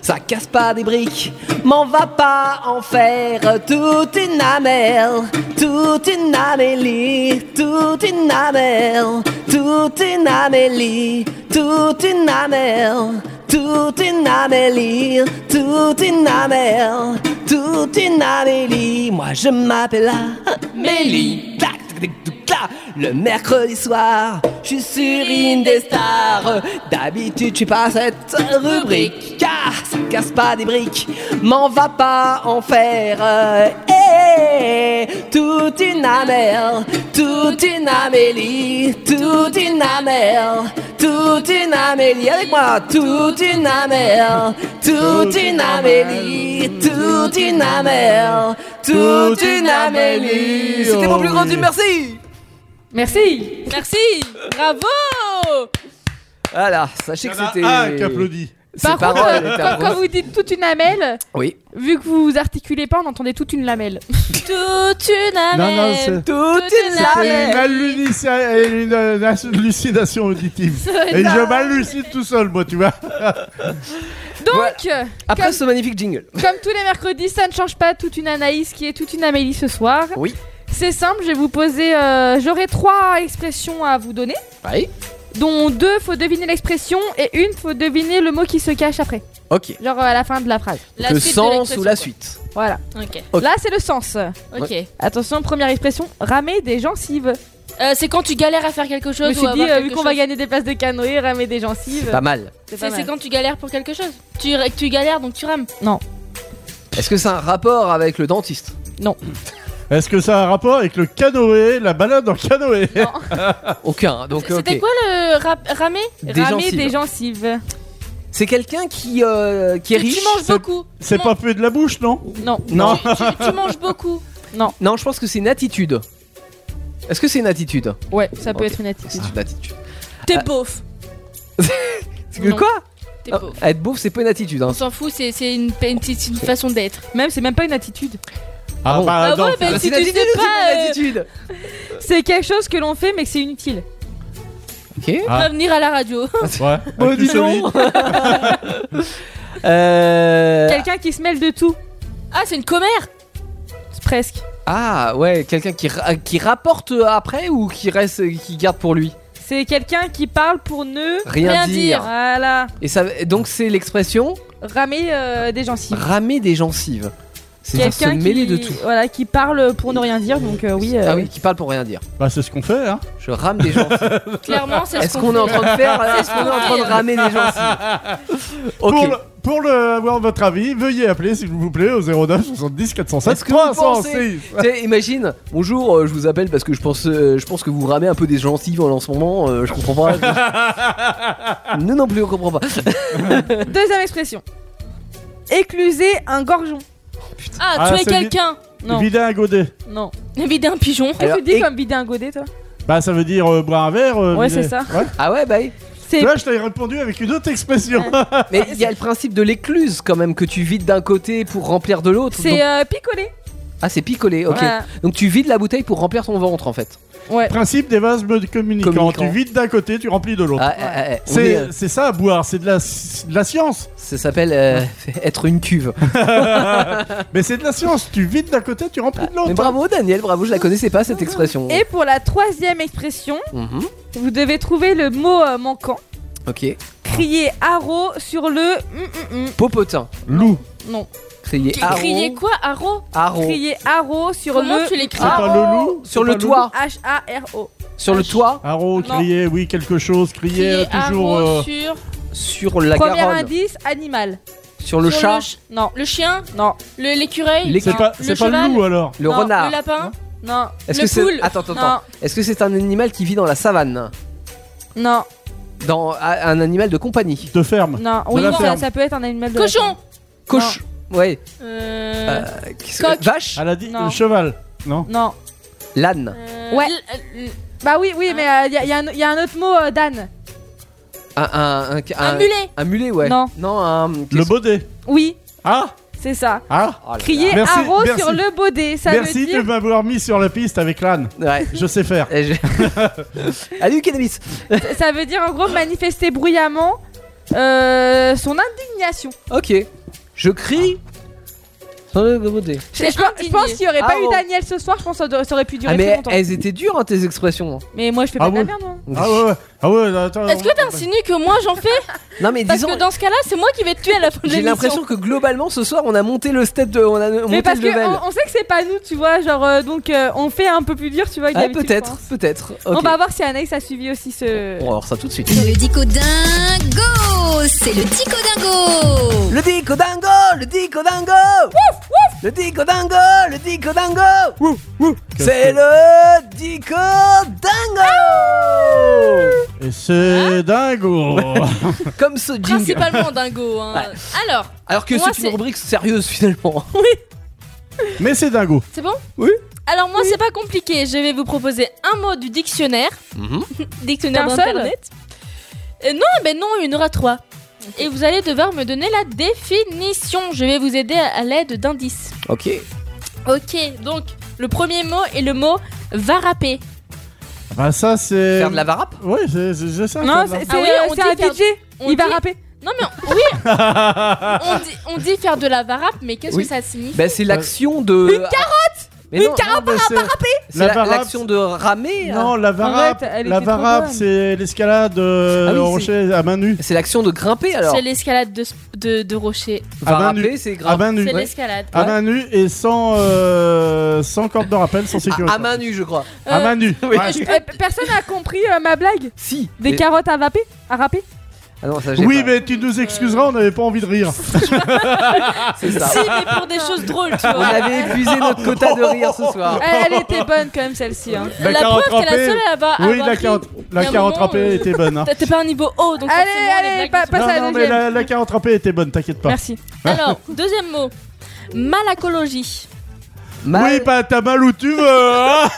Speaker 5: Ça casse pas des briques, m'en va pas en faire. Toute une amelle, toute une Amélie, toute une amelle, toute une Amélie, toute une amelle, toute une Amélie, toute une amelle, toute une Amélie. Moi je m'appelle Amélie. Tac, tac, tac, tac. Là, Le mercredi soir, je suis sur Indestar. D'habitude, je suis pas cette rubrique. Car ça casse pas des briques, m'en va pas en faire. Euh, eh, eh, toute une amère, toute une Amélie, toute une amère, toute une Amélie. Avec moi, toute une amère, toute une Amélie, toute une amère, toute une Amélie. Oh C'était mon plus grand Dieu, merci!
Speaker 4: Merci
Speaker 7: Merci. Bravo.
Speaker 5: Voilà, sachez
Speaker 6: Il y
Speaker 5: que
Speaker 6: en a
Speaker 5: c'était.
Speaker 6: un qui applaudit.
Speaker 5: Ces
Speaker 4: Par contre,
Speaker 5: paroles
Speaker 4: euh,
Speaker 5: étaient
Speaker 4: quand, quand
Speaker 5: affreuses.
Speaker 4: vous dites toute une amelle,
Speaker 5: Oui.
Speaker 4: vu que vous articulez pas, on entendait toute une lamelle.
Speaker 7: Toute une
Speaker 6: Non, non,
Speaker 7: amène.
Speaker 6: c'est.
Speaker 5: Tout est
Speaker 7: la
Speaker 5: là.
Speaker 6: C'est une hallucina- une hallucination auditive. Et je m'hallucine tout seul, moi, tu vois.
Speaker 4: Donc, euh,
Speaker 5: Après
Speaker 4: Comme-
Speaker 5: ce magnifique jingle.
Speaker 4: comme tous les mercredis, ça ne change pas toute une Anaïs qui est toute une Amélie ce soir.
Speaker 5: Oui.
Speaker 4: C'est simple, je vais vous poser. euh, J'aurai trois expressions à vous donner,
Speaker 5: Oui.
Speaker 4: dont deux faut deviner l'expression et une faut deviner le mot qui se cache après,
Speaker 5: Ok.
Speaker 4: genre euh, à la fin de la phrase.
Speaker 7: La
Speaker 5: le
Speaker 7: suite de
Speaker 5: sens ou la
Speaker 7: l'expression,
Speaker 5: suite.
Speaker 4: Voilà.
Speaker 7: quoi.
Speaker 5: Ok.
Speaker 4: Là, c'est le sens.
Speaker 7: Ok. Ok.
Speaker 4: Attention, première expression, ramer des gencives.
Speaker 7: Euh, c'est quand tu galères à faire quelque
Speaker 4: Je me
Speaker 7: chose ou
Speaker 4: suis
Speaker 7: à
Speaker 4: dit,
Speaker 7: avoir
Speaker 4: euh,
Speaker 7: quelque
Speaker 4: vu qu'on va
Speaker 7: chose.
Speaker 4: gagner des places de canoë, ramer des gencives.
Speaker 5: Pas mal.
Speaker 4: C'est pas
Speaker 7: C'est c'est
Speaker 4: mal.
Speaker 7: quand tu galères pour quelque chose. Tu, tu galères donc tu rames.
Speaker 5: Est-ce que c'est un rapport avec le dentiste
Speaker 6: Est-ce que ça a un rapport avec le canoë, la balade en canoë
Speaker 5: Aucun. hein, Donc
Speaker 7: C'était
Speaker 5: ok.
Speaker 7: quoi le rap- ramer
Speaker 5: Des
Speaker 4: ramer
Speaker 5: gencives.
Speaker 4: des gencives.
Speaker 5: C'est quelqu'un qui euh, qui est
Speaker 7: Tu-
Speaker 5: riche.
Speaker 7: Tu manges beaucoup.
Speaker 6: C'est
Speaker 7: Non.
Speaker 6: pas fait de la bouche, non
Speaker 4: Non.
Speaker 5: Non.
Speaker 7: Tu, tu- tu manges beaucoup.
Speaker 5: Non, je pense que c'est une attitude. Est-ce que c'est une attitude
Speaker 4: Ouais, ça peut
Speaker 5: Ok.
Speaker 4: être une attitude.
Speaker 5: C'est une attitude.
Speaker 7: T'es
Speaker 5: Ah.
Speaker 7: beauf.
Speaker 5: C'est que
Speaker 7: Non.
Speaker 5: quoi
Speaker 7: T'es
Speaker 5: Ah,
Speaker 7: beauf.
Speaker 5: Être beauf, c'est pas une attitude.
Speaker 7: On
Speaker 5: Hein.
Speaker 7: s'en fout, c'est c'est une, c'est une, c'est une façon d'être.
Speaker 4: Même, c'est même pas une attitude.
Speaker 5: Ah bon
Speaker 6: bah,
Speaker 7: Ah
Speaker 6: non,
Speaker 7: ouais, bah,
Speaker 5: Ah,
Speaker 7: si
Speaker 5: c'est une
Speaker 7: tu sais
Speaker 5: attitude, c'est
Speaker 7: pas,
Speaker 5: une
Speaker 7: euh,
Speaker 5: attitude.
Speaker 4: C'est quelque chose que l'on fait, mais que c'est inutile.
Speaker 5: Ok.
Speaker 6: Ah.
Speaker 7: revenir à la radio.
Speaker 6: Ouais.
Speaker 5: Bon,
Speaker 6: avec du
Speaker 5: dis donc.
Speaker 6: solide.
Speaker 5: Euh,
Speaker 4: Quelqu'un qui se mêle de tout.
Speaker 7: Ah, c'est une commère.
Speaker 4: C'est Presque.
Speaker 5: Ah ouais, quelqu'un qui, ra- qui rapporte euh, après ou qui reste, qui garde pour lui
Speaker 4: C'est quelqu'un qui parle pour ne.
Speaker 5: Rien,
Speaker 7: Rien
Speaker 5: dire.
Speaker 7: dire.
Speaker 4: Voilà.
Speaker 5: Et ça, donc c'est l'expression
Speaker 4: Ramer euh, des gencives.
Speaker 5: ramer des gencives. C'est-à-dire Bah, se
Speaker 4: Quelqu'un qui.
Speaker 5: mêler de tout.
Speaker 4: Voilà, qui parle pour ne rien dire. Donc, euh, oui. euh,
Speaker 5: Ah oui, qui parle pour rien dire.
Speaker 6: Bah, c'est ce qu'on fait, hein.
Speaker 5: Je rame des gencives.
Speaker 7: Clairement, c'est ce
Speaker 5: Est-ce qu'on est en
Speaker 7: fait.
Speaker 5: train de faire euh, Est-ce
Speaker 7: ce
Speaker 5: qu'on est
Speaker 7: qu'on
Speaker 5: en train
Speaker 7: fait,
Speaker 5: de
Speaker 7: hein.
Speaker 5: ramer des gencives
Speaker 6: Pour,
Speaker 5: Ok.
Speaker 6: le, Pour le- avoir votre avis, veuillez appeler s'il vous plaît au 09 70 407
Speaker 5: Est-ce que vous pensez
Speaker 6: 306.
Speaker 5: Tu sais, Imagine, bonjour, euh, je vous appelle parce que je pense, euh, je pense que vous ramez un peu des gencives en ce moment, euh, je comprends pas. Nous non plus, on comprend pas.
Speaker 4: Deuxième expression. Écluser un gorgeon.
Speaker 7: Ah,
Speaker 6: Ah,
Speaker 7: tuer
Speaker 6: c'est vi-
Speaker 7: quelqu'un Non.
Speaker 6: Vider un godet.
Speaker 4: Non.
Speaker 7: Vider un pigeon.
Speaker 4: Qu'est-ce que tu dis comme vider un godet, toi
Speaker 6: Bah, ça veut dire euh, boire un verre. euh,
Speaker 4: Ouais,
Speaker 6: vider.
Speaker 4: c'est ça.
Speaker 5: Ah ouais, bah.
Speaker 4: C'est-
Speaker 6: Là, je t'avais répondu avec une autre expression.
Speaker 5: Mais il y a le principe de l'écluse quand même, que tu vides d'un côté pour remplir de l'autre. donc-
Speaker 4: C'est euh, picoler.
Speaker 5: Ah, c'est picolé, ok.
Speaker 4: Voilà.
Speaker 5: Donc tu vides la bouteille pour remplir ton ventre en fait.
Speaker 4: Ouais.
Speaker 6: Principe des vases me- communicants.
Speaker 5: Communicants.
Speaker 6: Tu vides d'un côté, tu remplis de l'autre.
Speaker 5: Ah, ah, ah, on
Speaker 6: Oh. c'est
Speaker 5: est, euh,
Speaker 6: c'est ça, boire, c'est de la, c'est de la science.
Speaker 5: ça s'appelle euh, être une cuve.
Speaker 6: Mais c'est de la science, tu vides d'un côté, tu remplis de
Speaker 5: Ah, Mais
Speaker 6: l'autre.
Speaker 5: bravo Daniel, bravo, je la connaissais pas cette expression.
Speaker 4: Et pour la troisième expression,
Speaker 5: Mhm,
Speaker 4: vous devez trouver le mot euh, manquant.
Speaker 5: Ok.
Speaker 4: Crier haro sur le. mm, mm, mm.
Speaker 5: Popotin,
Speaker 6: Loup,
Speaker 4: Non.
Speaker 5: crier
Speaker 7: Qui-
Speaker 5: haro,
Speaker 7: Crier quoi Haro
Speaker 5: haro.
Speaker 4: Crier haro sur
Speaker 7: Comment
Speaker 4: le.
Speaker 7: tu l'écris
Speaker 6: c'est
Speaker 4: Ah,
Speaker 6: pas le
Speaker 4: oh.
Speaker 6: loup
Speaker 5: Sur
Speaker 6: c'est
Speaker 5: le
Speaker 6: pas
Speaker 5: toit,
Speaker 4: H-A-R-O.
Speaker 5: sur le toit,
Speaker 6: Haro,
Speaker 4: Non.
Speaker 6: crier, oui, quelque chose, crier,
Speaker 7: Crier
Speaker 6: euh, toujours.
Speaker 7: haro
Speaker 6: euh,
Speaker 7: sur
Speaker 5: sur la
Speaker 4: Premier
Speaker 5: Garonne,
Speaker 4: indice, animal.
Speaker 5: sur le
Speaker 7: sur
Speaker 5: chat,
Speaker 7: ch-
Speaker 4: Non.
Speaker 7: le chien,
Speaker 4: Non.
Speaker 7: le- l'écureuil,
Speaker 5: L'écu-
Speaker 6: C'est
Speaker 7: non,
Speaker 6: pas,
Speaker 7: le
Speaker 6: c'est pas
Speaker 7: cheval,
Speaker 6: le loup alors.
Speaker 5: le
Speaker 7: non,
Speaker 5: renard.
Speaker 7: le lapin,
Speaker 4: Non.
Speaker 5: Est-ce
Speaker 7: le
Speaker 5: que c'est
Speaker 7: poule.
Speaker 5: attends attends,
Speaker 4: Non.
Speaker 5: attends. Est-ce que c'est un animal qui vit dans la savane
Speaker 4: Non.
Speaker 5: Dans à- un animal de compagnie.
Speaker 6: De ferme.
Speaker 4: Non.
Speaker 6: De
Speaker 4: Oui,
Speaker 6: la
Speaker 4: ça,
Speaker 6: ferme.
Speaker 4: ça peut être un animal de. la ferme.
Speaker 7: cochon,
Speaker 5: Coche. Ouais.
Speaker 7: euh,
Speaker 5: euh, qu'est-ce
Speaker 7: coq.
Speaker 5: que- Vache.
Speaker 6: Elle a dit
Speaker 4: Non.
Speaker 6: le cheval. Non.
Speaker 4: Non.
Speaker 5: L'âne.
Speaker 7: euh,
Speaker 4: Ouais.
Speaker 7: l- l-
Speaker 4: Bah oui, oui, mais il y, a un- y a un autre mot, euh, Dan.
Speaker 5: Un, un, un-
Speaker 7: un
Speaker 5: un-
Speaker 7: mulet,
Speaker 5: un mulet, ouais.
Speaker 4: Non.
Speaker 5: Non, un.
Speaker 6: Le
Speaker 5: qu'est-ce-
Speaker 6: baudet.
Speaker 4: Oui,
Speaker 6: Ah
Speaker 4: c'est ça.
Speaker 6: Ah
Speaker 5: Oh là là.
Speaker 4: Crier
Speaker 6: Merci,
Speaker 4: haro
Speaker 6: merci.
Speaker 4: sur le baudet. Ça veut
Speaker 6: Merci de
Speaker 4: dire.
Speaker 6: m'avoir mis sur la piste avec l'âne.
Speaker 5: Ouais.
Speaker 6: Je sais faire.
Speaker 5: Et je- Allez, cannabis.
Speaker 4: Ça veut dire en gros manifester bruyamment euh, son indignation.
Speaker 5: Ok. Je crie.
Speaker 4: Ah.
Speaker 5: Sans le beauté.
Speaker 4: Je, je pense- je pense qu'il n'y aurait pas
Speaker 5: Ah
Speaker 4: eu
Speaker 5: bon.
Speaker 4: Daniel ce soir, je pense que ça aurait- ça aurait pu durer
Speaker 5: Ah,
Speaker 4: plus
Speaker 5: mais
Speaker 4: longtemps.
Speaker 5: elles étaient dures, hein, tes expressions.
Speaker 4: Mais moi je fais pas
Speaker 6: Ah
Speaker 4: de la
Speaker 6: bon
Speaker 4: merde. hein. moi.
Speaker 6: Ah ouais, ouais. Ah ouais, attends.
Speaker 7: Est-ce que t'insinues que moi j'en fais
Speaker 5: Non, mais
Speaker 7: Parce
Speaker 5: disons.
Speaker 7: que dans ce cas-là, c'est moi qui vais te tuer à la fin de
Speaker 5: J'ai l'impression
Speaker 7: l'émission.
Speaker 5: que globalement ce soir on a monté le step de, on a monté
Speaker 4: Mais parce
Speaker 5: le level.
Speaker 4: que on, on sait que c'est pas nous, tu vois, genre euh, donc euh, on fait un peu plus dur, tu vois. que
Speaker 5: Ah,
Speaker 4: d'habitude, je
Speaker 5: peut-être,
Speaker 4: pense. Oh, bah, euh.
Speaker 5: peut-être.
Speaker 4: On
Speaker 5: Ok.
Speaker 4: va voir si Anaïs a suivi aussi ce.
Speaker 5: On va voir ça tout de suite.
Speaker 2: Le dico dingo, c'est le dico dingo.
Speaker 5: Le dico dingo, le dico dingo. Le dico dingo, le dico dingo. C'est le dico dingo.
Speaker 6: Et c'est
Speaker 4: Hein
Speaker 6: dingo.
Speaker 5: Comme ce jingle.
Speaker 7: Principalement dingo. hein. Alors,
Speaker 5: Alors que
Speaker 7: Moi,
Speaker 5: c'est une
Speaker 7: c'est-
Speaker 5: rubrique sérieuse finalement.
Speaker 6: Mais c'est dingo.
Speaker 7: c'est bon
Speaker 5: Oui.
Speaker 7: Alors moi, c'est pas compliqué. Je vais vous proposer un mot du dictionnaire. Dictionnaire
Speaker 4: Qu'un seul
Speaker 7: d'internet. Euh, non, mais non, il y en aura trois. Et vous allez devoir me donner la définition. Je vais vous aider à à l'aide d'indices.
Speaker 5: Ok.
Speaker 6: Euh,
Speaker 7: Ok, donc le premier mot est le mot varapé.
Speaker 6: Bah ça c'est.
Speaker 5: Faire de la varap.
Speaker 6: Ouais, c'est c'est- c'est ça.
Speaker 4: Non,
Speaker 6: faire
Speaker 4: c'est
Speaker 6: de
Speaker 4: c'est,
Speaker 7: oui,
Speaker 4: euh,
Speaker 7: Ah on
Speaker 4: c'est
Speaker 7: dit
Speaker 4: un
Speaker 7: faire-
Speaker 4: DJ.
Speaker 7: on
Speaker 4: il va
Speaker 7: dit-
Speaker 4: rapper.
Speaker 7: Non mais on- oui, on dit, on dit faire de la varap, mais qu'est-ce
Speaker 5: Oui.
Speaker 7: que ça signifie
Speaker 5: Bah,
Speaker 6: euh,
Speaker 5: c'est l'action de. Ah. Une carotte
Speaker 4: Une
Speaker 5: carotte
Speaker 6: la... c'est-
Speaker 5: bah, C'est
Speaker 6: La
Speaker 5: la-
Speaker 6: varap,
Speaker 5: l'action de ramer hein.
Speaker 6: Non, la varap.
Speaker 4: Arrête, elle
Speaker 6: la
Speaker 4: était trop
Speaker 6: varap,
Speaker 4: bonne.
Speaker 6: c'est l'escalade euh,
Speaker 5: Ah oui,
Speaker 6: en
Speaker 5: c'est-
Speaker 6: rocher à main nue.
Speaker 5: C'est l'action de grimper alors.
Speaker 7: C'est l'escalade de, de, de rocher.
Speaker 6: à main
Speaker 5: Varaper,
Speaker 6: nue.
Speaker 5: c'est
Speaker 6: À
Speaker 5: grimper.
Speaker 6: main nue.
Speaker 7: C'est l'escalade.
Speaker 6: À main nue et sans euh, sans corde de rappel, sans sécurité.
Speaker 5: Ah, À, à main nue, je crois.
Speaker 6: À main nue.
Speaker 5: Oui.
Speaker 6: Ouais.
Speaker 4: Eh, Personne n'a compris euh, ma blague.
Speaker 5: Si.
Speaker 4: Des
Speaker 5: Mais-
Speaker 4: carottes à vaper, à râper.
Speaker 5: Ah non, ça j'ai
Speaker 6: Oui,
Speaker 5: pas.
Speaker 6: mais tu nous excuseras, on n'avait pas envie de rire.
Speaker 5: C'est ça.
Speaker 7: Si, mais pour des choses drôles, tu
Speaker 5: bah, On
Speaker 7: vois.
Speaker 5: avait épuisé notre quota de rire ce soir.
Speaker 4: Elle, elle était bonne quand même celle-ci. hein.
Speaker 7: La, preuve, t'es la seule à avoir. à
Speaker 6: Oui,
Speaker 7: avoir
Speaker 6: la
Speaker 7: ri.
Speaker 6: carotte,
Speaker 7: Il y
Speaker 6: la
Speaker 7: a un
Speaker 6: carotte
Speaker 7: bah, moment,
Speaker 6: râpée
Speaker 7: euh,
Speaker 6: était bonne. hein.
Speaker 7: T'as- T'es pas un niveau haut, donc
Speaker 4: Allez,
Speaker 7: forcément, les
Speaker 4: allez,
Speaker 7: blagues
Speaker 4: pas-
Speaker 7: sont-
Speaker 4: pas-
Speaker 6: Non,
Speaker 4: Passe à la
Speaker 6: non, mais
Speaker 4: deuxième.
Speaker 6: la, la carotte râpée était bonne, t'inquiète pas.
Speaker 4: Merci.
Speaker 7: Alors, deuxième mot. Malacologie.
Speaker 5: Mal-
Speaker 6: Oui, bah t'as mal où tu veux. hein.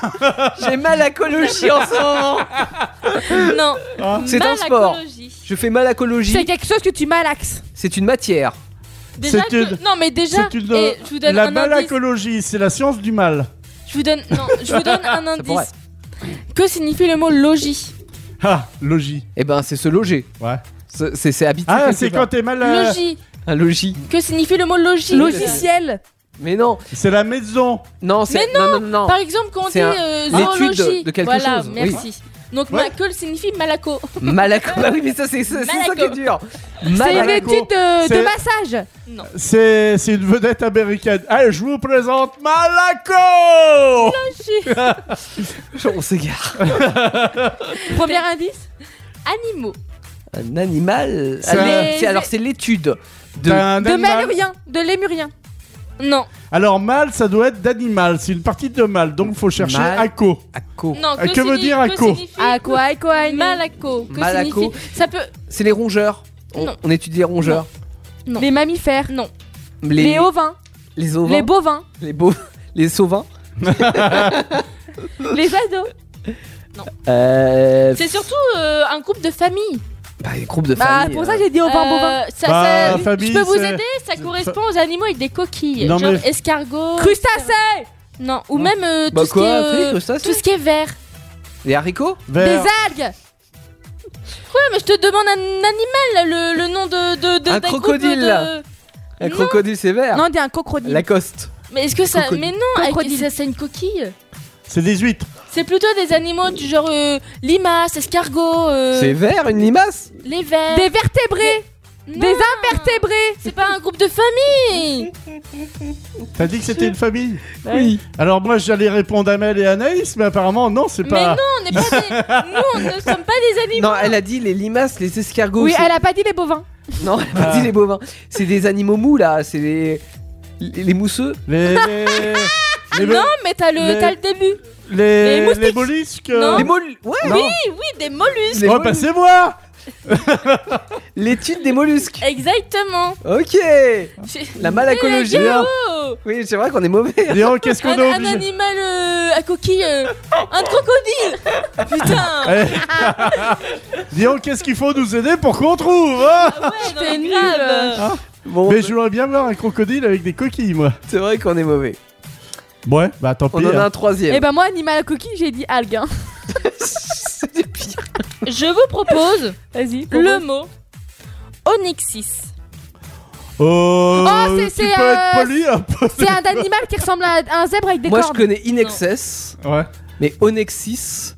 Speaker 5: J'ai mal à cologie en ce moment.
Speaker 7: Non.
Speaker 4: Ah,
Speaker 5: C'est un sport.
Speaker 7: malacologie.
Speaker 5: Je fais mal à cologie.
Speaker 4: C'est quelque chose que tu malaxes.
Speaker 5: C'est une matière.
Speaker 7: Déjà
Speaker 6: C'est
Speaker 7: que-
Speaker 6: une-
Speaker 7: Non, mais déjà,
Speaker 6: c'est une- euh,
Speaker 7: et je vous donne
Speaker 6: la
Speaker 7: un indice.
Speaker 6: malacologie, c'est la science du mal.
Speaker 7: Je vous donne, non, je vous donne un
Speaker 5: pourrait.
Speaker 7: indice. Que signifie le mot logis
Speaker 6: Ah, logis.
Speaker 5: Eh ben, c'est se loger.
Speaker 6: Ouais.
Speaker 5: C'est- C'est c'est habiter.
Speaker 6: Ah,
Speaker 5: quelque
Speaker 6: c'est
Speaker 5: part.
Speaker 6: quand t'es mal. euh,
Speaker 7: Logis.
Speaker 5: un logis.
Speaker 7: Que signifie le mot logis
Speaker 4: Logiciel.
Speaker 5: Mais non,
Speaker 6: C'est la maison.
Speaker 5: non, c'est non, non, non, non.
Speaker 7: Par exemple, quand on dit
Speaker 5: C'est un-
Speaker 7: euh,
Speaker 5: l'étude
Speaker 7: zoologie.
Speaker 5: de quelque
Speaker 7: voilà,
Speaker 5: chose, oui.
Speaker 7: merci. Donc,
Speaker 6: Ouais.
Speaker 7: ma- que signifie malaco
Speaker 5: Mal à co- Bah oui, mais ça c'est c'est- c'est ça
Speaker 7: Malaco.
Speaker 5: qui est dur.
Speaker 4: C'est une
Speaker 5: Mal à
Speaker 6: Bah, Malaco.
Speaker 4: étude de,
Speaker 7: euh,
Speaker 4: de
Speaker 6: C'est-
Speaker 4: massage.
Speaker 6: C'est c'est une vedette américaine. Ah, je vous présente Malaco.
Speaker 5: On s'égare.
Speaker 4: Premier indice.
Speaker 7: Animaux.
Speaker 5: Un animal.
Speaker 4: C'est
Speaker 5: Alors,
Speaker 4: un-
Speaker 5: c'est- alors, c'est l'étude de.
Speaker 6: D'un
Speaker 4: De
Speaker 6: animal.
Speaker 4: Malurien, de Lémurien.
Speaker 7: Non.
Speaker 6: Alors, mâle, ça doit être d'animal. C'est une partie de mâle. Donc, faut chercher
Speaker 5: Mâle.
Speaker 6: Ako.
Speaker 5: Ako.
Speaker 7: Non,
Speaker 6: Ah, que veut
Speaker 7: signifie-
Speaker 6: dire Ako
Speaker 7: signifie-
Speaker 4: Aqua, aqua, une-
Speaker 7: Malaco. Que
Speaker 5: Malaco.
Speaker 7: signifie Ça peut.
Speaker 5: C'est les rongeurs. On,
Speaker 7: Non.
Speaker 5: on étudie les rongeurs.
Speaker 7: Non.
Speaker 4: les mammifères,
Speaker 7: Non.
Speaker 5: Les,
Speaker 4: les ovins,
Speaker 5: les ovins.
Speaker 4: les bovins,
Speaker 5: Les beaux. Les sauvins.
Speaker 4: les ados.
Speaker 5: Euh,
Speaker 7: C'est surtout euh, un groupe de famille.
Speaker 5: bah, les groupes de
Speaker 4: Bah,
Speaker 5: famille.
Speaker 4: pour
Speaker 5: euh,
Speaker 4: ça, j'ai dit ovins, bovins.
Speaker 7: Euh, ça-
Speaker 6: Bah,
Speaker 7: ça-
Speaker 6: famille,
Speaker 7: je peux vous
Speaker 6: c'est-
Speaker 7: aider Ça correspond aux animaux avec des coquilles,
Speaker 6: Non,
Speaker 7: genre
Speaker 6: mais-
Speaker 7: escargots.
Speaker 4: Crustacés,
Speaker 7: Non, ou même euh,
Speaker 5: Bah quoi,
Speaker 7: tout, ce qui est, euh,
Speaker 5: Afrique, ça, c'est-
Speaker 7: tout ce qui est vert.
Speaker 5: Les haricots
Speaker 4: des
Speaker 6: Vert.
Speaker 4: algues,
Speaker 7: Ouais, mais je te demande un animal, le, le nom de, de, de
Speaker 5: Un
Speaker 7: d'un groupe
Speaker 5: crocodile.
Speaker 7: de-
Speaker 5: Un
Speaker 7: Non.
Speaker 5: crocodile sévère.
Speaker 4: non, on dit un crocodile.
Speaker 5: Lacoste.
Speaker 7: Mais est-ce que ça
Speaker 5: Crocodile.
Speaker 7: Mais non, avec-
Speaker 4: Crocodile.
Speaker 7: ça c'est une coquille.
Speaker 6: C'est des huîtres.
Speaker 7: C'est plutôt des animaux du genre euh, limaces, escargots, euh,
Speaker 5: C'est vert, une limace
Speaker 7: les vers.
Speaker 4: Des vertébrés,
Speaker 7: Non,
Speaker 4: des invertébrés.
Speaker 7: c'est pas un groupe de famille.
Speaker 6: T'as dit que c'était une famille
Speaker 5: Oui.
Speaker 6: Alors, moi, j'allais répondre à Mel et Anaïs, mais apparemment, non, c'est
Speaker 7: Mais
Speaker 6: pas.
Speaker 7: non, on n'est pas des... nous on ne sommes pas des animaux.
Speaker 5: Non, elle a dit les limaces, les escargots.
Speaker 4: Oui,
Speaker 5: c'est-
Speaker 4: elle a pas dit les bovins.
Speaker 5: Non, elle a pas dit les bovins. C'est des animaux mous là, c'est les... les les mousseux.
Speaker 6: Les. les... les
Speaker 7: Non, mais t'as le,
Speaker 6: Mais-
Speaker 7: t'as le début.
Speaker 6: Les,
Speaker 7: Les
Speaker 6: les,
Speaker 7: moustiques.
Speaker 6: mollusques
Speaker 7: Non.
Speaker 5: Les molles. Ouais.
Speaker 7: Oui, oui, des mollusques.
Speaker 5: Les
Speaker 6: Oh,
Speaker 5: molles-
Speaker 6: bah c'est moi
Speaker 5: L'étude des mollusques.
Speaker 7: Exactement.
Speaker 5: Ok.
Speaker 7: J'ai-
Speaker 5: La malacologie.
Speaker 6: Léon,
Speaker 7: Oh,
Speaker 5: Oui, c'est vrai qu'on est mauvais.
Speaker 6: Léon, qu'est-ce qu'on
Speaker 7: un,
Speaker 6: a
Speaker 7: un
Speaker 6: obligé
Speaker 7: animal euh, à coquille, euh, un crocodile. Putain.
Speaker 6: Allez. Léon, qu'est-ce qu'il faut nous aider pour qu'on trouve hein
Speaker 7: Ouais, non,
Speaker 4: T'es nul.
Speaker 7: grave.
Speaker 5: Bon,
Speaker 6: Mais je voudrais bien voir un crocodile avec des coquilles, moi.
Speaker 5: c'est vrai qu'on est mauvais.
Speaker 6: Ouais, bah tant
Speaker 5: On
Speaker 6: pis.
Speaker 5: en a
Speaker 6: hein.
Speaker 5: un troisième.
Speaker 4: Et ben moi, animal à coquille, j'ai dit algues. hein.
Speaker 5: C'était pire.
Speaker 7: Je vous propose
Speaker 4: Vas-y.
Speaker 7: le mot onyxis.
Speaker 6: Oh,
Speaker 4: Oh, c'est-
Speaker 6: tu
Speaker 4: c'est,
Speaker 6: peux
Speaker 4: euh,
Speaker 6: être poli hein. un peu.
Speaker 4: C'est un animal qui ressemble à un zèbre avec des
Speaker 5: Moi, je
Speaker 4: cornes.
Speaker 5: connais Inexcess,
Speaker 6: Ouais.
Speaker 5: mais Onexis.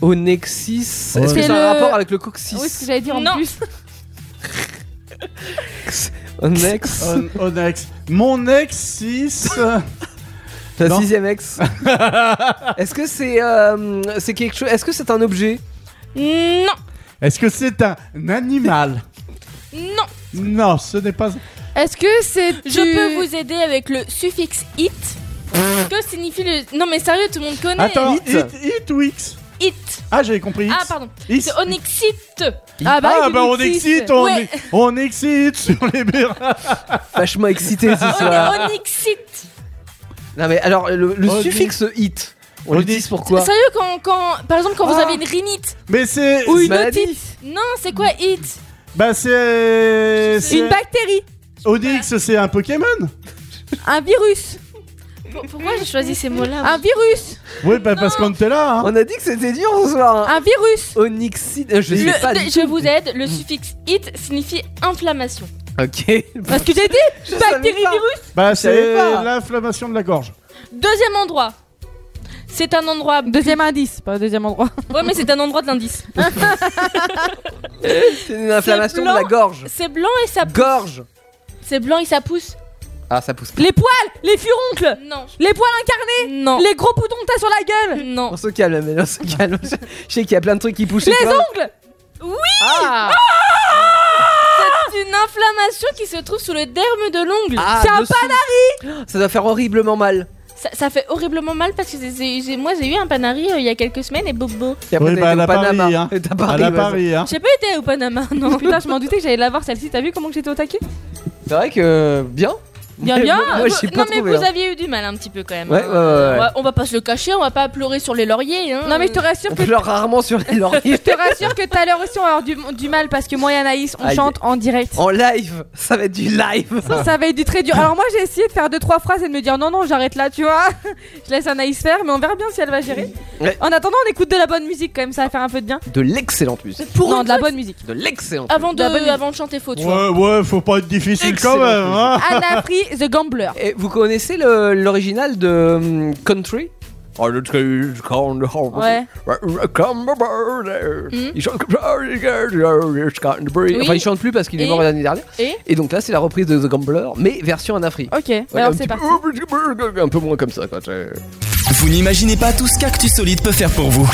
Speaker 5: Onexis. Est-ce que
Speaker 4: C'est
Speaker 5: ça a un
Speaker 4: le- Ah
Speaker 5: rapport avec le coccyx
Speaker 4: Oui, ce que j'allais dire en
Speaker 7: Non.
Speaker 4: plus.
Speaker 5: Onex.
Speaker 6: On, on ex. Mon ex euh, 6.
Speaker 5: Ta
Speaker 6: Non.
Speaker 5: sixième ex. Est-ce que c'est euh, c'est quelque chose Est-ce que c'est un objet
Speaker 7: Non,
Speaker 6: Est-ce que c'est un animal
Speaker 7: non.
Speaker 6: Non, ce n'est pas.
Speaker 4: Est-ce que c'est
Speaker 7: Je
Speaker 4: du-
Speaker 7: peux vous aider avec le suffixe it. que signifie le Non mais sérieux, tout le monde connaît.
Speaker 6: Attends,
Speaker 5: It.
Speaker 6: it, it ou X
Speaker 7: It.
Speaker 6: Ah, j'avais compris X.
Speaker 7: Ah pardon.
Speaker 6: X.
Speaker 7: C'est onyxite.
Speaker 4: Ah bah,
Speaker 6: Ah,
Speaker 4: il
Speaker 6: bah on
Speaker 4: existe.
Speaker 6: excite, on,
Speaker 7: Ouais.
Speaker 6: on excite sur les murs.
Speaker 5: Vachement excité ce
Speaker 7: On
Speaker 5: soir.
Speaker 7: onyxite.
Speaker 5: Non mais alors le, le
Speaker 6: Onyx.
Speaker 5: suffixe hit, on
Speaker 6: Onyx.
Speaker 5: l'utilise pourquoi
Speaker 7: Sérieux quand, quand par exemple quand vous
Speaker 5: Ah.
Speaker 7: avez une rhinite.
Speaker 6: Mais c'est.
Speaker 5: Ou une
Speaker 7: Maladie.
Speaker 5: otite.
Speaker 7: Non, c'est quoi it
Speaker 6: Bah c'est. c'est-
Speaker 4: Une bactérie,
Speaker 6: Onyx, c'est un Pokémon
Speaker 4: un virus,
Speaker 7: Pour- Pourquoi j'ai choisi ces mots-là
Speaker 4: un virus,
Speaker 6: Oui, bah parce qu'on était là. Hein.
Speaker 5: On a dit que c'était dur ce soir. hein.
Speaker 4: un virus.
Speaker 5: Onyxide, euh, je
Speaker 7: Le-
Speaker 5: sais pas.
Speaker 7: le-
Speaker 5: du
Speaker 7: je
Speaker 5: tout.
Speaker 7: vous aide, le suffixe it signifie inflammation.
Speaker 5: Ok.
Speaker 4: Parce que j'ai
Speaker 5: Je
Speaker 4: dit
Speaker 5: savais
Speaker 4: bactérie,
Speaker 5: pas.
Speaker 4: virus.
Speaker 6: Bah
Speaker 5: savais
Speaker 6: c'est
Speaker 5: pas.
Speaker 6: l'inflammation de la gorge.
Speaker 7: Deuxième endroit. C'est un endroit.
Speaker 4: Deuxième indice, pas deuxième endroit.
Speaker 7: Ouais, mais c'est un endroit de l'indice.
Speaker 5: C'est une inflammation de la
Speaker 7: blanc.
Speaker 5: gorge.
Speaker 7: C'est blanc et ça.
Speaker 5: Gorge.
Speaker 7: C'est blanc et ça pousse.
Speaker 5: Ah ça pousse. pas.
Speaker 4: Les poils, les furoncles,
Speaker 7: Non.
Speaker 4: les poils incarnés,
Speaker 7: Non.
Speaker 4: les gros boutons que t'as sur la gueule,
Speaker 7: Non.
Speaker 5: On se calme, mais on se calme. Je sais qu'il y a plein de trucs qui poussent.
Speaker 4: les
Speaker 5: et plein de-
Speaker 4: ongles.
Speaker 5: Ah,
Speaker 7: C'est une inflammation qui se trouve sous le derme de l'ongle.
Speaker 5: Ah,
Speaker 4: C'est un
Speaker 5: dessous. Ça doit faire horriblement mal.
Speaker 7: Ça, ça fait horriblement mal parce que c'est- c'est- j'ai- moi j'ai eu un panari euh, il y a quelques semaines et bobo.
Speaker 5: Et après,
Speaker 6: Oui,
Speaker 5: t'as
Speaker 6: bah, à
Speaker 5: été au
Speaker 6: la Paris,
Speaker 5: Panama.
Speaker 6: hein.
Speaker 5: Et t'as
Speaker 6: à
Speaker 5: Paris,
Speaker 6: la
Speaker 5: ouais.
Speaker 6: Paris, hein.
Speaker 7: J'ai pas été au Panama, non.
Speaker 4: Putain, je m'en doutais que j'allais la voir celle-ci. T'as vu comment que j'étais au taquet
Speaker 5: C'est vrai que euh, bien.
Speaker 4: Bien,
Speaker 5: Moi,
Speaker 4: bien.
Speaker 5: Moi,
Speaker 7: Vous-
Speaker 5: j'ai pas
Speaker 7: non mais
Speaker 5: trouvé.
Speaker 7: vous
Speaker 5: hein.
Speaker 7: aviez eu du mal un petit peu quand même.
Speaker 5: Ouais,
Speaker 7: hein.
Speaker 5: ouais, ouais, ouais.
Speaker 7: On va- On va pas se le cacher, on va pas pleurer sur les lauriers. hein.
Speaker 4: Non mais je te rassure
Speaker 5: On
Speaker 4: que
Speaker 5: pleure rarement sur les lauriers.
Speaker 4: je te rassure que tout à l'heure aussi on va avoir du, du mal parce que moi et Anaïs on
Speaker 5: Aïe.
Speaker 4: chante en direct.
Speaker 5: En live, ça va être du live.
Speaker 4: Ça, ça va être du très dur. Alors moi j'ai essayé de faire deux trois phrases et de me dire non non j'arrête là tu vois. Je laisse Anaïs faire mais on verra bien si elle va gérer.
Speaker 5: Ouais.
Speaker 4: En attendant on écoute de la bonne musique quand même ça va faire un peu de bien.
Speaker 5: De l'excellente musique.
Speaker 7: Pour
Speaker 4: non
Speaker 7: une
Speaker 4: de la
Speaker 7: fois,
Speaker 4: bonne musique.
Speaker 5: De l'excellente.
Speaker 7: Avant de,
Speaker 4: La bonne-
Speaker 7: avant de chanter faux, tu vois.
Speaker 6: Ouais, ouais, faut pas être difficile
Speaker 5: Excellent.
Speaker 6: quand même. Hein.
Speaker 4: Anna Free The Gambler.
Speaker 5: Et vous connaissez le- l'original de hum, Country Oh, le truc, quand le
Speaker 4: Ouais.
Speaker 5: Come bird.
Speaker 7: Hmm.
Speaker 5: Il chante comme ça, il chante, il chante, il brille.
Speaker 7: Oui.
Speaker 5: Enfin, il chante plus parce qu'il est
Speaker 7: Et
Speaker 5: mort l'année dernière.
Speaker 7: Et Ah.
Speaker 5: Et donc là, c'est la reprise de The Gambler, mais version en Afrique.
Speaker 4: Ok
Speaker 5: Ouais,
Speaker 4: alors
Speaker 5: un
Speaker 4: c'est
Speaker 5: petit
Speaker 4: parti.
Speaker 5: peu- Un peu moins comme ça, quoi. c'est-
Speaker 3: Vous n'imaginez pas tout ce qu'Actu Solide peut faire pour vous.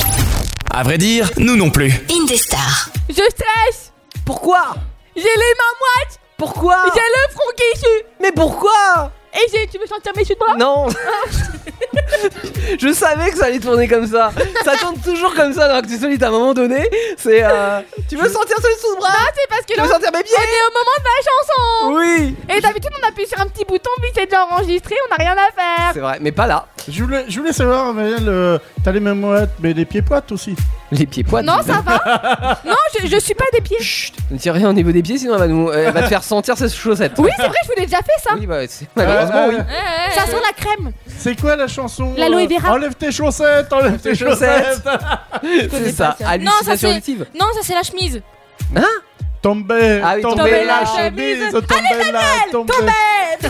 Speaker 3: À vrai dire, nous non plus.
Speaker 2: Indestar.
Speaker 4: Je stresse
Speaker 5: Pourquoi
Speaker 4: J'ai les mains moites
Speaker 5: Pourquoi
Speaker 4: J'ai le front qui chute
Speaker 5: Mais pourquoi
Speaker 4: Et j'ai... Tu veux sentir mes chutes
Speaker 7: Ah.
Speaker 4: moi
Speaker 5: Non Je savais que ça allait tourner comme ça. Ça tourne toujours comme ça dans Actu Solide à un moment donné. C'est. euh, Tu veux sentir celui sous le bras
Speaker 4: Non, Bah, c'est parce que
Speaker 5: Tu
Speaker 4: là,
Speaker 5: veux sentir mes
Speaker 4: on
Speaker 5: pieds
Speaker 4: est au moment de la chanson
Speaker 5: Oui
Speaker 4: Et d'habitude, on appuie sur un petit bouton, puis c'est déjà enregistré, on n'a rien à faire
Speaker 5: C'est vrai, mais pas là.
Speaker 6: Je voulais, je voulais savoir, Marielle, euh, t'as les mêmes moettes, mais les pieds poites aussi.
Speaker 5: Les pieds poids.
Speaker 4: Non, ça va Non, je, je suis pas des pieds
Speaker 5: Chut Ne dis rien au niveau des pieds, sinon elle va, nous... elle va te faire sentir ses chaussettes.
Speaker 4: Oui, c'est vrai, je vous l'ai déjà fait, ça
Speaker 5: Oui, bah, c'est- malheureusement, oui.
Speaker 6: Euh,
Speaker 4: Ça sent la crème
Speaker 6: C'est quoi la chanson
Speaker 4: L'aloe
Speaker 6: euh,
Speaker 4: vera.
Speaker 6: Enlève tes chaussettes, enlève tes chaussettes.
Speaker 5: C'est ça,
Speaker 7: Non, ça,
Speaker 5: hallucination
Speaker 7: c'est-
Speaker 5: auditive.
Speaker 7: Non, ça c'est la chemise.
Speaker 6: Tombez,
Speaker 5: Ah oui,
Speaker 6: tombez
Speaker 5: tombez
Speaker 6: la
Speaker 5: la
Speaker 6: chemise, tombez la, tombez,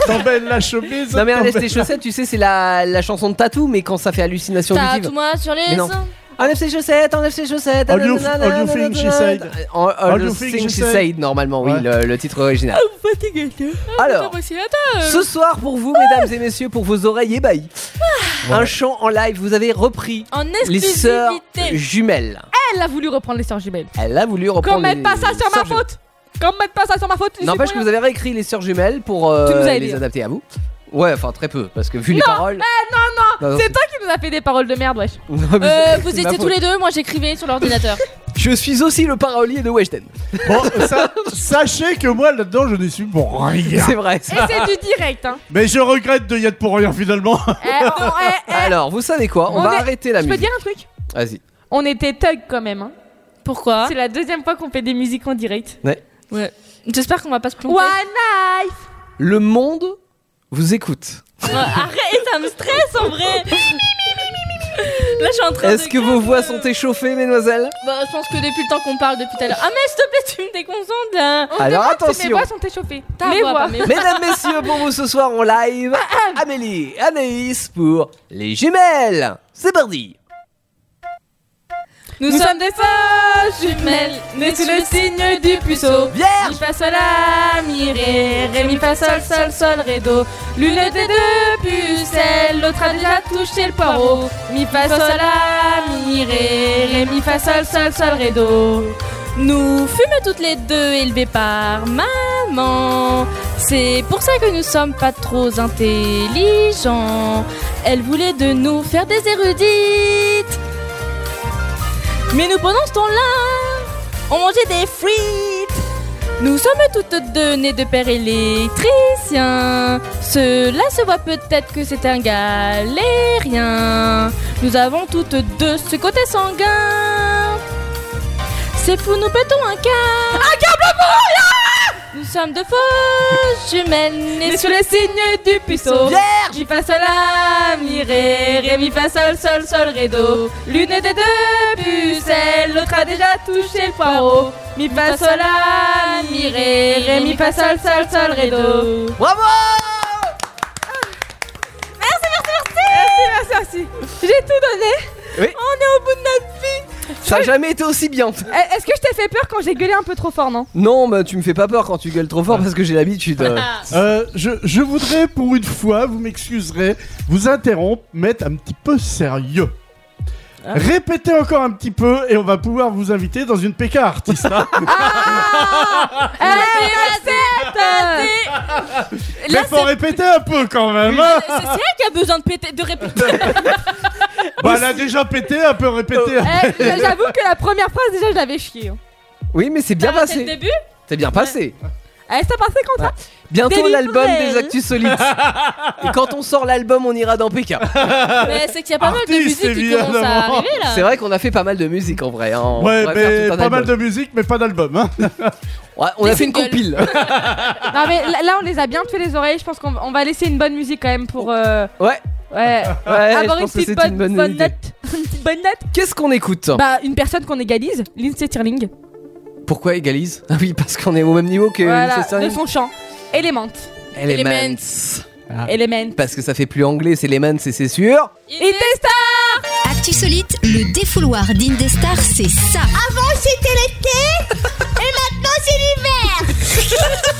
Speaker 6: tombez la chemise.
Speaker 5: Non, mais
Speaker 6: tombez-
Speaker 5: enlève tes chaussettes, tu sais, c'est la, la chanson de Tatou, mais quand ça fait hallucination
Speaker 7: T'as
Speaker 5: auditive.
Speaker 7: tout moi sur les
Speaker 5: Mais non.
Speaker 7: seins.
Speaker 5: Enlève ses chaussettes, enlève ses chaussettes.
Speaker 6: All you-
Speaker 5: nanana,
Speaker 6: all you think she said.
Speaker 5: nanana. Euh, All, all you think she said, normalement, oui,
Speaker 6: Ouais.
Speaker 5: le, le titre original.
Speaker 7: Fatigué.
Speaker 5: Alors,
Speaker 7: euh.
Speaker 5: ce soir, pour vous, mesdames et messieurs, pour vos oreilles ébahies, un chant en live, vous avez repris
Speaker 7: En
Speaker 5: les sœurs
Speaker 7: exclusivité.
Speaker 5: jumelles.
Speaker 4: Elle a voulu reprendre les sœurs jumelles
Speaker 5: Elle a voulu
Speaker 4: Qu'on
Speaker 5: reprendre
Speaker 4: mette
Speaker 5: les
Speaker 4: pas ça sur
Speaker 5: sœurs
Speaker 4: ma
Speaker 5: jumelles.
Speaker 4: faute Qu'on mette pas ça sur ma faute je suis
Speaker 5: N'empêche que
Speaker 4: pour
Speaker 5: vous avez réécrit les sœurs jumelles pour euh,
Speaker 4: Tu nous as aidés.
Speaker 5: les adapter à vous. Ouais, enfin très peu, parce que vu les paroles.
Speaker 4: rien.
Speaker 5: Non,
Speaker 4: C'est toi qui nous as fait des paroles de merde, wesh
Speaker 5: non, mais
Speaker 7: Euh,
Speaker 5: c'est-
Speaker 7: vous
Speaker 5: c'est ma
Speaker 7: étiez tous
Speaker 5: faute.
Speaker 7: les deux, moi j'écrivais sur l'ordinateur.
Speaker 5: Je suis aussi le parolier de Weshden.
Speaker 6: Bon, ça- sachez que moi là-dedans je ne suis pour rien.
Speaker 5: C'est vrai.
Speaker 4: Et
Speaker 5: ça.
Speaker 4: c'est du direct, hein
Speaker 6: Mais je regrette de y être pour rien finalement.
Speaker 4: Eh, on- eh, eh,
Speaker 5: Alors, vous savez quoi On,
Speaker 4: On
Speaker 5: va
Speaker 4: est-
Speaker 5: arrêter la
Speaker 4: Je peux
Speaker 5: musique.
Speaker 4: dire un truc
Speaker 5: Vas-y.
Speaker 4: On était thug quand même, hein
Speaker 7: Pourquoi
Speaker 4: C'est la deuxième fois qu'on fait des musiques en direct.
Speaker 7: Ouais. J'espère qu'on va pas se planter.
Speaker 4: One life
Speaker 5: Le monde vous écoute.
Speaker 7: Ouais, Arrête, ça me stresse en vrai. Là, je suis en train
Speaker 5: Est-ce
Speaker 7: de
Speaker 5: que vos
Speaker 7: grave,
Speaker 5: voix
Speaker 7: euh,
Speaker 5: sont échauffées, mesdaines
Speaker 7: Bah, je pense que depuis le temps qu'on parle depuis tout à l'heure. Ah, mais s'il te plaît, tu me déconcentres là.
Speaker 4: On
Speaker 5: Alors,
Speaker 4: demande si
Speaker 5: attention.
Speaker 4: Mes voix sont échauffées.
Speaker 7: Ta
Speaker 4: mes
Speaker 7: voix,
Speaker 4: voix.
Speaker 7: pas mes-
Speaker 5: Mesdames, messieurs, pour vous ce soir en live, Amélie et Anaïs pour les jumelles. C'est parti.
Speaker 7: Nous,
Speaker 4: Nous
Speaker 7: sommes
Speaker 4: sommes des sœurs jumelles, nées sous le signe du puceau. Mi
Speaker 5: Vierge
Speaker 4: fa sol la mi ré, ré mi fa sol sol sol ré do. L'une des deux pucelles, l'autre a déjà touché le poireau. Mi fa sol la mi ré, ré mi fa sol sol sol ré do.
Speaker 7: Nous fûmes toutes les deux élevées par maman. C'est pour ça que nous sommes pas trop intelligents. Elle voulait de nous faire des érudites. Mais nous, pendant ce temps-là, on mangeait des frites. Nous sommes toutes deux nées de pères électriciens. Cela se voit peut-être que c'est un galérien. Nous avons toutes deux ce côté sanguin. C'est fou, nous pétons un câble Un câble pour Nous sommes de fausses jumelles nées
Speaker 4: Et
Speaker 7: sous
Speaker 4: sous
Speaker 7: les
Speaker 4: le signe du puceau.
Speaker 5: Vierge
Speaker 4: Mi fa sol la mi ré, ré mi fa sol sol sol ré do. L'une des deux pucelles, l'autre a déjà touché le poireau. Mi fa sol la mi ré, ré mi fa sol sol sol ré do.
Speaker 5: Bravo
Speaker 4: Merci, merci, merci. J'ai tout donné.
Speaker 5: Oui.
Speaker 4: On est au bout de notre vie.
Speaker 5: Ça n'a jamais été aussi bien.
Speaker 4: Eh, Est-ce que je t'ai fait peur quand j'ai gueulé un peu trop fort, non
Speaker 5: Non, mais tu me fais pas peur quand tu gueules trop fort parce que j'ai l'habitude. euh.
Speaker 6: Euh, je, je voudrais pour une fois, vous m'excuserez, vous interrompre, mettre un petit peu sérieux. Ah. Répétez encore un petit peu et on va pouvoir vous inviter dans une PK artiste. hein.
Speaker 4: Eh, vas-y,
Speaker 6: Mais faut répéter un peu quand même. hein.
Speaker 7: C'est c'est elle qui a besoin de, péter, de répéter.
Speaker 6: Bah, elle a déjà pété, un peu répété.
Speaker 4: Eh, J'avoue que la première phrase, déjà, je l'avais chié. hein.
Speaker 5: Oui, mais c'est bien
Speaker 7: Ah, c'est le
Speaker 5: passé.
Speaker 7: début
Speaker 5: C'est bien passé.
Speaker 4: Eh, ça passait quand ça
Speaker 5: Bientôt
Speaker 4: Délivré.
Speaker 5: l'album des Actus Solides. Et quand on sort l'album, on ira dans PK.
Speaker 4: Ah.
Speaker 7: Mais c'est qu'il y a pas mal de
Speaker 6: Artiste,
Speaker 7: musiques qui commencent à
Speaker 6: évidemment.
Speaker 7: arriver là.
Speaker 5: C'est vrai qu'on a fait pas mal de musique en vrai. hein. On
Speaker 6: Ouais,
Speaker 5: pourrait faire
Speaker 6: mais
Speaker 5: tout un
Speaker 6: pas mal
Speaker 5: album.
Speaker 6: de musique, mais pas d'album. Hein.
Speaker 5: Ouais, on a
Speaker 7: Des
Speaker 5: fait une
Speaker 7: singles.
Speaker 5: compile.
Speaker 4: Non, mais là, là, on les a bien tués les oreilles. Je pense qu'on on va laisser une bonne musique quand même pour. euh,
Speaker 5: Ouais.
Speaker 4: Ouais.
Speaker 5: Ouais,
Speaker 4: avoir
Speaker 5: je
Speaker 4: une
Speaker 5: pense que
Speaker 4: petite
Speaker 5: c'est
Speaker 4: bonne,
Speaker 5: une bonne
Speaker 4: bonne
Speaker 5: idée.
Speaker 4: note. une petite bonne note.
Speaker 5: Qu'est-ce qu'on écoute
Speaker 4: Bah, une personne qu'on égalise, Lindsay Tirling.
Speaker 5: Pourquoi égalise Ah oui, parce qu'on est au même niveau que
Speaker 4: Voilà,
Speaker 5: Manchester
Speaker 4: de
Speaker 5: United.
Speaker 4: son chant. Element.
Speaker 5: Elements. Ah.
Speaker 4: Element.
Speaker 5: Parce que ça fait plus anglais, c'est Elements et c'est sûr.
Speaker 4: Il testa
Speaker 2: Actu Solite, le défouloir d'Indestar, c'est ça.
Speaker 8: Avant c'était l'été et maintenant c'est l'hiver. Et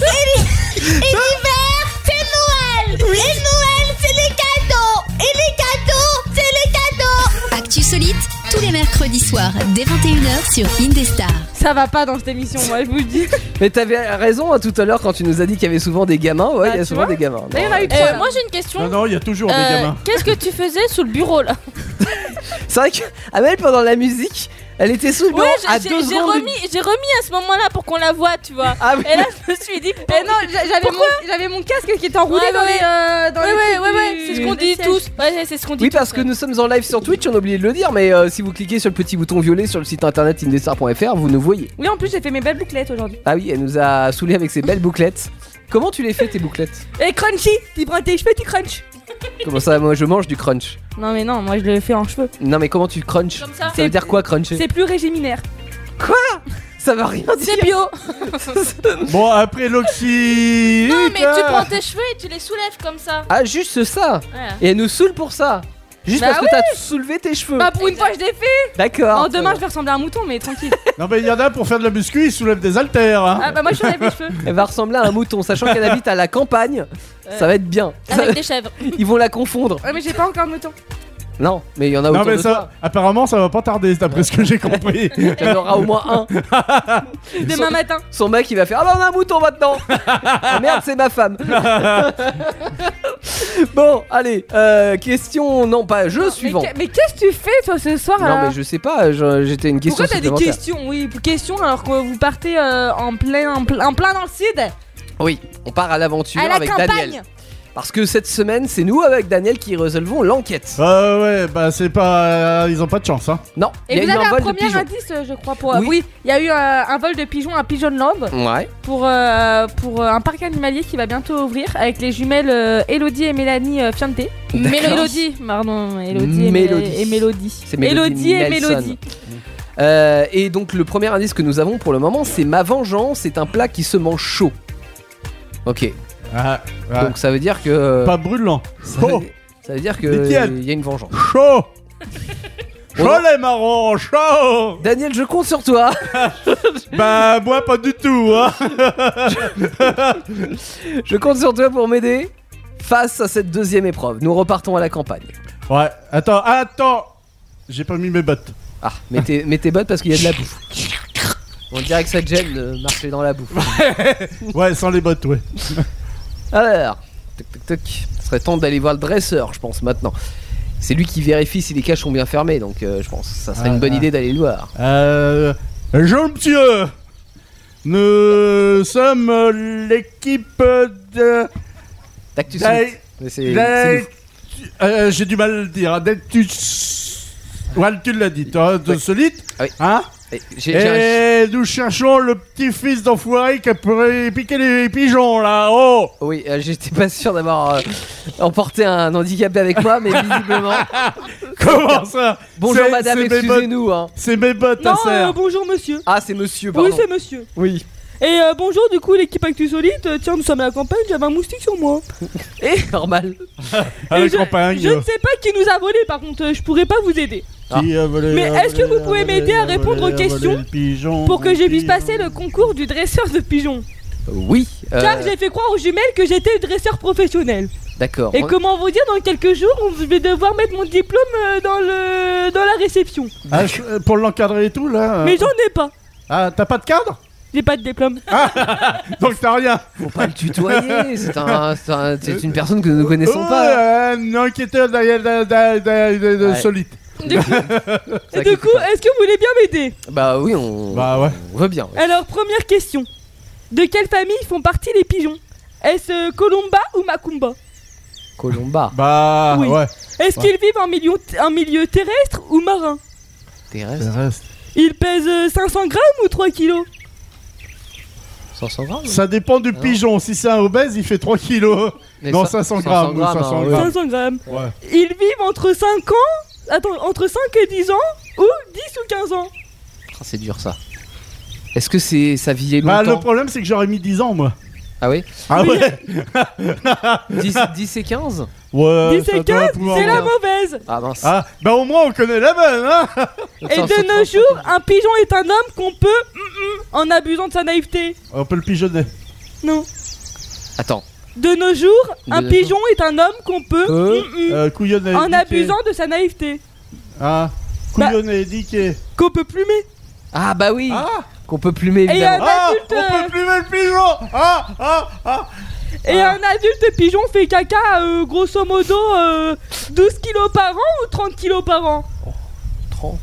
Speaker 8: l'hi- Et l'hiver c'est Noël. Et Noël c'est les cadeaux. Et les cadeaux c'est les cadeaux.
Speaker 2: Actu Solite, tous les mercredis soirs dès 21h sur Indestar.
Speaker 7: Ça va pas dans cette émission, moi, je vous le dis.
Speaker 5: Mais t'avais raison hein, tout à l'heure quand tu nous as dit qu'il y avait souvent des gamins.
Speaker 4: Bah,
Speaker 5: Ouais, il y a souvent des gamins.
Speaker 7: D'ailleurs, il y en a eu trois, là. Euh, moi, j'ai une question.
Speaker 6: Non, non, il y a toujours des
Speaker 7: Euh,
Speaker 6: gamins.
Speaker 7: Qu'est-ce que tu faisais sous le bureau là
Speaker 5: C'est vrai que Amel pendant la musique, elle était sous le bureau
Speaker 7: Ouais,
Speaker 5: à
Speaker 7: j'ai- j'ai
Speaker 5: deux
Speaker 7: j'ai
Speaker 5: secondes. Ah
Speaker 7: remis, j'ai remis à ce moment-là pour qu'on la voie, tu vois. Et là, je me suis dit.
Speaker 5: Oh
Speaker 4: Eh
Speaker 7: eh
Speaker 4: non, j'a- j'avais
Speaker 7: Pourquoi
Speaker 4: mon- j'avais mon casque qui était enroulé
Speaker 7: Ouais,
Speaker 4: dans
Speaker 7: ouais,
Speaker 4: les, euh, dans
Speaker 7: ouais,
Speaker 4: les
Speaker 7: ouais,
Speaker 4: trucs
Speaker 7: ouais,
Speaker 4: du-
Speaker 7: ouais, c'est ce qu'on
Speaker 4: des
Speaker 7: dit
Speaker 4: sièges.
Speaker 7: tous. Ouais, ouais, c'est ce qu'on dit
Speaker 5: Oui,
Speaker 7: tous.
Speaker 5: parce que nous sommes en live sur Twitch, on a oublié de le dire, mais euh, si vous cliquez sur le petit bouton violet sur le site internet indestar.fr, vous nous voyez.
Speaker 4: Oui, en plus, j'ai fait mes belles bouclettes aujourd'hui.
Speaker 5: Ah oui, elle nous a saoulé avec ses belles bouclettes. Comment tu les fais tes bouclettes
Speaker 4: Et crunchy, tu prends tes cheveux, tu crunch.
Speaker 5: Comment ça Moi je mange du crunch.
Speaker 4: Non, mais non, moi je le fais en cheveux.
Speaker 5: Non mais comment tu crunch
Speaker 4: Comme ça.
Speaker 5: veut dire quoi cruncher
Speaker 4: C'est plus régiminaire.
Speaker 5: Quoi Ça va rien
Speaker 7: C'est bio.
Speaker 6: Bon, après l'oxy.
Speaker 7: non, mais tu prends tes cheveux et tu les soulèves comme ça.
Speaker 5: Ah juste ça
Speaker 7: Ouais.
Speaker 5: Et elle nous saoule pour ça Juste
Speaker 7: Bah
Speaker 5: parce
Speaker 7: oui.
Speaker 5: que t'as soulevé tes cheveux
Speaker 4: Bah, pour une fois, je l'ai fait.
Speaker 5: D'accord
Speaker 4: Oh, demain, je vais ressembler à un mouton, mais tranquille.
Speaker 6: Non, mais il y en a pour faire de la muscu, ils soulèvent des haltères. hein.
Speaker 4: Ah, bah, moi, je soulève les cheveux.
Speaker 5: Elle va ressembler à un mouton, sachant qu'elle habite à la campagne. Ça va être bien.
Speaker 7: Avec des chèvres.
Speaker 5: Ils vont la confondre.
Speaker 4: Ouais, mais j'ai pas encore de mouton.
Speaker 5: Non, mais il y en a
Speaker 6: non,
Speaker 5: autour
Speaker 6: mais
Speaker 5: de
Speaker 6: ça, apparemment, ça va pas tarder, d'après ce que j'ai compris.
Speaker 5: toi. Il y en aura au moins un.
Speaker 4: Demain matin.
Speaker 5: Son mec, il va faire Ah bah on a un mouton maintenant Ah merde, c'est ma femme Bon, allez, euh, question, non pas, jeu suivant.
Speaker 4: Mais, que- mais qu'est-ce que tu fais, toi, ce soir
Speaker 5: Non,
Speaker 4: là
Speaker 5: mais je sais pas, je- j'étais une question
Speaker 4: Pourquoi t'as des
Speaker 5: supplémentaire.
Speaker 4: questions Oui, questions alors que vous partez euh, en, plein, en, plein, en plein dans le sud,
Speaker 5: Oui, on part à l'aventure
Speaker 4: à la
Speaker 5: avec
Speaker 4: campagne.
Speaker 5: Daniel. Parce que cette semaine, c'est nous avec Daniel qui résolvons l'enquête.
Speaker 6: Ah ouais, bah c'est pas. ils ont pas de chance, hein.
Speaker 5: Non, il
Speaker 4: Et
Speaker 5: y a
Speaker 4: vous
Speaker 5: eu
Speaker 4: avez
Speaker 5: un
Speaker 4: un
Speaker 5: vol de
Speaker 4: premier
Speaker 5: pigeons.
Speaker 4: indice, euh, je crois, pour. euh,
Speaker 5: Oui.
Speaker 4: Oui, il y a eu euh, un vol de pigeons à Pigeonland
Speaker 5: Ouais,
Speaker 4: pour, euh, pour euh, un parc animalier qui va bientôt ouvrir avec les jumelles euh, Elodie et Mélanie euh, Fiante.
Speaker 7: Mélodie.
Speaker 4: Mélodie, pardon, Elodie et,
Speaker 5: Mélodie.
Speaker 4: Mélodie. et Mélodie.
Speaker 5: c'est
Speaker 4: Élodie
Speaker 5: Mélodie.
Speaker 4: et
Speaker 5: Nelson.
Speaker 4: Mélodie.
Speaker 5: Euh, et donc le premier indice que nous avons pour le moment, c'est ma vengeance C'est un plat qui se mange chaud. Ok,
Speaker 6: Ah, ah.
Speaker 5: donc ça veut dire que euh,
Speaker 6: Pas brûlant.
Speaker 5: ça,
Speaker 6: Chaud
Speaker 5: veut, ça veut dire que
Speaker 6: Nickel.
Speaker 5: il y a une vengeance.
Speaker 6: Chaud Chaud les marrons Chaud
Speaker 5: Daniel, je compte sur toi.
Speaker 6: Bah, moi, pas du tout, hein
Speaker 5: Je compte sur toi pour m'aider face à cette deuxième épreuve. Nous repartons à la campagne.
Speaker 6: Ouais, attends, attends J'ai pas mis mes bottes.
Speaker 5: Ah, mets tes, mets tes bottes parce qu'il y a de la bouffe. On dirait que ça te gêne de marcher dans la bouffe.
Speaker 6: Ouais, sans les bottes, ouais.
Speaker 5: Alors, toc toc toc. Ce serait temps d'aller voir le dresseur, je pense, maintenant. C'est lui qui vérifie si les caches sont bien fermées, donc euh, je pense que ça serait
Speaker 6: Ah,
Speaker 5: une bonne
Speaker 6: ah.
Speaker 5: idée d'aller le voir.
Speaker 6: Euh. Jean Monsieur Nous sommes l'équipe de.
Speaker 5: Tactus.
Speaker 6: d'Aï-
Speaker 5: Mais c'est- c'est
Speaker 6: d'Aï-
Speaker 5: nous.
Speaker 6: Euh, J'ai du mal à le dire. hein, D'Aïtus. Ouais, tu l'as dit, toi, de
Speaker 5: Oui.
Speaker 6: solide.
Speaker 5: Ah oui.
Speaker 6: Hein
Speaker 5: Eh, j'ai- j'ai un-
Speaker 6: Et nous cherchons le petit-fils d'enfoiré qui a pu- piqué les pigeons là. Oh
Speaker 5: Oui, euh, j'étais pas sûr d'avoir euh, emporté un handicapé avec moi, mais visiblement.
Speaker 6: Comment ça
Speaker 5: Bonjour
Speaker 6: C'est-
Speaker 5: madame,
Speaker 6: c'est mes bottes-
Speaker 5: excusez-nous. hein.
Speaker 6: C'est mes bottes à
Speaker 4: Non, euh,
Speaker 6: serre.
Speaker 4: bonjour monsieur.
Speaker 5: Ah, c'est monsieur,
Speaker 4: Oui,
Speaker 5: pardon.
Speaker 4: c'est monsieur.
Speaker 5: Oui.
Speaker 4: Et euh, bonjour, du coup, l'équipe Actu Solide. Euh, Tiens, nous sommes à la campagne, j'avais un moustique sur moi.
Speaker 5: Normal.
Speaker 6: À Ah, la
Speaker 4: Et je-
Speaker 6: campagne.
Speaker 4: Je ne sais pas qui nous a volé, par contre, euh, je pourrais pas vous aider.
Speaker 6: Qui a volé,
Speaker 4: Mais
Speaker 6: a
Speaker 4: est-ce que
Speaker 6: volé,
Speaker 4: vous
Speaker 6: a
Speaker 4: pouvez
Speaker 6: volé,
Speaker 4: m'aider à
Speaker 6: a
Speaker 4: répondre
Speaker 6: volé,
Speaker 4: aux
Speaker 6: a volé
Speaker 4: questions
Speaker 6: le pigeon,
Speaker 4: Pour que
Speaker 6: le
Speaker 4: je puisse
Speaker 6: pigeon.
Speaker 4: passer le concours du dresseur de pigeons.
Speaker 5: Oui. euh,
Speaker 4: Car j'ai fait croire aux jumelles que j'étais dresseur professionnel.
Speaker 5: D'accord.
Speaker 4: Et
Speaker 5: On-
Speaker 4: comment vous dire, dans quelques jours, on- je vais devoir mettre mon diplôme euh, dans, le... dans la réception.
Speaker 6: Ah, je- euh, Pour l'encadrer et tout là. euh,
Speaker 4: Mais j'en ai pas.
Speaker 6: Ah, t'as pas de cadre
Speaker 4: J'ai pas de diplôme.
Speaker 6: Donc t'as rien.
Speaker 5: Faut pas le tutoyer. c'est un- c'est un- c'est une personne que nous ne
Speaker 6: Ils
Speaker 5: connaissons
Speaker 6: sont
Speaker 5: pas.
Speaker 6: Un enquêteur d'ailleurs de- de- de- de- de-
Speaker 5: Ouais.
Speaker 6: solide.
Speaker 5: C'est ça
Speaker 4: du
Speaker 5: qui
Speaker 4: coup,
Speaker 5: fait peur.
Speaker 4: est-ce que vous voulez bien m'aider
Speaker 5: Bah oui, on,
Speaker 6: Bah ouais.
Speaker 5: on veut bien. ouais.
Speaker 4: Alors, première question. De quelle famille font partie les pigeons Est-ce euh, Columba ou Macumba
Speaker 5: Colomba,
Speaker 6: Bah
Speaker 4: Oui.
Speaker 6: ouais.
Speaker 4: Est-ce
Speaker 6: Ouais.
Speaker 4: qu'ils vivent en milieu, en milieu terrestre ou marin
Speaker 5: terrestre,
Speaker 6: Le reste.
Speaker 4: Ils pèsent euh, 500 grammes ou 3 kilos
Speaker 5: 500 grammes.
Speaker 6: Ça dépend du pigeon. Si c'est un obèse, il fait 3 kilos.
Speaker 5: Mais
Speaker 6: Non,
Speaker 5: ça-
Speaker 6: 500 grammes, ou 500
Speaker 5: hein, ouais.
Speaker 6: grammes.
Speaker 4: 500 grammes.
Speaker 6: Ouais.
Speaker 4: Ils vivent entre 5 ans Attends, entre 5 et 10 ans Ou 10 ou 15 ans
Speaker 5: Ah, C'est dur ça. Est-ce que c'est ça vivait
Speaker 6: Bah le
Speaker 5: longtemps
Speaker 6: problème c'est que j'aurais mis 10 ans moi.
Speaker 5: Ah oui
Speaker 6: Ah
Speaker 4: Oui.
Speaker 6: ouais
Speaker 5: 10, 10 et 15
Speaker 6: Ouais,
Speaker 4: 10
Speaker 6: Euh, ça
Speaker 4: et
Speaker 6: doit
Speaker 4: 15,
Speaker 6: pouvoir
Speaker 4: c'est la
Speaker 6: voir.
Speaker 4: mauvaise
Speaker 5: Ah mince.
Speaker 6: Ah, bah au moins on connaît la bonne, hein
Speaker 4: Et de nos jours, un pigeon est un homme qu'on peut mm, mm, en abusant de sa naïveté.
Speaker 6: On peut le pigeonner.
Speaker 4: Non.
Speaker 5: Attends.
Speaker 4: De nos jours,
Speaker 5: De
Speaker 4: un
Speaker 5: nos
Speaker 4: pigeon est un homme qu'on peut mm,
Speaker 5: Euh,
Speaker 4: mm,
Speaker 6: Euh, couillonner.
Speaker 4: en
Speaker 6: niquer.
Speaker 4: abusant Bah. de sa naïveté.
Speaker 6: Ah, couillonner, niquer.
Speaker 4: Qu'on peut plumer.
Speaker 5: Ah bah oui
Speaker 6: Ah
Speaker 5: qu'on peut plumer
Speaker 4: Et il y a un
Speaker 5: évidemment.
Speaker 4: adulte. euh,
Speaker 6: Ah,
Speaker 4: Et un adulte pigeon fait caca euh, grosso modo euh, 12 kilos par an ou 30 kilos par an
Speaker 5: 30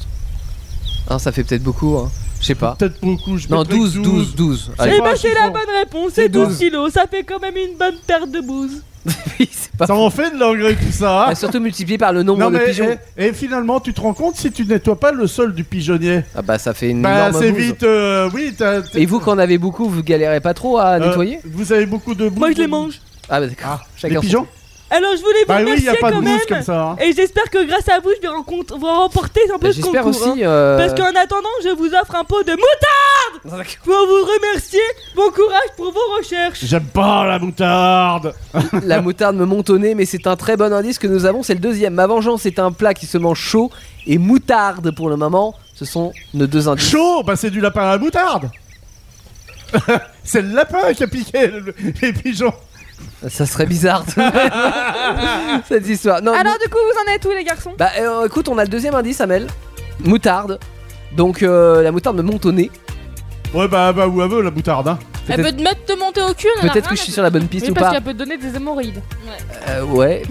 Speaker 5: Ah, ça fait peut-être beaucoup, hein. je sais pas.
Speaker 6: ah. Peut-être beaucoup, je
Speaker 5: Non,
Speaker 6: mettrais
Speaker 5: 12,
Speaker 6: 12.
Speaker 5: 12, 12.
Speaker 4: Eh
Speaker 5: Allez.
Speaker 4: bah c'est la bonne réponse, c'est 12
Speaker 5: 12.
Speaker 4: kilos, ça fait quand même une bonne paire de bouses.
Speaker 6: Ça en fait de l'engrais tout ça. hein.
Speaker 5: Bah, surtout multiplié par le nombre
Speaker 6: Non,
Speaker 5: de
Speaker 6: mais, eh,
Speaker 5: pigeons.
Speaker 6: Et, et finalement, tu te rends compte si tu nettoies pas le sol du pigeonnier
Speaker 5: Ah bah ça fait une
Speaker 6: Bah,
Speaker 5: énorme
Speaker 6: c'est
Speaker 5: bouse.
Speaker 6: vite. euh, oui, t'as- t'as-
Speaker 5: Et vous, quand en avez beaucoup, vous galérez pas trop à
Speaker 6: euh,
Speaker 5: nettoyer
Speaker 6: Vous avez beaucoup de boue
Speaker 4: Moi je les mange.
Speaker 5: Ah bah d'accord.
Speaker 6: Les
Speaker 5: Chacun son-
Speaker 6: pigeons
Speaker 4: Alors je voulais vous
Speaker 6: Bah oui,
Speaker 4: remercier
Speaker 6: y a pas de
Speaker 4: quand
Speaker 6: mousse
Speaker 4: même.
Speaker 6: comme ça, hein.
Speaker 4: Et j'espère que grâce à vous je vais rencontre- vous remporter un peu ce
Speaker 5: Bah, J'espère
Speaker 4: concours. hein.
Speaker 5: aussi. euh,
Speaker 4: Parce qu'en attendant, je vous offre un pot de moutarde pour vous remercier. Bon courage pour vos recherches.
Speaker 6: J'aime pas la moutarde
Speaker 5: La moutarde me monte au nez, mais c'est un très bon indice que nous avons. C'est le deuxième. Ma vengeance est un plat qui se mange chaud et moutarde pour le moment. Ce sont nos deux indices.
Speaker 6: Chaud Bah, c'est du lapin à la moutarde C'est le lapin qui a piqué le- les pigeons
Speaker 5: Ça serait bizarre cette histoire. Non,
Speaker 4: Alors du coup, vous en êtes où les garçons
Speaker 5: Bah euh, écoute, on a le deuxième indice, Amel. Moutarde. Donc euh, la moutarde me monte au nez.
Speaker 6: Ouais, bah, bah, ou aveu la moutarde, hein
Speaker 7: Elle peut te mettre te monter au cul, on en a
Speaker 5: Peut-être
Speaker 7: rien
Speaker 5: que je suis
Speaker 7: à-
Speaker 5: sur la bonne piste
Speaker 4: Oui,
Speaker 5: ou
Speaker 4: parce
Speaker 5: pas.
Speaker 4: qu'elle peut donner des hémorroïdes.
Speaker 5: Euh, ouais.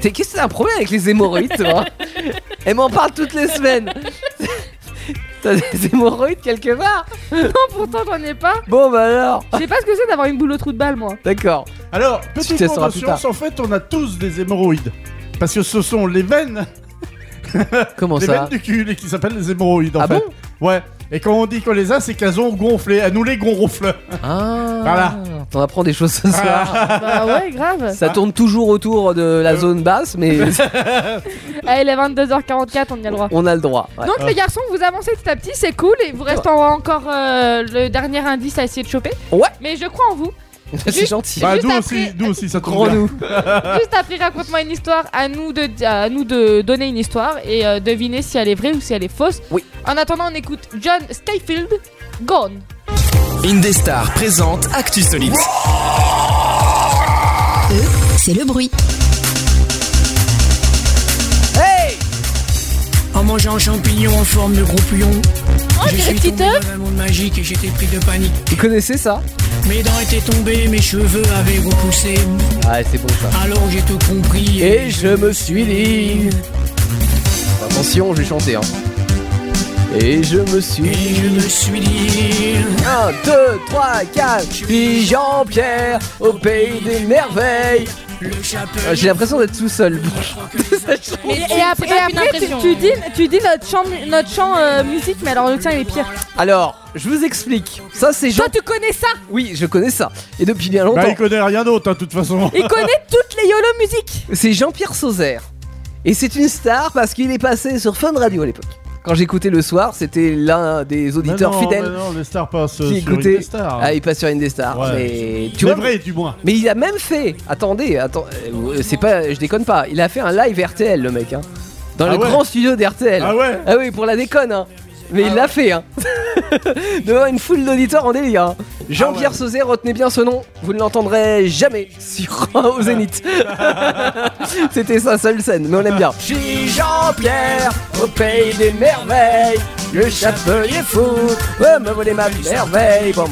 Speaker 5: T'es qu'est-ce que c'est un problème avec les hémorroïdes, toi Elle m'en parle toutes les semaines. T'as des hémorroïdes quelque part
Speaker 4: Non, pourtant j'en ai pas.
Speaker 5: Bon bah alors,
Speaker 4: Je sais pas ce que c'est d'avoir une boule au trou de balle, moi.
Speaker 5: d'accord.
Speaker 6: Alors, petite
Speaker 5: testeras plus
Speaker 6: convention, en fait, on a tous des hémorroïdes. Parce que ce sont les veines,
Speaker 5: Comment
Speaker 6: les
Speaker 5: ça
Speaker 6: veines du cul, et qui s'appellent les hémorroïdes, en
Speaker 5: Ah
Speaker 6: fait.
Speaker 5: bon
Speaker 6: ouais. Et quand on dit qu'on les a, c'est qu'elles ont gonflé. À nous les gonfle.
Speaker 5: Ah.
Speaker 6: Voilà.
Speaker 5: T'en apprends des choses ce soir.
Speaker 4: bah ouais, grave.
Speaker 5: Ça tourne toujours autour de la zone basse, mais
Speaker 4: Ah, il est 22h44, on y a le droit.
Speaker 5: on a le droit. ouais.
Speaker 4: Donc les garçons, vous avancez petit à petit, c'est cool. Et vous reste en- encore euh, le dernier indice à essayer de choper.
Speaker 5: Ouais.
Speaker 4: Mais je crois en vous.
Speaker 5: c'est gentil.
Speaker 6: Bah,
Speaker 4: Juste
Speaker 6: nous
Speaker 4: après-
Speaker 6: aussi, nous aussi, ça tombe
Speaker 5: Grand
Speaker 6: bien.
Speaker 5: nous.
Speaker 6: Ah.
Speaker 4: Juste après, raconte-moi une histoire. À nous de, à nous de donner une histoire et euh, deviner si elle est vraie ou si elle est fausse.
Speaker 5: Oui.
Speaker 4: En attendant, on écoute John Stayfield, Gone.
Speaker 3: Indestar présente Actu Solide.
Speaker 2: E, c'est le bruit.
Speaker 12: En mangeant champignons en forme de gros pion,
Speaker 7: Oh,
Speaker 12: je
Speaker 7: j'ai
Speaker 12: suis
Speaker 7: petit
Speaker 12: tombé dans un monde magique et j'étais pris de panique.
Speaker 5: Vous connaissez ça
Speaker 12: Mes dents étaient tombées, mes cheveux avaient repoussé.
Speaker 5: Ah, c'est bon ça.
Speaker 12: Alors j'ai tout compris.
Speaker 5: Et je me suis dit. Attention, je vais chanter. Hein. Et je me
Speaker 12: Et
Speaker 5: suis.
Speaker 12: je me suis dit.
Speaker 5: 1, 2, 3, 4. Puis Jean-Pierre au pays des merveilles.
Speaker 12: Le
Speaker 5: Euh,
Speaker 12: chapelier.
Speaker 5: J'ai l'impression d'être tout seul.
Speaker 7: Mais
Speaker 4: Et,
Speaker 7: c'est
Speaker 4: après,
Speaker 7: pas une
Speaker 4: après, tu,
Speaker 7: impression.
Speaker 4: tu dis, tu dis notre chant, mu- notre chant euh, musique, mais alors le tien il est pire.
Speaker 5: Alors, je vous explique. Ça, c'est Jean.
Speaker 4: Toi, tu connais ça
Speaker 5: Oui, je connais ça. Et depuis bien
Speaker 6: Bah,
Speaker 5: longtemps.
Speaker 6: il connaît rien d'autre, hein, de toute façon.
Speaker 4: Il connaît toutes les YOLO musiques.
Speaker 5: C'est Jean-Pierre Sauzère. Et c'est une star parce qu'il est passé sur Fun Radio à l'époque. Quand j'écoutais le soir, c'était l'un des
Speaker 6: Mais
Speaker 5: auditeurs
Speaker 6: non, mais
Speaker 5: fidèles.
Speaker 6: Non, les stars passent euh,
Speaker 5: Qui
Speaker 6: sur
Speaker 5: écoutait-
Speaker 6: Indestar.
Speaker 5: Ah, il passe sur Indestar.
Speaker 6: Ouais.
Speaker 5: Mais tu
Speaker 6: C'est
Speaker 5: vois.
Speaker 6: vrai, du moins.
Speaker 5: Mais il a même fait. Attendez, attends. euh, C'est pas. Je déconne pas. Il a fait un live RTL, le mec. Hein, dans
Speaker 6: Ah
Speaker 5: le
Speaker 6: ouais.
Speaker 5: grand studio d'RTL.
Speaker 6: Ah ouais
Speaker 5: Ah oui, pour la déconne. Hein. Mais il l'a fait. Hein. Devant une foule d'auditeurs en délire. hein. Jean-Pierre Sauzet, retenez bien ce nom. Vous ne l'entendrez jamais sur au Zénith. C'était sa seule scène, mais on l'aime bien. Je suis Jean-Pierre au pays des merveilles. Le chapelier fou veut me voler ma merveille. Bon,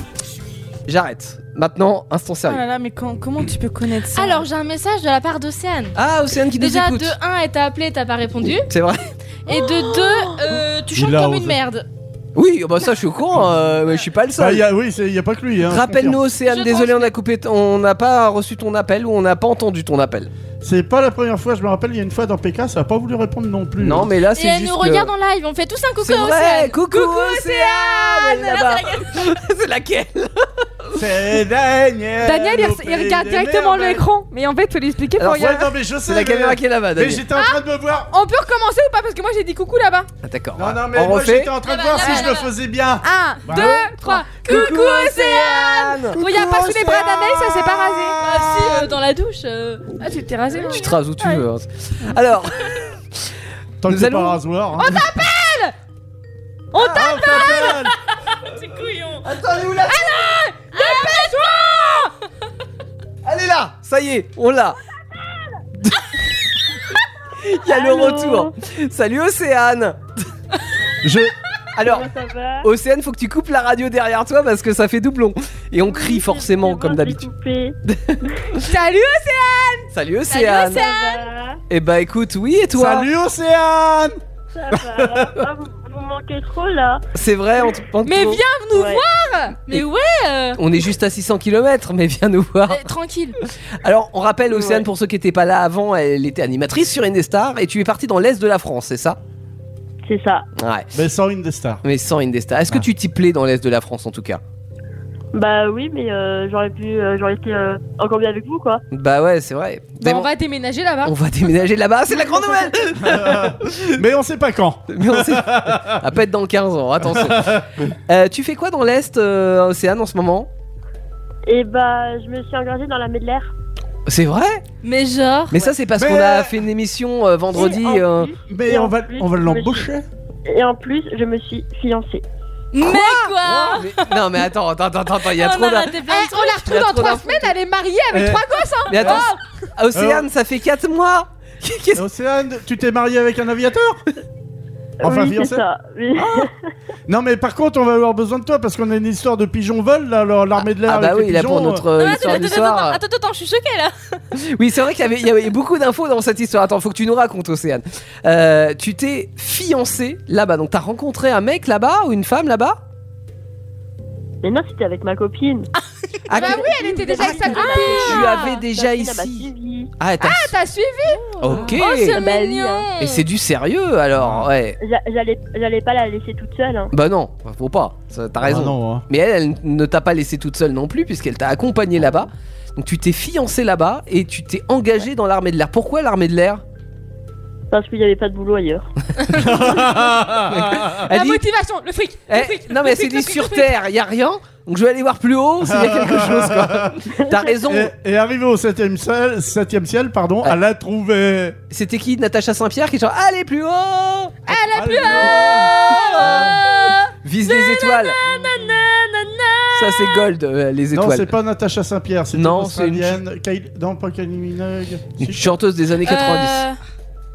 Speaker 5: j'arrête. Maintenant, instant
Speaker 13: Oh
Speaker 5: sérieux.
Speaker 13: là là, mais quand- comment tu peux connaître ça
Speaker 7: Alors j'ai un message de la part d'Océane.
Speaker 5: Ah, Océane qui
Speaker 7: Déjà,
Speaker 5: nous
Speaker 7: de
Speaker 5: écoute. Oh
Speaker 7: 1, elle t'a appelé, t'as pas répondu.
Speaker 5: C'est vrai.
Speaker 7: Et de 2, tu
Speaker 6: Il
Speaker 7: chantes
Speaker 6: a
Speaker 7: comme
Speaker 6: osé.
Speaker 7: une merde.
Speaker 5: Oui, bah ça, je suis au courant, euh, mais je suis pas le
Speaker 6: Bah,
Speaker 5: seul.
Speaker 6: il y a, oui, c'est- il y a pas que lui. Hein, je
Speaker 5: Rappelle-nous, Océane,
Speaker 7: Je
Speaker 5: désolé, on a coupé, t- on n'a pas reçu ton appel ou on n'a pas entendu ton appel.
Speaker 6: confirme. C'est pas la première fois, je me rappelle, il y a une fois dans PK, ça a pas voulu répondre non plus.
Speaker 5: Non, mais là,
Speaker 7: Et
Speaker 5: Ah, c'est
Speaker 7: elle
Speaker 5: juste.
Speaker 7: nous
Speaker 5: que-
Speaker 7: regarde en live, on fait tous un coucou Ah,
Speaker 5: C'est
Speaker 7: à
Speaker 5: vrai, eh ben,
Speaker 7: Océane.
Speaker 5: coucou, Océane Elle est là-bas. C'est laquelle
Speaker 6: C'est Daniel
Speaker 4: Daniel, il,
Speaker 6: au
Speaker 4: il
Speaker 6: Euh, pays
Speaker 4: regarde
Speaker 6: des
Speaker 4: directement
Speaker 6: merveilles.
Speaker 4: l'écran, mais en fait, faut l'expliquer pour
Speaker 5: Alors,
Speaker 4: rien.
Speaker 6: Ouais, non, mais je sais.
Speaker 5: C'est la
Speaker 6: mais-
Speaker 5: caméra qui est là-bas,
Speaker 6: Mais
Speaker 5: Daniel.
Speaker 6: j'étais en train de me voir.
Speaker 4: On peut recommencer ou pas Parce que moi, j'ai dit coucou là-bas.
Speaker 5: Ah, D'accord.
Speaker 6: Non, non, mais
Speaker 5: on
Speaker 6: moi
Speaker 5: refait. Ah,
Speaker 6: j'étais en train de
Speaker 7: Là-bas,
Speaker 6: voir si
Speaker 7: là-bas,
Speaker 6: je le
Speaker 7: là-bas.
Speaker 6: faisais bien.
Speaker 4: 1,
Speaker 6: Bah,
Speaker 4: 2, 3. Coucou
Speaker 5: Océane
Speaker 4: Regarde, pas sous les bras d'Anaïs, ça s'est pas rasé.
Speaker 7: Ah, si, euh, dans la douche. euh.
Speaker 4: Ah, tu t'es rasé, non
Speaker 5: Tu te rases où tu veux. hein. Alors,
Speaker 6: Tant que
Speaker 5: Nous
Speaker 6: c'est
Speaker 5: allons-
Speaker 6: pas un rasoir. hein.
Speaker 4: On t'a
Speaker 6: Ah, on t'appelle
Speaker 5: allez là Ça y est, on l'a Il y a le retour. Salut Océane
Speaker 6: Je.
Speaker 5: Alors,
Speaker 14: Comment ça va
Speaker 5: Océane, faut que tu coupes la radio derrière toi parce que ça fait doublon. Et on crie forcément, comme d'habitude.
Speaker 4: Salut Océane
Speaker 5: Salut Océane
Speaker 4: Salut Océane
Speaker 5: Eh bah écoute, oui, et toi
Speaker 6: Salut Océane
Speaker 14: Ça va Ah, vous, vous manquez trop là.
Speaker 5: C'est vrai, on te manque
Speaker 7: Mais
Speaker 5: trop.
Speaker 7: viens nous
Speaker 14: Ouais.
Speaker 7: voir Mais ouais euh,
Speaker 5: On est juste à 600 km, mais viens nous voir.
Speaker 7: eh, Tranquille.
Speaker 5: Alors, on rappelle, Océane, pour ceux qui n'étaient pas là avant, elle était animatrice sur Indestar et tu es partie dans l'est de la France, c'est ça
Speaker 14: C'est ça.
Speaker 5: Ouais.
Speaker 6: Mais sans Indestar.
Speaker 5: Mais sans Indestar. Est-ce que tu t'y plais dans l'est de la France en tout cas
Speaker 14: Bah oui, mais euh, j'aurais pu, euh, j'aurais été euh, encore mieux avec vous quoi.
Speaker 5: Bah ouais, c'est vrai.
Speaker 7: Bah, on va déménager là-bas.
Speaker 5: On va déménager là-bas, c'est la grande nouvelle
Speaker 6: Mais on sait pas quand.
Speaker 5: Mais on sait. À pas être dans 15 ans, attention. Euh, tu fais quoi dans l'est, euh, Océane, en ce moment
Speaker 14: Et bah, je me suis engagée dans la Médler.
Speaker 5: C'est vrai
Speaker 7: Mais genre.
Speaker 5: Mais ça, c'est parce
Speaker 14: Mais,
Speaker 5: qu'on a
Speaker 14: euh,
Speaker 5: fait une émission euh, vendredi. euh,
Speaker 14: Et en plus, je me suis- Et en plus, je me suis fiancée.
Speaker 7: Mais quoi
Speaker 5: Non, mais attends, attends, attends, attends, il y a
Speaker 7: Ah. On
Speaker 5: trop oh,
Speaker 7: a
Speaker 5: d'a-
Speaker 7: raté plein de
Speaker 4: Eh, On la
Speaker 5: Il y
Speaker 4: retrouve
Speaker 5: a
Speaker 4: dans
Speaker 5: trop
Speaker 4: trois
Speaker 5: d'infos.
Speaker 4: semaines, elle est mariée avec
Speaker 6: Eh.
Speaker 4: trois gosses hein
Speaker 5: Mais attends,
Speaker 4: Oh
Speaker 5: Océane, ça fait 4 mois Qu'est-ce-
Speaker 6: Océane, tu t'es mariée avec un aviateur Enfin,
Speaker 14: Oui, c'est
Speaker 6: fiancée
Speaker 14: ça, oui.
Speaker 6: Non, mais par contre, on va avoir besoin de toi parce qu'on a une histoire de pigeon vol là, alors, l'armée de l'air.
Speaker 5: Ah bah
Speaker 6: avec
Speaker 5: oui,
Speaker 6: les
Speaker 5: là
Speaker 6: pigeons,
Speaker 5: pour notre
Speaker 6: euh,
Speaker 5: euh,
Speaker 7: Non, attends,
Speaker 5: histoire
Speaker 7: attends,
Speaker 5: du
Speaker 7: attends, attends,
Speaker 5: soir.
Speaker 7: attends, attends, je suis choquée là.
Speaker 5: Oui, c'est vrai qu'il y avait, il y avait beaucoup d'infos dans cette histoire. Attends, faut que tu nous racontes, Océane. Euh, tu t'es fiancée là-bas, donc t'as rencontré un mec là-bas ou une femme là-bas
Speaker 14: Mais non, c'était avec ma copine. Ah
Speaker 5: Ah,
Speaker 4: Bah
Speaker 5: que-
Speaker 4: oui, elle était déjà avec sa copine
Speaker 5: tu avais Ah, déjà ici. Ah, t'as-
Speaker 4: Ah, t'as suivi
Speaker 5: Ok.
Speaker 4: Oh,
Speaker 6: Eh
Speaker 4: c'est
Speaker 6: ben,
Speaker 14: Bah oui,
Speaker 4: mignon
Speaker 14: hein.
Speaker 5: Et c'est du sérieux
Speaker 6: Ah.
Speaker 5: alors, ouais.
Speaker 14: J'a- J'allais j'allais pas la laisser toute seule. hein.
Speaker 5: Bah non, faut pas, ça- t'as raison.
Speaker 6: non, hein.
Speaker 5: Mais elle, elle ne t'a pas laissé toute seule non plus, puisqu'elle t'a
Speaker 6: Ah.
Speaker 5: accompagnée là-bas. Donc tu t'es fiancée là-bas et tu t'es engagée dans l'armée de l'air. Pourquoi l'armée de l'air
Speaker 14: Parce qu'il n'y avait pas de boulot ailleurs.
Speaker 5: Elle
Speaker 6: Ah,
Speaker 4: La
Speaker 5: dit-
Speaker 4: motivation, le fric
Speaker 5: Eh, non
Speaker 4: le
Speaker 5: mais c'est
Speaker 4: fric, le
Speaker 5: dit
Speaker 4: fric,
Speaker 5: sur
Speaker 4: le fric.
Speaker 5: Terre, y a rien. Donc je vais aller voir plus haut s'il y a quelque chose. quoi. T'as raison.
Speaker 6: Et, et arrivé au 7ème ciel, septième ciel pardon,
Speaker 5: Ah.
Speaker 6: elle a trouvé.
Speaker 5: C'était qui Natacha Saint-Pierre qui est genre allez plus haut,
Speaker 4: Elle
Speaker 6: Ah,
Speaker 4: a plus
Speaker 5: vise les étoiles. Ça c'est gold euh, les
Speaker 6: Non,
Speaker 5: étoiles.
Speaker 6: c'est pas Natacha Saint-Pierre, c'est une
Speaker 5: Non, c'est une-
Speaker 6: australienne. Kylie- Non, pas Kylie Minogue.
Speaker 5: Une chanteuse des années 90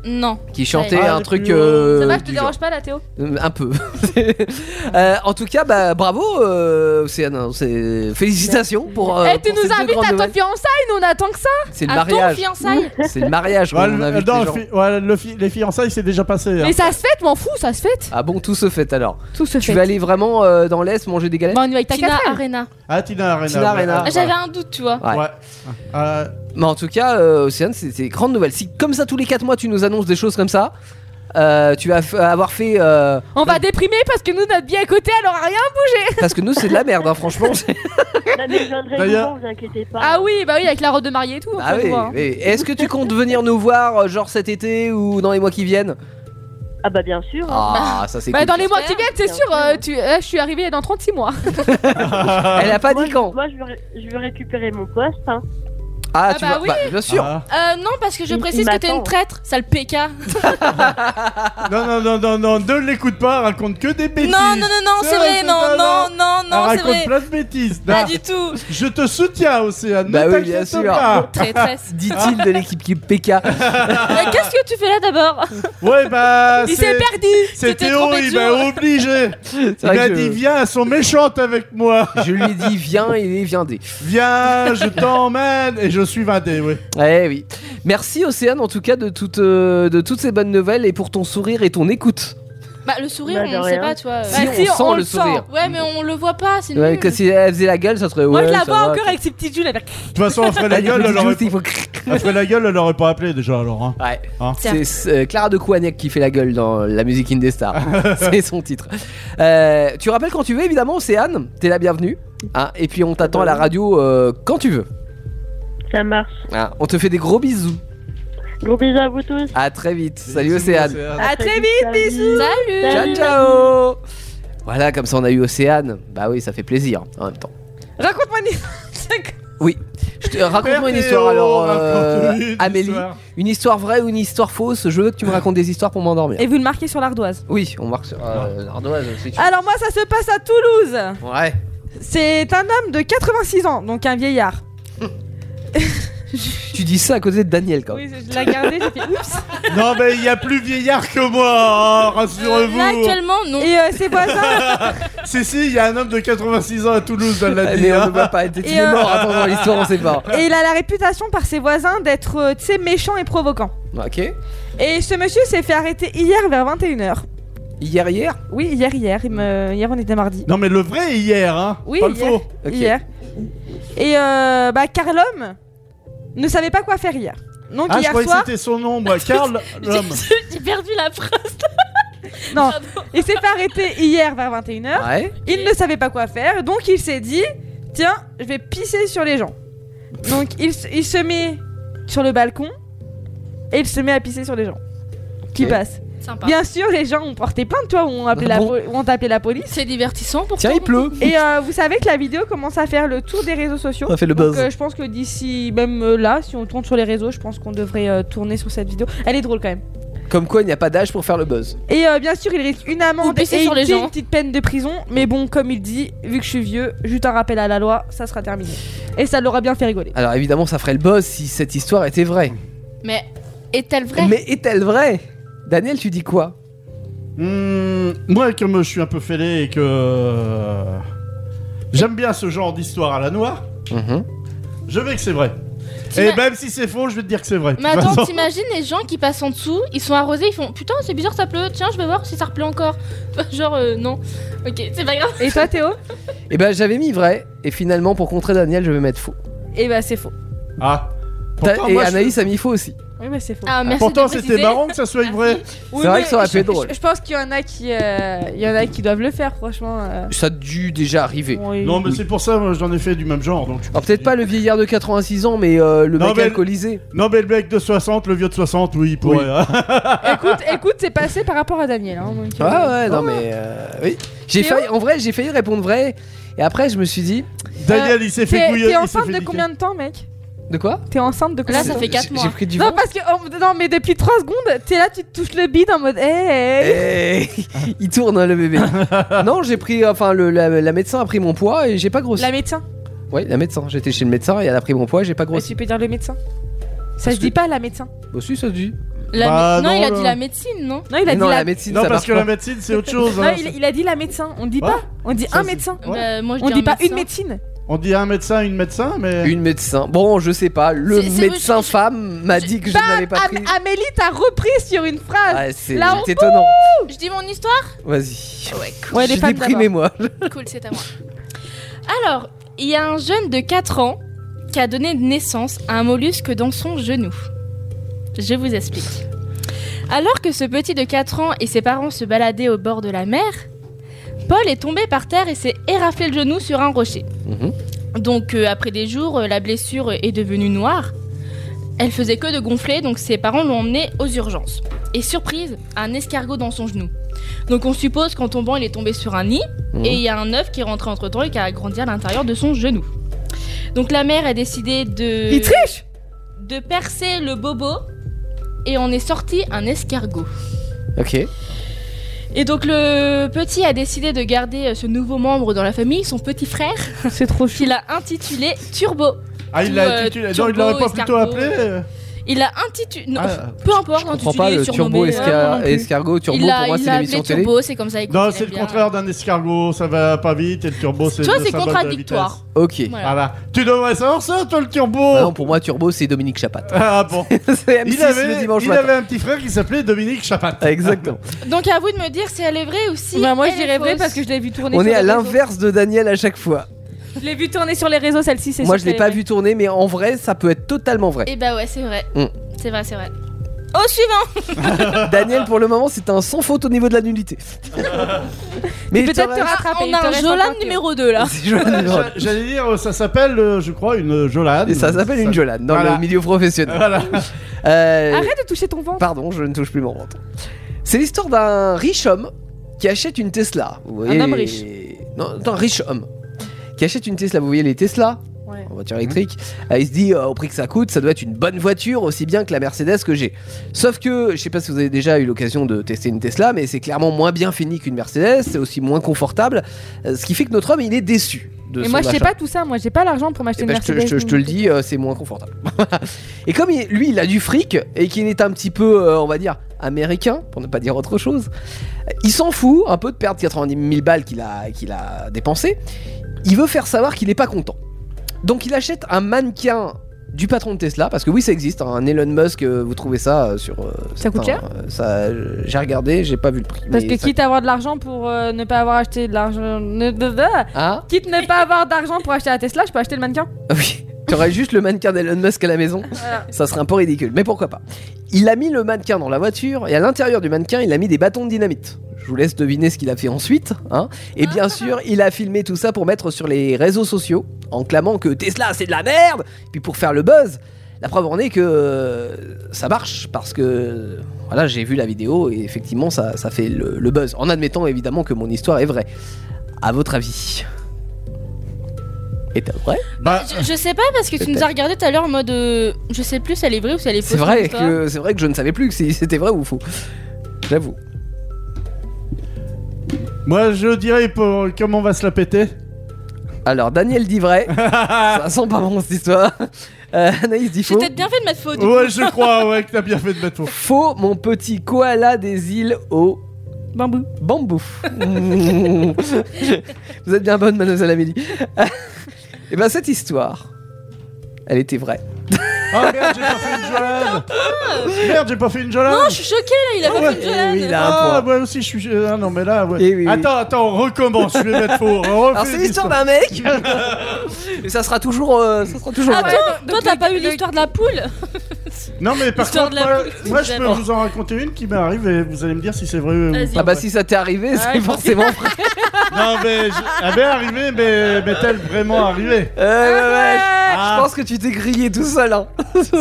Speaker 7: Euh, Non.
Speaker 5: qui chantait
Speaker 6: Ah,
Speaker 5: un
Speaker 6: les
Speaker 5: truc
Speaker 6: plus hauts.
Speaker 5: euh,
Speaker 7: Ça
Speaker 4: Bah,
Speaker 7: va, je te
Speaker 5: du genre.
Speaker 7: dérange pas là, Théo
Speaker 5: Euh, Un peu. Euh, en tout cas, bah, bravo, euh, Océane. hein, c'est- Félicitations pour. euh,
Speaker 4: Eh, tu
Speaker 5: pour
Speaker 4: nous
Speaker 5: ces deux
Speaker 4: invites
Speaker 5: grandes
Speaker 4: à ton
Speaker 5: nouvelles.
Speaker 4: fiançailles, nous on attend que ça
Speaker 5: C'est le
Speaker 4: à ton
Speaker 5: mariage.
Speaker 4: fiançailles.
Speaker 5: C'est le mariage qu'on
Speaker 6: Ouais, le-
Speaker 5: invite les
Speaker 6: non, Bah, le
Speaker 5: gens.
Speaker 6: fi- ouais, le fi- les fiançailles, c'est déjà passé. hein.
Speaker 4: Mais ça se fête, m'en fous, ça se fête
Speaker 5: Ah bon, tout se fait alors.
Speaker 4: Tout se
Speaker 5: Tu
Speaker 4: fait
Speaker 5: vas aller vraiment euh, dans l'Est manger des galettes
Speaker 4: Bah, on y va avec ta
Speaker 7: Tina
Speaker 4: casserole
Speaker 7: Arena.
Speaker 6: Ah, Tina Arena.
Speaker 5: Tina Arena.
Speaker 7: Ah, J'avais un doute, tu vois.
Speaker 5: Ouais.
Speaker 6: Ouais. Euh,
Speaker 5: Mais en tout cas, euh, Océane, c'est c'est grande nouvelle. Si comme ça, tous les 4 mois, tu nous annonces des choses comme ça, euh, tu vas f- avoir fait. euh,
Speaker 4: On va déprimer parce que nous, notre bien à côté, elle aura rien bougé
Speaker 5: parce que nous, c'est de la merde, hein, franchement. c'est-
Speaker 14: Non, mais je viendrai vous
Speaker 6: D'ailleurs-
Speaker 14: voir, vous inquiétez pas.
Speaker 4: Ah oui, bah oui, avec la robe de mariée et tout, on
Speaker 5: Ah
Speaker 4: peut
Speaker 5: oui,
Speaker 4: voir, hein.
Speaker 5: oui. Est-ce que tu comptes venir nous voir, euh, genre cet été ou dans les mois qui viennent
Speaker 14: Ah bah bien sûr.
Speaker 5: Ah, ça c'est
Speaker 4: Bah,
Speaker 5: cool.
Speaker 4: dans les mois qui viennent, c'est
Speaker 14: Bien
Speaker 4: sûr, euh, tu, euh, je suis arrivée dans 36 mois.
Speaker 5: Elle a pas dit bah, quand
Speaker 14: Moi, je veux, ré- je veux récupérer mon poste. hein.
Speaker 5: Ah,
Speaker 7: Ah
Speaker 5: tu
Speaker 7: bah
Speaker 5: vois,
Speaker 7: oui.
Speaker 5: bien sûr.
Speaker 6: ah.
Speaker 7: Euh, non, parce que je
Speaker 14: Il- il
Speaker 7: précise que t'es
Speaker 14: m'attend.
Speaker 7: une traître, sale PK.
Speaker 6: Non, non, non, non, non, ne l'écoute pas, raconte que des bêtises.
Speaker 7: Non, non, non, non, c'est vrai, non, non, non,
Speaker 6: Elle
Speaker 7: non, c'est
Speaker 6: raconte
Speaker 7: vrai.
Speaker 6: plein de bêtises.
Speaker 7: Pas
Speaker 6: Non,
Speaker 7: du tout.
Speaker 6: Je te soutiens, Océane.
Speaker 5: Bah
Speaker 6: ne
Speaker 5: oui,
Speaker 6: t'inquiète
Speaker 5: bien sûr.
Speaker 6: Pas.
Speaker 7: Traîtresse.
Speaker 5: Dit-il de l'équipe qui PK.
Speaker 7: Mais qu'est-ce que tu fais là d'abord
Speaker 6: Ouais, bah.
Speaker 7: Il
Speaker 6: c'est-
Speaker 7: s'est perdu.
Speaker 6: C'est
Speaker 7: Tu t'es
Speaker 6: Théo,
Speaker 7: trompé de
Speaker 6: il
Speaker 7: jour.
Speaker 6: m'a obligé.
Speaker 5: C'est
Speaker 6: Il
Speaker 5: vrai
Speaker 6: m'a
Speaker 5: que-
Speaker 6: dit Viens, elles sont méchantes avec moi.
Speaker 5: Je lui ai dit viens, il est viendé.
Speaker 6: Viens, je t'emmène. Et je suis vindé, oui.
Speaker 5: Eh oui. Merci Océane en tout cas de toutes euh, de toutes ces bonnes nouvelles et pour ton sourire et ton écoute.
Speaker 7: Bah, le sourire,
Speaker 14: Bah, de
Speaker 7: on sait
Speaker 14: rien.
Speaker 7: pas, tu vois.
Speaker 5: Si,
Speaker 7: Bah,
Speaker 5: on sent le sourire.
Speaker 7: Ouais, mais on le voit pas, c'est
Speaker 5: Ouais,
Speaker 7: nul.
Speaker 5: que si elle faisait la gueule, ça serait.
Speaker 4: Moi,
Speaker 5: ouais,
Speaker 4: je la
Speaker 5: ça
Speaker 4: vois
Speaker 5: va.
Speaker 4: encore avec ses petites joues, là.
Speaker 7: Bah,
Speaker 6: De toute façon, après
Speaker 5: Ah,
Speaker 6: la
Speaker 5: il y a
Speaker 6: gueule,
Speaker 5: des
Speaker 6: elle aurait...
Speaker 5: juste, il faut-
Speaker 6: après la gueule, elle aurait pas appelé déjà, alors. hein.
Speaker 5: Ouais.
Speaker 6: Hein
Speaker 5: C'est euh, Clara de Kouanek qui fait la gueule dans la musique Indestar. c'est son titre. Euh, tu rappelles quand tu veux, évidemment, Océane. T'es la bienvenue. Hein, et puis on t'attend à la radio euh, quand tu veux.
Speaker 14: Ça marche.
Speaker 5: Hein, on te fait des gros bisous.
Speaker 14: Gros bisous à vous tous.
Speaker 5: À très vite. Salut
Speaker 6: Bisous,
Speaker 5: Océane.
Speaker 7: Ah,
Speaker 4: À très vite, bisous
Speaker 5: Ciao
Speaker 7: Salut.
Speaker 5: ciao Voilà, comme ça on a eu Océane. Bah oui, ça fait plaisir en même temps.
Speaker 4: Raconte-moi une...
Speaker 5: Oui. Je te- Raconte-moi une
Speaker 6: Théo,
Speaker 5: histoire alors, euh,
Speaker 6: raconte-lui une
Speaker 5: Amélie.
Speaker 6: histoire. Ah.
Speaker 5: Une histoire vraie ou une histoire fausse Je veux que tu me racontes des histoires pour m'endormir.
Speaker 4: Et Ah. vous le marquez sur l'ardoise.
Speaker 5: Oui, on marque sur
Speaker 6: Ah.
Speaker 5: euh, l'ardoise aussi. tu-
Speaker 4: Alors moi, ça se passe à Toulouse.
Speaker 5: Ouais.
Speaker 4: C'est un homme de 86 ans, donc un vieillard.
Speaker 5: tu dis ça à cause de Daniel quand même.
Speaker 4: Oui, je l'ai gardé, j'ai fait oups.
Speaker 6: Non, mais il y a plus vieillard que moi, hein, rassurez-vous.
Speaker 7: Là, actuellement, non.
Speaker 4: Et euh, c'est pas ça
Speaker 6: Si, si, il y a un homme de 86 ans à Toulouse, elle l'a
Speaker 5: Mais
Speaker 6: dit.
Speaker 5: on
Speaker 6: hein.
Speaker 5: ne peut pas être- il est mort, attends, dans l'histoire, on sait pas.
Speaker 4: Et il a la réputation par ses voisins d'être, euh, tu sais, méchant et provoquant.
Speaker 6: Ah.
Speaker 5: Ok.
Speaker 4: Et ce monsieur s'est fait arrêter hier vers 21h.
Speaker 5: Hier, hier
Speaker 4: Oui, hier, hier. Il me... Hier, on était mardi.
Speaker 6: Non, mais le vrai hier, hein.
Speaker 4: Oui,
Speaker 6: pas le
Speaker 4: hier.
Speaker 6: faux.
Speaker 4: hier. Et euh, bah, car l'homme ne savait pas quoi faire hier. Donc
Speaker 6: ah, je
Speaker 4: hier
Speaker 6: croyais
Speaker 4: soir.
Speaker 6: que c'était son nom, moi. Karl, l'homme.
Speaker 4: J'ai perdu la phrase. non, il s'est fait arrêter hier vers 21h.
Speaker 5: Ouais.
Speaker 6: Ah.
Speaker 4: Il ne savait pas quoi faire, donc il s'est dit Tiens, je vais pisser sur les gens. Donc il, s- il se met sur le balcon et il se met à pisser sur les gens qui
Speaker 5: Ok.
Speaker 4: passent.
Speaker 7: Sympa.
Speaker 4: Bien sûr, les gens ont porté plainte, toi, ont appelé,
Speaker 5: Ah
Speaker 4: la,
Speaker 5: bon
Speaker 4: po- ont appelé la police.
Speaker 7: C'est divertissant pour
Speaker 5: Tiens, il pleut.
Speaker 4: Et euh, vous savez que la vidéo commence à faire le tour des réseaux sociaux.
Speaker 5: Ça fait le
Speaker 4: Donc,
Speaker 5: buzz.
Speaker 4: euh, je pense que d'ici, même euh, là, si on tourne sur les réseaux, je pense qu'on devrait euh, tourner sur cette vidéo. Elle est drôle quand même.
Speaker 5: Comme quoi, il n'y a pas d'âge pour faire le buzz.
Speaker 4: Et euh, bien sûr, il risque une
Speaker 7: Ou
Speaker 4: amende et
Speaker 7: pisser sur
Speaker 4: une
Speaker 7: les gens.
Speaker 4: petite- petite peine de prison. Mais bon, comme il dit, vu que je suis vieux, juste un rappel à la loi, ça sera terminé. Et ça l'aura bien fait rigoler.
Speaker 5: Alors évidemment, ça ferait le buzz si cette histoire était vraie.
Speaker 7: Mais est-elle vraie
Speaker 5: Mais est-elle vraie Daniel, tu dis quoi
Speaker 6: Hmm, moi, comme je suis un peu fêlé et que. J'aime bien ce genre d'histoire à la noire,
Speaker 5: Mhm.
Speaker 6: je vais que c'est vrai. Et
Speaker 7: T'ima-
Speaker 6: même si c'est faux, je vais te dire que c'est vrai.
Speaker 7: Mais
Speaker 6: De toute
Speaker 7: attends,
Speaker 6: façon.
Speaker 7: t'imagines les gens qui passent en dessous, ils sont arrosés, ils font putain, c'est bizarre, ça pleut, tiens, je vais voir si ça repleut encore. Genre, euh, non. Ok, c'est pas grave.
Speaker 4: Et toi, Théo
Speaker 5: Eh ben, j'avais mis vrai, et finalement, pour contrer Daniel, je vais mettre faux.
Speaker 4: Et bah, c'est faux.
Speaker 6: Ah
Speaker 5: T'as-
Speaker 6: Pourtant,
Speaker 5: Et
Speaker 6: moi, je-
Speaker 5: Anaïs a mis faux aussi.
Speaker 4: Oui, mais c'est faux.
Speaker 7: Ah, merci
Speaker 6: Pourtant,
Speaker 7: de
Speaker 6: c'était
Speaker 7: préciser.
Speaker 6: marrant que ça soit vrai.
Speaker 4: Oui,
Speaker 5: C'est vrai
Speaker 4: mais
Speaker 5: que ça aurait
Speaker 4: je-
Speaker 5: pu être drôle.
Speaker 4: Je, je pense qu'il y en a qui, euh, il y en a qui doivent le faire, franchement. euh.
Speaker 5: Ça a dû déjà arriver.
Speaker 4: Oui.
Speaker 6: Non, mais c'est pour ça, moi, j'en ai fait du même genre. Donc...
Speaker 5: Alors, Ah, peut-être pas le vieillard de 86 ans, mais euh, le
Speaker 6: Non,
Speaker 5: mec
Speaker 6: mais-
Speaker 5: alcoolisé.
Speaker 6: Non, mais le mec de 60, le vieux de 60, oui, il pourrait. hein.
Speaker 4: écoute, écoute, c'est passé par rapport à Daniel. hein, donc, euh,
Speaker 5: Ah ouais, non mais euh, oui. J'ai
Speaker 4: Théo
Speaker 5: failli, en vrai, j'ai failli répondre vrai, et après, je me suis dit,
Speaker 6: Daniel, il
Speaker 4: Euh,
Speaker 6: s'est
Speaker 4: t'es-
Speaker 6: fait
Speaker 4: T'es
Speaker 6: couiller. il s'est
Speaker 4: enceinte de
Speaker 6: fait niquer.
Speaker 4: combien de temps, mec
Speaker 5: de quoi
Speaker 4: T'es enceinte de combien
Speaker 7: Là, ça
Speaker 4: de
Speaker 7: fait
Speaker 4: temps
Speaker 7: quatre
Speaker 5: J'ai-
Speaker 7: mois.
Speaker 5: J'ai pris du
Speaker 4: Non,
Speaker 5: vent.
Speaker 4: parce que oh, non, mais depuis 3 secondes, t'es là, tu te touches le bide en mode hey, hey.
Speaker 5: Eh, il tourne hein, le bébé. non, j'ai pris, enfin, le, la, la médecin a pris mon poids et j'ai pas grossi.
Speaker 4: La médecin.
Speaker 5: Ouais, la médecin. J'étais chez le médecin et elle a pris mon poids, et j'ai pas
Speaker 4: Mais
Speaker 5: grossi.
Speaker 4: tu peux dire le médecin. Ça
Speaker 5: Parce
Speaker 4: se dit
Speaker 5: que-
Speaker 4: pas la médecin.
Speaker 5: Bah si, ça se dit.
Speaker 7: La
Speaker 6: Bah,
Speaker 7: mé- non,
Speaker 6: non,
Speaker 7: il a
Speaker 6: là.
Speaker 7: dit la médecine, non
Speaker 4: Non, il a
Speaker 5: Mais non,
Speaker 4: dit
Speaker 5: la...
Speaker 4: la.
Speaker 5: médecine,
Speaker 6: Non,
Speaker 5: ça
Speaker 6: parce que la
Speaker 5: marche
Speaker 6: médecine, c'est autre chose.
Speaker 4: Non,
Speaker 6: hein.
Speaker 4: il, il a dit la médecin. On dit
Speaker 5: Oh.
Speaker 6: Ouais.
Speaker 4: pas. On dit
Speaker 6: Ça,
Speaker 4: un
Speaker 6: c'est-
Speaker 4: médecin.
Speaker 6: Ouais.
Speaker 7: Bah, moi, je
Speaker 4: On
Speaker 7: dis
Speaker 4: dit
Speaker 7: un
Speaker 4: pas une
Speaker 7: médecin.
Speaker 4: médecine.
Speaker 6: On dit un médecin, une médecin,
Speaker 5: pas.
Speaker 6: mais.
Speaker 5: Une médecin. Bon, je sais pas. Le
Speaker 7: C'est- c'est-
Speaker 5: médecin
Speaker 7: je- je-
Speaker 5: femme m'a dit que je n'avais pas
Speaker 4: Bam,
Speaker 5: pris.
Speaker 4: Bah, Am- Amélie t'a repris sur une phrase.
Speaker 5: Ah, c'est
Speaker 4: Là, on-
Speaker 5: c'est étonnant.
Speaker 7: Je dis mon histoire
Speaker 5: Vas-y.
Speaker 7: Ouais,
Speaker 4: Ouais,
Speaker 5: je
Speaker 4: les
Speaker 5: suis
Speaker 4: femmes
Speaker 5: déprimé moi.
Speaker 7: Cool, c'est à moi. Alors, il y a un jeune de 4 ans qui a donné naissance à un mollusque dans son genou. Je vous explique. Alors que ce petit de 4 ans et ses parents se baladaient au bord de la mer, Paul est tombé par terre et s'est éraflé le genou sur un rocher.
Speaker 5: Mhm.
Speaker 7: Donc, euh, après des jours, euh, la blessure est devenue noire. Elle faisait que de gonfler, donc ses parents l'ont emmené aux urgences. Et surprise, un escargot dans son genou. Donc, on suppose qu'en tombant, il est tombé sur un nid.
Speaker 5: mhm.
Speaker 7: Et il y a un œuf qui est rentré entre temps et qui a grandi à l'intérieur de son genou. Donc la mère a décidé de.
Speaker 5: euh,
Speaker 4: Il triche
Speaker 7: De percer le bobo et on est sorti un escargot.
Speaker 5: Ok.
Speaker 7: Et donc le petit a décidé de garder euh, ce nouveau membre dans la famille, son petit frère,
Speaker 4: C'est trop chiant.
Speaker 7: qu'il a intitulé Turbo.
Speaker 6: Ah, il
Speaker 7: Tout,
Speaker 6: l'a
Speaker 7: euh,
Speaker 6: intitulé- Non,
Speaker 7: turbo,
Speaker 6: il l'aurait pas plutôt
Speaker 7: escargot.
Speaker 6: appelé. euh,
Speaker 7: Il a intitulé. Non,
Speaker 6: Ah,
Speaker 7: peu importe,
Speaker 5: Je comprends pas
Speaker 7: intitulé,
Speaker 5: le turbo
Speaker 7: surnommé, euh,
Speaker 4: hein.
Speaker 5: escar- escargot. Turbo
Speaker 7: il l'a-
Speaker 5: pour moi
Speaker 7: il
Speaker 5: c'est
Speaker 7: l'a
Speaker 5: l'émission
Speaker 7: appelé
Speaker 5: télé.
Speaker 7: Turbo, c'est comme ça. il
Speaker 6: Non,
Speaker 7: considère
Speaker 6: c'est le
Speaker 7: bien.
Speaker 6: contraire d'un escargot, ça va pas vite et le turbo c'est.
Speaker 7: Toi,
Speaker 6: le
Speaker 7: c'est
Speaker 6: symbole de la
Speaker 7: contradictoire. Bah,
Speaker 6: vitesse.
Speaker 5: Ok.
Speaker 7: Voilà.
Speaker 6: Ah bah, tu devrais savoir ça,
Speaker 5: Ah
Speaker 6: toi, le
Speaker 5: non,
Speaker 6: turbo
Speaker 5: pour moi turbo c'est Dominique Chapat.
Speaker 6: Ah bon
Speaker 5: c'est M6
Speaker 6: Il, avait,
Speaker 5: le dimanche
Speaker 6: il
Speaker 5: matin.
Speaker 6: avait un petit frère qui s'appelait Dominique Chapat.
Speaker 5: Ah, Exactement.
Speaker 7: Donc à vous de me dire si elle est vraie ou si.
Speaker 4: Bah, moi, je
Speaker 7: elle est
Speaker 4: dirais vrai
Speaker 7: fausse.
Speaker 4: parce que je l'ai vu tourner.
Speaker 5: On
Speaker 4: sur
Speaker 5: est à
Speaker 4: les réseaux.
Speaker 5: l'inverse de Daniel à chaque fois.
Speaker 4: Je l'ai vu tourner sur les réseaux, celle-ci, c'est
Speaker 5: Moi,
Speaker 4: sûr
Speaker 5: je l'ai
Speaker 4: qu'elle
Speaker 5: pas
Speaker 4: est
Speaker 5: vu tourner, mais en vrai, ça peut être totalement vrai.
Speaker 7: Et bah ouais, c'est vrai.
Speaker 5: Mm.
Speaker 7: C'est vrai, c'est vrai. Au suivant
Speaker 5: Daniel, pour le moment, c'est un sans faute au niveau de la nullité. mais
Speaker 4: Peut-être te
Speaker 5: t'aurais-
Speaker 4: rattraper.
Speaker 7: On a un Jolan numéro 2 là.
Speaker 5: C'est Jolane Grande.
Speaker 6: J'allais dire, ça s'appelle, euh, je crois, une Jolade.
Speaker 5: Et Ah, ça s'appelle une Jolane dans
Speaker 6: Mmh. Voilà.
Speaker 5: le milieu professionnel.
Speaker 6: Voilà.
Speaker 5: Euh,
Speaker 4: Arrête de toucher ton ventre.
Speaker 5: Pardon, je ne touche plus mon ventre. C'est l'histoire d'un riche homme qui achète une Tesla. Vous voyez
Speaker 4: Un homme
Speaker 5: les-
Speaker 4: riche.
Speaker 5: Non, d'un riche homme qui achète une Tesla. Vous voyez les Tesla
Speaker 4: Ouais.
Speaker 5: en
Speaker 6: Mmh.
Speaker 5: voiture électrique. Euh, il se dit, euh, au prix que ça coûte, ça doit être une bonne voiture, aussi bien que la Mercedes que j'ai. Sauf que, je sais pas si vous avez déjà eu l'occasion de tester une Tesla, mais c'est clairement moins bien fini qu'une Mercedes, c'est aussi moins confortable, euh, ce qui fait que notre homme, il est déçu. de
Speaker 4: Mais
Speaker 5: son
Speaker 4: moi, je sais
Speaker 5: achat.
Speaker 4: pas tout ça. Moi, j'ai pas l'argent pour m'acheter
Speaker 5: Eh
Speaker 4: une
Speaker 5: ben, je, te,
Speaker 4: Mercedes.
Speaker 5: je te- je te le dis, euh, c'est moins confortable. et comme il- lui, il a du fric et qu'il est un petit peu, euh, on va dire, américain, pour ne pas dire autre chose, euh, il s'en fout un peu de perdre 90 000 balles qu'il a, qu'il a dépensées. Il veut faire savoir qu'il n'est pas content. Donc il achète un mannequin du patron de Tesla, parce que oui, ça existe, hein, un Elon Musk, euh, vous trouvez ça euh, sur. euh,
Speaker 4: Ça coûte
Speaker 5: certains,
Speaker 4: cher
Speaker 5: euh, ça, euh, J'ai regardé, j'ai pas vu le prix.
Speaker 4: Parce
Speaker 5: mais
Speaker 4: que
Speaker 5: ça-
Speaker 4: quitte à avoir de l'argent pour euh, ne pas avoir acheté de l'argent. ne- de- de-
Speaker 5: Ah.
Speaker 4: Quitte ne pas avoir d'argent pour acheter la Tesla, je peux acheter le mannequin.
Speaker 5: T'aurais juste le mannequin d'Elon Musk à la maison Ça serait un peu ridicule, mais pourquoi pas. Il a mis le mannequin dans la voiture et à l'intérieur du mannequin, il a mis des bâtons de dynamite. Je vous laisse deviner ce qu'il a fait ensuite. hein. Et bien sûr, il a filmé tout ça pour mettre sur les réseaux sociaux en clamant que Tesla c'est de la merde, puis pour faire le buzz. La preuve en est que euh, ça marche parce que voilà, j'ai vu la vidéo et effectivement ça, ça fait le, le buzz. En admettant évidemment que mon histoire est vraie. À votre avis Est-elle vraie
Speaker 6: Bah,
Speaker 7: Je, je sais pas parce que tu nous as regardé tout à l'heure en mode. euh, je sais plus si elle est vraie ou si elle est fausse.
Speaker 5: C'est vrai
Speaker 7: cette histoire.
Speaker 5: que c'est vrai que je ne savais plus que si c'était vrai ou faux. J'avoue.
Speaker 6: Moi, je dirais pour... comment on va se la péter.
Speaker 5: Alors Daniel dit vrai. ça sent pas bon cette histoire. Euh, Anaïs dit
Speaker 7: J'ai
Speaker 5: faux.
Speaker 7: peut-être bien fait de mettre faux. du coup.
Speaker 6: ouais, que t'as bien fait de mettre faux.
Speaker 5: Faux, mon petit koala des îles au
Speaker 4: bambou.
Speaker 5: Bambou. Mmh. Vous êtes bien bonne, mademoiselle Amélie. Et ben cette histoire, elle était vraie.
Speaker 6: Oh merde, j'ai pas fait une Jolande Merde, j'ai pas fait une Jolande
Speaker 7: Non, je suis choquée là, il a pas fait une Jolande.
Speaker 5: Ah oui, il a un
Speaker 6: Ah,
Speaker 5: point.
Speaker 6: moi aussi, je suis. Ah non, mais là, ouais.
Speaker 5: Eh oui, oui.
Speaker 6: attends, attends, on recommence, je vais mettre faux. on refait
Speaker 5: Alors c'est
Speaker 6: une
Speaker 5: l'histoire
Speaker 6: histoire.
Speaker 5: d'un mec. Et ça sera toujours, euh, ça sera toujours vrai.
Speaker 7: Attends, toi t'as pas eu l'histoire de la poule
Speaker 6: Non, mais par
Speaker 7: L'histoire
Speaker 6: contre,
Speaker 7: de la
Speaker 6: moi,
Speaker 7: poule,
Speaker 6: moi, je
Speaker 7: c'est
Speaker 6: peux
Speaker 7: vraiment-
Speaker 6: vous en raconter une qui m'est arrivée et vous allez me dire si c'est vrai ou
Speaker 7: Vas-y.
Speaker 6: pas
Speaker 5: Ah bah
Speaker 6: vrai.
Speaker 5: si ça t'est arrivé, c'est forcément vrai.
Speaker 6: Non, mais. je- Elle m'est arrivée, mais, mais est-elle vraiment arrivée
Speaker 5: Euh, ouais, ouais, je-
Speaker 6: Ah.
Speaker 5: Je pense que tu t'es grillé tout seul. Hein.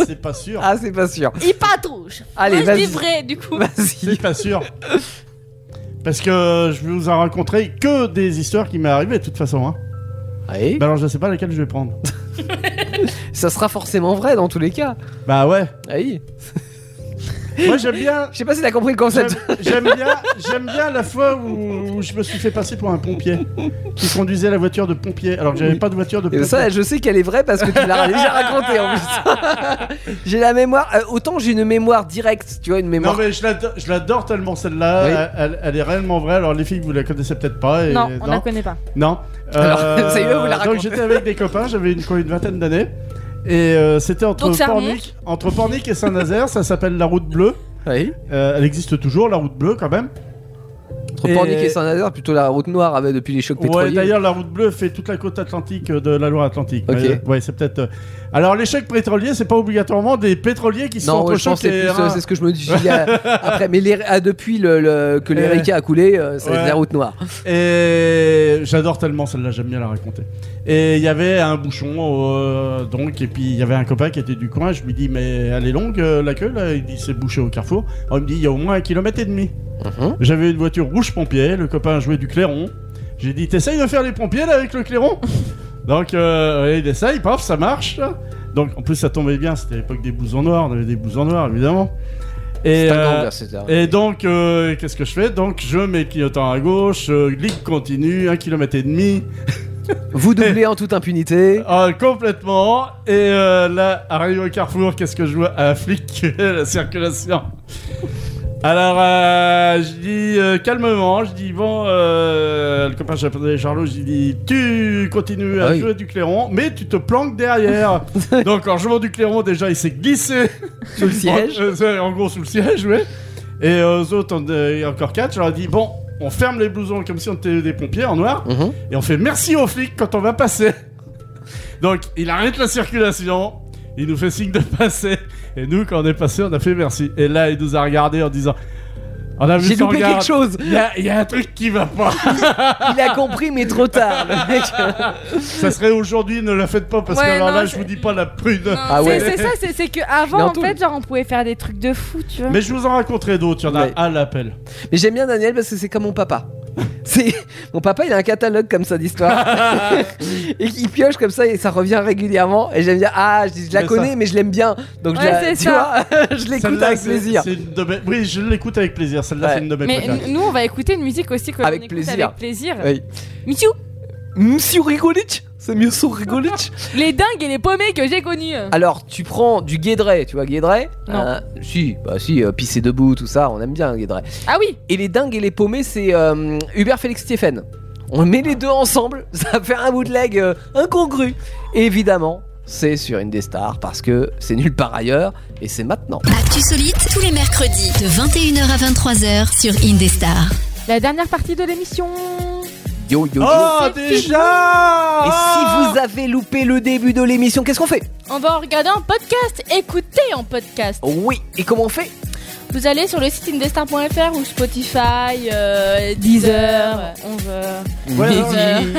Speaker 6: C'est pas sûr.
Speaker 5: Ah c'est pas sûr.
Speaker 7: Il patrouche.
Speaker 5: Allez,
Speaker 7: Moi je dis
Speaker 5: vas-y.
Speaker 7: vrai du coup.
Speaker 6: C'est pas sûr. Parce que je vais vous en raconter que des histoires qui m'est arrivée de toute façon. Hein.
Speaker 5: Oui.
Speaker 6: Bah alors je sais pas laquelle je vais prendre.
Speaker 5: Ça sera forcément vrai dans tous les cas.
Speaker 6: Bah ouais.
Speaker 5: Ah oui.
Speaker 6: Moi j'aime bien.
Speaker 5: Je sais pas si t'as compris le concept.
Speaker 6: J'aime bien, j'aime bien la fois où, où je me suis fait passer pour un pompier qui conduisait la voiture de pompier alors que j'avais pas de voiture de
Speaker 5: Et
Speaker 6: pompier.
Speaker 5: ça, je sais qu'elle est vraie parce que tu l'as déjà raconté en plus. j'ai la mémoire. euh, autant j'ai une mémoire directe, tu vois, une
Speaker 6: Non
Speaker 5: mémoire.
Speaker 6: mais je l'ado- je l'adore tellement celle-là,
Speaker 5: Oui.
Speaker 6: elle- elle, elle est réellement vraie. Alors les filles vous la connaissez peut-être pas. et-
Speaker 4: Non, on la connaît pas.
Speaker 6: Non. Euh,
Speaker 5: Alors, ça y est, vous la
Speaker 6: donc
Speaker 5: racontez.
Speaker 6: j'étais avec des copains, j'avais une, quoi, une vingtaine d'années. Et euh, c'était entre
Speaker 4: Donc ça
Speaker 6: Pornic, entre Pornic et Saint-Nazaire, ça s'appelle la route bleue.
Speaker 5: Oui.
Speaker 6: Euh, elle existe toujours, la route bleue quand même.
Speaker 5: Entre Pornic et Saint-Nazaire, plutôt la route noire avec, depuis les chocs
Speaker 6: Ouais,
Speaker 5: pétroliers.
Speaker 6: d'ailleurs, la route bleue fait toute la côte atlantique euh, de la Loire-Atlantique.
Speaker 5: Ok.
Speaker 6: Ouais, ouais, c'est peut-être. euh, Alors, les chocs pétroliers, c'est pas obligatoirement des pétroliers qui se
Speaker 5: non,
Speaker 6: sont
Speaker 5: ouais, je pense
Speaker 6: entre chocs
Speaker 5: que c'est
Speaker 6: et.
Speaker 5: plus, euh, c'est ce que je me dis euh, après. Mais les- ah, depuis le, le- que l'Erika a coulé, euh, c'est
Speaker 6: Ouais.
Speaker 5: la route noire.
Speaker 6: Et j'adore tellement celle-là, j'aime bien la raconter. Et il y avait un bouchon, euh, donc, et puis il y avait un copain qui était du coin. Je lui dis, mais elle est longue euh, la queue là Il dit, c'est bouché au carrefour. Alors, il me dit, il y a au moins un kilomètre et demi.
Speaker 5: Mhm.
Speaker 6: J'avais une voiture rouge pompier, le copain jouait du clairon. J'ai dit, t'essayes de faire les pompiers là avec le clairon Donc euh, il essaye, paf, ça marche. Donc en plus ça tombait bien, c'était l'époque des blousons noirs, on avait des blousons noirs évidemment. Et,
Speaker 5: C'est un gang,
Speaker 6: euh,
Speaker 5: là, c'est un-
Speaker 6: et donc euh, qu'est-ce que je fais Donc je mets le clignotant à gauche, euh, glide continue, un kilomètre et demi.
Speaker 5: Vous doublez en toute impunité.
Speaker 6: Ah, complètement. Et euh, là, arrivé au carrefour, qu'est-ce que je vois Un flic qui est à la circulation. Alors, euh, je dis euh, calmement, je dis bon, euh, le copain japonais Charlot, je lui dis tu continues à
Speaker 5: Ah oui.
Speaker 6: jouer du clairon, mais tu te planques derrière. Donc en jouant du clairon, déjà il s'est glissé
Speaker 5: Sous le siège.
Speaker 6: En, euh, en gros sous le siège, ouais. Et euh, aux autres, on, euh, il y a encore quatre, je leur ai dit bon, on ferme les blousons comme si on était des pompiers en noir,
Speaker 5: Mhm.
Speaker 6: et on fait merci aux flics quand on va passer. Donc il arrête la circulation, il nous fait signe de passer, et nous quand on est passé, on a fait merci. Et là il nous a regardé en disant on a vu
Speaker 5: J'ai
Speaker 6: son
Speaker 5: loupé
Speaker 6: regard,
Speaker 5: quelque chose.
Speaker 6: Il y, a- il y a un truc qui va pas.
Speaker 5: Il a compris, mais trop tard, le mec.
Speaker 6: Ça serait aujourd'hui, ne la faites pas parce
Speaker 4: Ouais,
Speaker 6: que alors
Speaker 4: non,
Speaker 6: là,
Speaker 4: c'est-
Speaker 6: je vous dis pas la prude.
Speaker 5: Ah ouais.
Speaker 4: C'est ça, c'est- c'est que avant
Speaker 5: Mais
Speaker 4: en
Speaker 5: Antoine-
Speaker 4: fait, genre on pouvait faire des trucs de fou, tu vois.
Speaker 6: Mais je vous en raconterai d'autres, il y en a
Speaker 5: Ouais.
Speaker 6: à l'appel.
Speaker 5: Mais j'aime bien Daniel parce que c'est comme mon papa. C'est mon papa, il a un catalogue comme ça d'histoire et il pioche comme ça et ça revient régulièrement et j'aime bien ah je, je la
Speaker 6: Mais
Speaker 5: connais
Speaker 6: ça-
Speaker 5: mais je l'aime bien donc je
Speaker 4: Ouais,
Speaker 5: la-
Speaker 4: c'est
Speaker 5: tu
Speaker 4: ça.
Speaker 5: vois, je l'écoute
Speaker 6: Celle-là,
Speaker 5: avec
Speaker 6: c'est-
Speaker 5: plaisir.
Speaker 6: c'est une de mes- Oui, je l'écoute avec plaisir. Celle-là,
Speaker 5: Ouais.
Speaker 6: c'est une de mes
Speaker 4: Mais
Speaker 6: préférées.
Speaker 4: n- nous, on va écouter une musique aussi que l'on
Speaker 5: Avec
Speaker 4: écoute
Speaker 5: plaisir.
Speaker 4: avec plaisir.
Speaker 5: Oui.
Speaker 4: Michou
Speaker 5: Monsieur Rigolic C'est Monsieur Rigolic
Speaker 4: Les dingues et les paumés que j'ai connus.
Speaker 5: Alors, tu prends du guédret, tu vois, guédret
Speaker 4: Non.
Speaker 5: Euh, Si, bah si, euh, pisser debout, tout ça, on aime bien le guédret.
Speaker 4: Ah oui
Speaker 5: Et les dingues et les paumés, c'est euh, Hubert Félix Stéphane. On met les deux ensemble, ça fait un bootleg euh, incongru. Et évidemment, c'est sur une des stars parce que c'est nulle part ailleurs et c'est maintenant.
Speaker 2: Actu Solite, tous les mercredis, de 21h à 23h sur Indestar.
Speaker 4: La dernière partie de l'émission.
Speaker 5: Yo yo yo.
Speaker 4: Oh, déjà
Speaker 5: Et si vous avez loupé le début de l'émission, qu'est-ce qu'on fait
Speaker 7: On va en regarder en podcast, écouter en podcast.
Speaker 5: Oui, et comment on fait
Speaker 7: Vous allez sur le site indestin.fr ou Spotify, euh, Deezer, 11h.
Speaker 6: Voilà,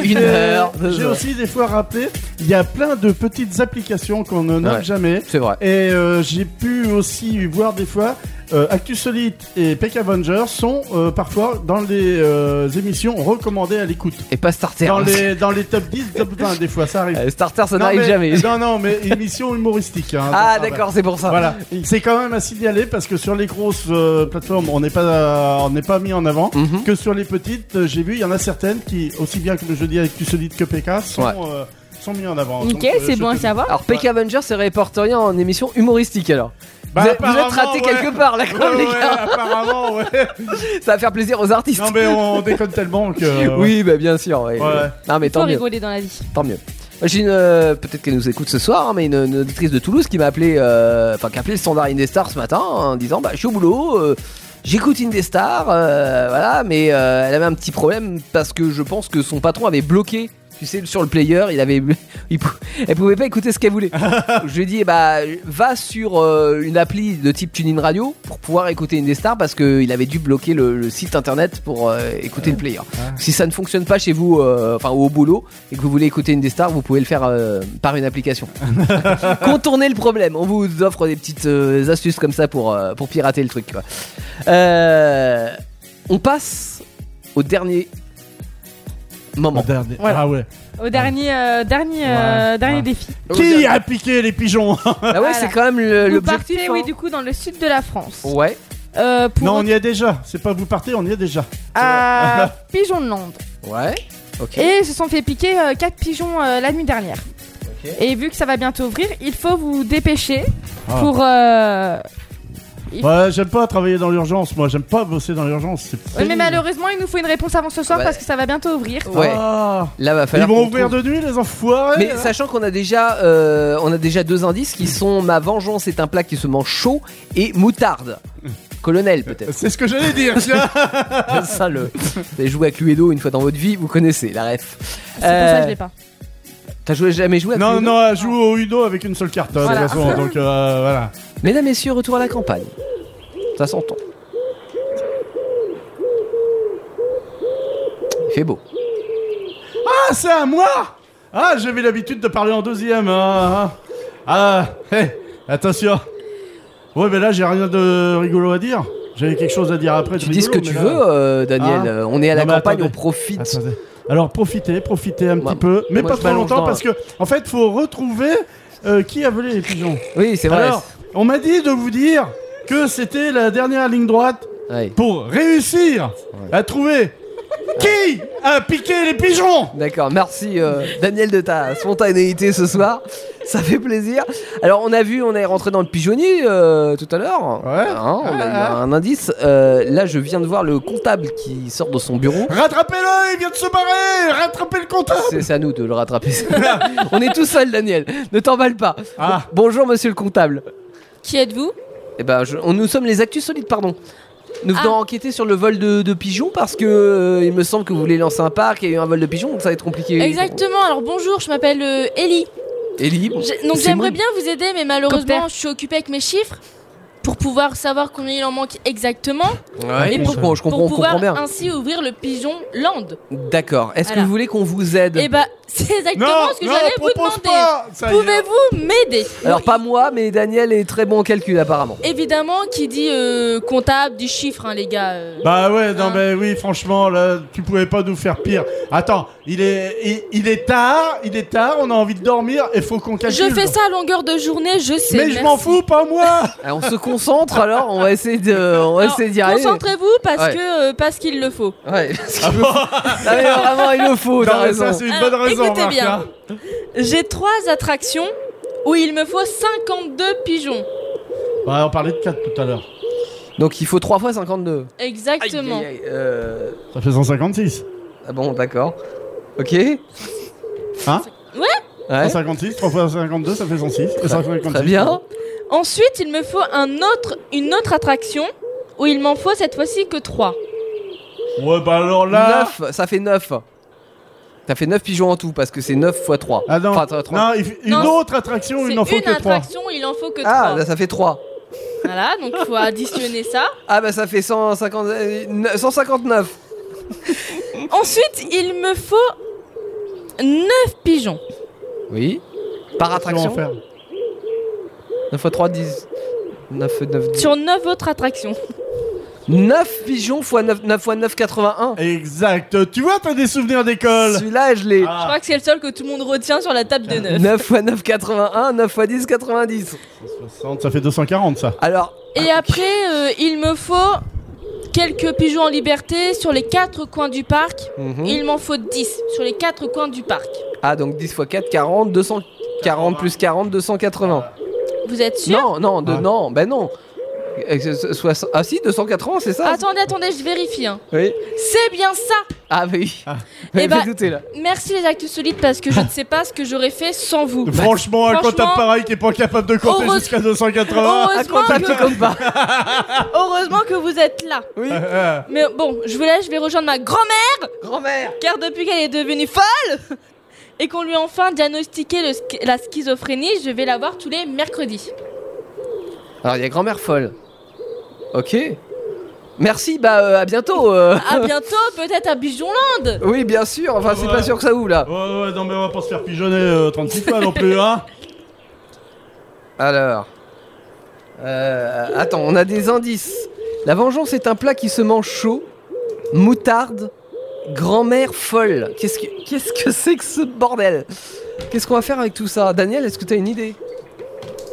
Speaker 5: une
Speaker 6: euh,
Speaker 5: heure, deux
Speaker 6: J'ai
Speaker 5: heures.
Speaker 6: aussi des fois rappelé, il y a plein de petites applications qu'on ne nomme
Speaker 5: Ouais,
Speaker 6: jamais.
Speaker 5: C'est vrai.
Speaker 6: Et euh, j'ai pu aussi voir des fois, euh, Actu Solide et Peck Avenger sont euh, parfois dans les euh, émissions recommandées à l'écoute.
Speaker 5: Et pas Starter.
Speaker 6: Dans les, dans les top 10, top 20, des fois, ça arrive.
Speaker 5: starter, Euh, ça
Speaker 6: Non,
Speaker 5: n'arrive
Speaker 6: mais-
Speaker 5: jamais.
Speaker 6: Non, non, mais émission humoristique. hein.
Speaker 5: Ah,
Speaker 6: Donc,
Speaker 5: d'accord,
Speaker 6: bah,
Speaker 5: c'est pour ça.
Speaker 6: Voilà. C'est quand même à signaler parce que sur les grosses euh, plateformes, on n'est pas, euh, on n'est pas mis en avant.
Speaker 5: Mhm. Mm-hmm.
Speaker 6: Que sur les petites, euh, j'ai vu, il y en a certaines qui, aussi bien que le jeudi avec du solide que PK, sont,
Speaker 5: Ouais.
Speaker 6: euh, sont mis en avant.
Speaker 5: Ok,
Speaker 6: Donc, euh, je te-
Speaker 5: Alors, Peck Avenger, c'est répertorié en émission humoristique alors.
Speaker 6: Bah,
Speaker 5: vous, êtes, vous êtes
Speaker 6: apparemment,
Speaker 5: raté
Speaker 6: ouais.
Speaker 5: quelque part là, quand même,
Speaker 6: Ah Ouais,
Speaker 5: les
Speaker 6: ouais,
Speaker 5: gars.
Speaker 6: apparemment, ouais.
Speaker 5: Ça va faire plaisir aux artistes.
Speaker 6: Non, mais on déconne tellement que. euh,
Speaker 5: Oui, bah bien sûr. ouais.
Speaker 6: Ouais.
Speaker 5: Non, mais
Speaker 7: Faut
Speaker 5: tant mieux.
Speaker 7: rigoler dans la vie.
Speaker 5: Tant mieux. J'ai une, euh, peut-être qu'elle nous écoute ce soir, hein, mais une, une auditrice de Toulouse qui m'a appelé, euh, enfin qui a appelé le standard Indestar ce matin en disant bah je suis au boulot, euh, j'écoute Indestar, euh, voilà, mais euh, elle avait un petit problème parce que je pense que son patron avait bloqué. Tu sais, sur le player, il avait, il pou- elle pouvait pas écouter ce qu'elle voulait. je lui ai dit, eh bah, va sur euh, une appli de type TuneIn Radio pour pouvoir écouter Indestar parce qu'il avait dû bloquer le, le site internet pour euh, écouter le player. Si ça ne fonctionne pas chez vous, euh, enfin ou au boulot, et que vous voulez écouter une des stars, vous pouvez le faire euh, par une application. Contournez le problème. On vous offre des petites euh, astuces comme ça pour, euh, pour pirater le truc. quoi. Euh, on passe au dernier moment.
Speaker 6: Ah ouais.
Speaker 4: Au dernier, euh, dernier, euh, dernier défi.
Speaker 6: Qui a piqué les pigeons hein
Speaker 5: Ah ouais,
Speaker 4: Voilà.
Speaker 5: c'est quand même le-
Speaker 4: Vous
Speaker 5: l'objectif. hein. Oh.
Speaker 4: partez, oui, du coup, dans le sud de la France. Euh,
Speaker 5: Ouais.
Speaker 6: Non, on y est déjà. C'est pas vous partez, on y est déjà.
Speaker 4: À Pigeonland.
Speaker 5: Ouais. Ok.
Speaker 4: Et se sont fait piquer 4 pigeons euh, la nuit dernière. Et vu que ça va bientôt ouvrir, il faut vous dépêcher
Speaker 6: Ah.
Speaker 4: pour. euh, il-
Speaker 6: Ouais, j'aime pas travailler dans l'urgence, moi. J'aime pas bosser dans l'urgence. c'est
Speaker 4: Ouais, mais
Speaker 6: pénible.
Speaker 4: malheureusement, il nous faut une réponse avant ce soir
Speaker 5: Ouais.
Speaker 4: parce que ça va bientôt ouvrir.
Speaker 5: Ouais. Là, va falloir.
Speaker 6: Ah. Ils vont
Speaker 5: qu'on
Speaker 6: ouvrir de nuit, les enfoirés.
Speaker 5: Mais
Speaker 6: hein.
Speaker 5: sachant qu'on a déjà, euh, on a déjà deux indices qui sont ma vengeance est un plat qui se mange chaud et moutarde. Colonel peut-être.
Speaker 6: C'est ce que j'allais dire, tiens.
Speaker 5: ça le. Vous avez joué à Cluedo une fois dans votre vie, vous connaissez la ref.
Speaker 4: C'est pour
Speaker 5: Euh,
Speaker 4: ça que je l'ai pas.
Speaker 5: T'as joué, jamais joué à
Speaker 6: Non,
Speaker 5: Cluedo
Speaker 6: non, elle joue au Uno avec une seule carte, hein, de
Speaker 5: Voilà.
Speaker 6: toute façon. Donc, euh, voilà.
Speaker 5: Mesdames, messieurs, retour à la campagne. Ça s'entend. Il fait beau.
Speaker 6: Ah, c'est à moi Ah, j'avais l'habitude de parler en deuxième. hein, hein. Ah, hé, attention. Ouais, mais là, j'ai rien de rigolo à dire. J'avais quelque chose à dire après.
Speaker 5: Tu dis ce que tu veux, euh, Daniel. Euh, on est à la campagne, on profite.
Speaker 6: Alors, profitez, profitez un petit peu, mais
Speaker 5: moi,
Speaker 6: pas
Speaker 5: je
Speaker 6: trop
Speaker 5: m'allonge
Speaker 6: longtemps
Speaker 5: dans-
Speaker 6: parce que, en fait, faut retrouver euh, qui a volé les pigeons.
Speaker 5: Oui, c'est vrai.
Speaker 6: Alors, on m'a dit de vous dire que c'était la dernière ligne droite
Speaker 5: Ouais.
Speaker 6: pour réussir à trouver qui a piqué les pigeons.
Speaker 5: D'accord, merci euh, Daniel de ta spontanéité ce soir. Ça fait plaisir. Alors on a vu, on est rentré dans le pigeonnier euh, tout à l'heure. Hein, on a eu un indice. Euh, là, je viens de voir le comptable qui sort de son bureau.
Speaker 6: Rattrapez-le, il vient de se barrer Rattrapez le comptable
Speaker 5: C'est c'est à nous de le rattraper. on est tout seul, Daniel. Ne t'emballe pas.
Speaker 6: Ah.
Speaker 5: Bon- bonjour, monsieur le comptable.
Speaker 7: Qui êtes-vous
Speaker 5: Eh ben, je- on, nous sommes les Actus Solides, pardon. Nous
Speaker 7: Ah.
Speaker 5: venons enquêter sur le vol de, de pigeons parce que euh, il me semble que vous voulez lancer un parc et il y a eu un vol de pigeons, donc ça va être compliqué.
Speaker 7: Exactement, alors bonjour, je m'appelle euh, Ellie.
Speaker 5: Ellie, bon,
Speaker 7: J'ai-
Speaker 5: Oh,
Speaker 7: Donc
Speaker 5: c'est
Speaker 7: j'aimerais
Speaker 5: moi.
Speaker 7: bien vous aider, mais malheureusement, je suis occupée avec mes chiffres pour pouvoir savoir combien il en manque exactement.
Speaker 5: Ouais,
Speaker 7: et
Speaker 5: je
Speaker 7: pour,
Speaker 5: comprends, je
Speaker 7: pour
Speaker 5: comprends, on
Speaker 7: pouvoir
Speaker 5: comprend bien.
Speaker 7: ainsi ouvrir le pigeon land.
Speaker 5: D'accord. Est-ce que
Speaker 7: Voilà.
Speaker 5: vous voulez qu'on vous aide
Speaker 7: Et bah, c'est exactement
Speaker 6: Non,
Speaker 7: ce que
Speaker 6: non,
Speaker 7: j'allais vous
Speaker 6: propose
Speaker 7: demander.
Speaker 6: pas, ça y est.
Speaker 7: Pouvez-vous m'aider
Speaker 5: Alors pas moi, mais Daniel est très bon en calcul apparemment.
Speaker 7: Évidemment, qui dit euh, comptable, dit chiffre, hein, les gars. euh.
Speaker 6: Bah ouais, non mais oui, franchement, là, tu pouvais pas nous faire pire. Attends, il est, il, il est tard, il est tard, on a envie de dormir et faut qu'on calcule.
Speaker 7: je fais ça à longueur de journée, je sais.
Speaker 6: Mais je m'en
Speaker 7: merci.
Speaker 6: fous, pas moi
Speaker 5: on se concentre alors, on va essayer de, on va essayer d'y arriver.
Speaker 7: Concentrez-vous parce
Speaker 5: Ouais.
Speaker 7: que euh, parce qu'il le faut.
Speaker 5: Ouais, parce que- Ah, mais vraiment, il le faut, t'as
Speaker 6: Non, mais ça,
Speaker 5: raison.
Speaker 6: c'est une bonne
Speaker 7: Alors,
Speaker 6: raison,
Speaker 7: Écoutez
Speaker 6: Marc,
Speaker 7: bien.
Speaker 6: hein.
Speaker 7: J'ai trois attractions où il me faut 52 pigeons.
Speaker 6: Bah, on parlait de 4 tout à l'heure.
Speaker 5: Donc il faut 3 fois 52.
Speaker 7: Exactement.
Speaker 5: Euh...
Speaker 6: Ça fait 156.
Speaker 5: Ah bon, d'accord. Ok.
Speaker 6: Hein
Speaker 7: Ouais.
Speaker 6: 156, 3 fois 52, ça fait 106.
Speaker 5: Très-
Speaker 6: 156.
Speaker 5: très bien.
Speaker 7: Ensuite, il me faut un autre, une autre attraction où il m'en faut cette fois-ci que 3.
Speaker 6: Ouais, bah alors
Speaker 5: là. 9, ça fait 9. T'as fait 9 pigeons en tout parce que c'est 9 fois 3. Ah non,
Speaker 6: Non, il- une
Speaker 7: Non,
Speaker 6: autre attraction, il n'en faut
Speaker 7: une
Speaker 6: que 3.
Speaker 7: attraction où il en faut que 3.
Speaker 5: Ah, là, ça fait 3.
Speaker 7: Voilà, donc il faut additionner ça.
Speaker 5: Ah bah ça fait 150, euh, ne- 159.
Speaker 7: Ensuite, il me faut 9 pigeons.
Speaker 5: Oui. Par attraction.
Speaker 7: en faire.
Speaker 5: 9 fois 3, 10. 9, 9, 10.
Speaker 7: Sur 9 autres attractions.
Speaker 5: 9 pigeons fois 9, 9 fois 9, 81.
Speaker 6: Exact. Tu vois, t'as des souvenirs d'école.
Speaker 5: Celui-là, je
Speaker 6: Ah.
Speaker 5: l'ai.
Speaker 7: Je crois que c'est le seul que tout le monde retient sur la table de 9.
Speaker 5: 9 fois 9, 81. 9 fois 10, 90.
Speaker 6: 60, ça fait 240, ça.
Speaker 5: Alors,
Speaker 7: Et après, euh, il me faut quelques pigeons en liberté sur les quatre coins du parc.
Speaker 5: Mhm.
Speaker 7: Il m'en faut 10 sur les quatre coins du parc.
Speaker 5: Ah, donc 10 x 4, 40, 240 plus 40, 280.
Speaker 7: Vous êtes sûr
Speaker 5: Non, non, de, non, ben non. Euh, so- so- soixante- ah si, 280, c'est ça
Speaker 7: Attendez, attendez, je vérifie. hein.
Speaker 5: Oui.
Speaker 7: C'est bien ça
Speaker 5: Ah oui.
Speaker 7: Eh
Speaker 5: Vous
Speaker 7: bah-
Speaker 5: écoutez, là.
Speaker 7: Merci les actus solides parce que je ne sais pas ce que j'aurais fait sans vous.
Speaker 5: Bah,
Speaker 6: Franchement, un comptable
Speaker 7: Franchement,
Speaker 6: pareil qui est pas capable de compter
Speaker 7: heureuse-
Speaker 6: jusqu'à 280.
Speaker 7: heureusement Un comptable que- qui compte Bah, Heureusement que vous êtes là.
Speaker 5: Oui.
Speaker 7: Mais bon, je vous laisse, je vais rejoindre ma grand-mère.
Speaker 5: Grand-mère.
Speaker 7: Car depuis qu'elle est devenue folle et qu'on lui a enfin diagnostiqué le sch- la schizophrénie, je vais la voir tous les mercredis.
Speaker 5: Alors, il y a grand-mère folle. Ok. Merci, bah euh, à bientôt. euh.
Speaker 7: À bientôt, peut-être à Bijonland.
Speaker 5: Oui, bien sûr, enfin, c'est pas sûr que ça ouvre là.
Speaker 6: Ouais, ouais, non, mais on va pas se faire pigeonner euh, 36 fois non plus, hein.
Speaker 5: Alors. Euh, attends, on a des indices. La vengeance est un plat qui se mange chaud, moutarde, grand-mère folle. Qu'est-ce que qu'est-ce que c'est que ce bordel Qu'est-ce qu'on va faire avec tout ça Daniel, est-ce que t'as une idée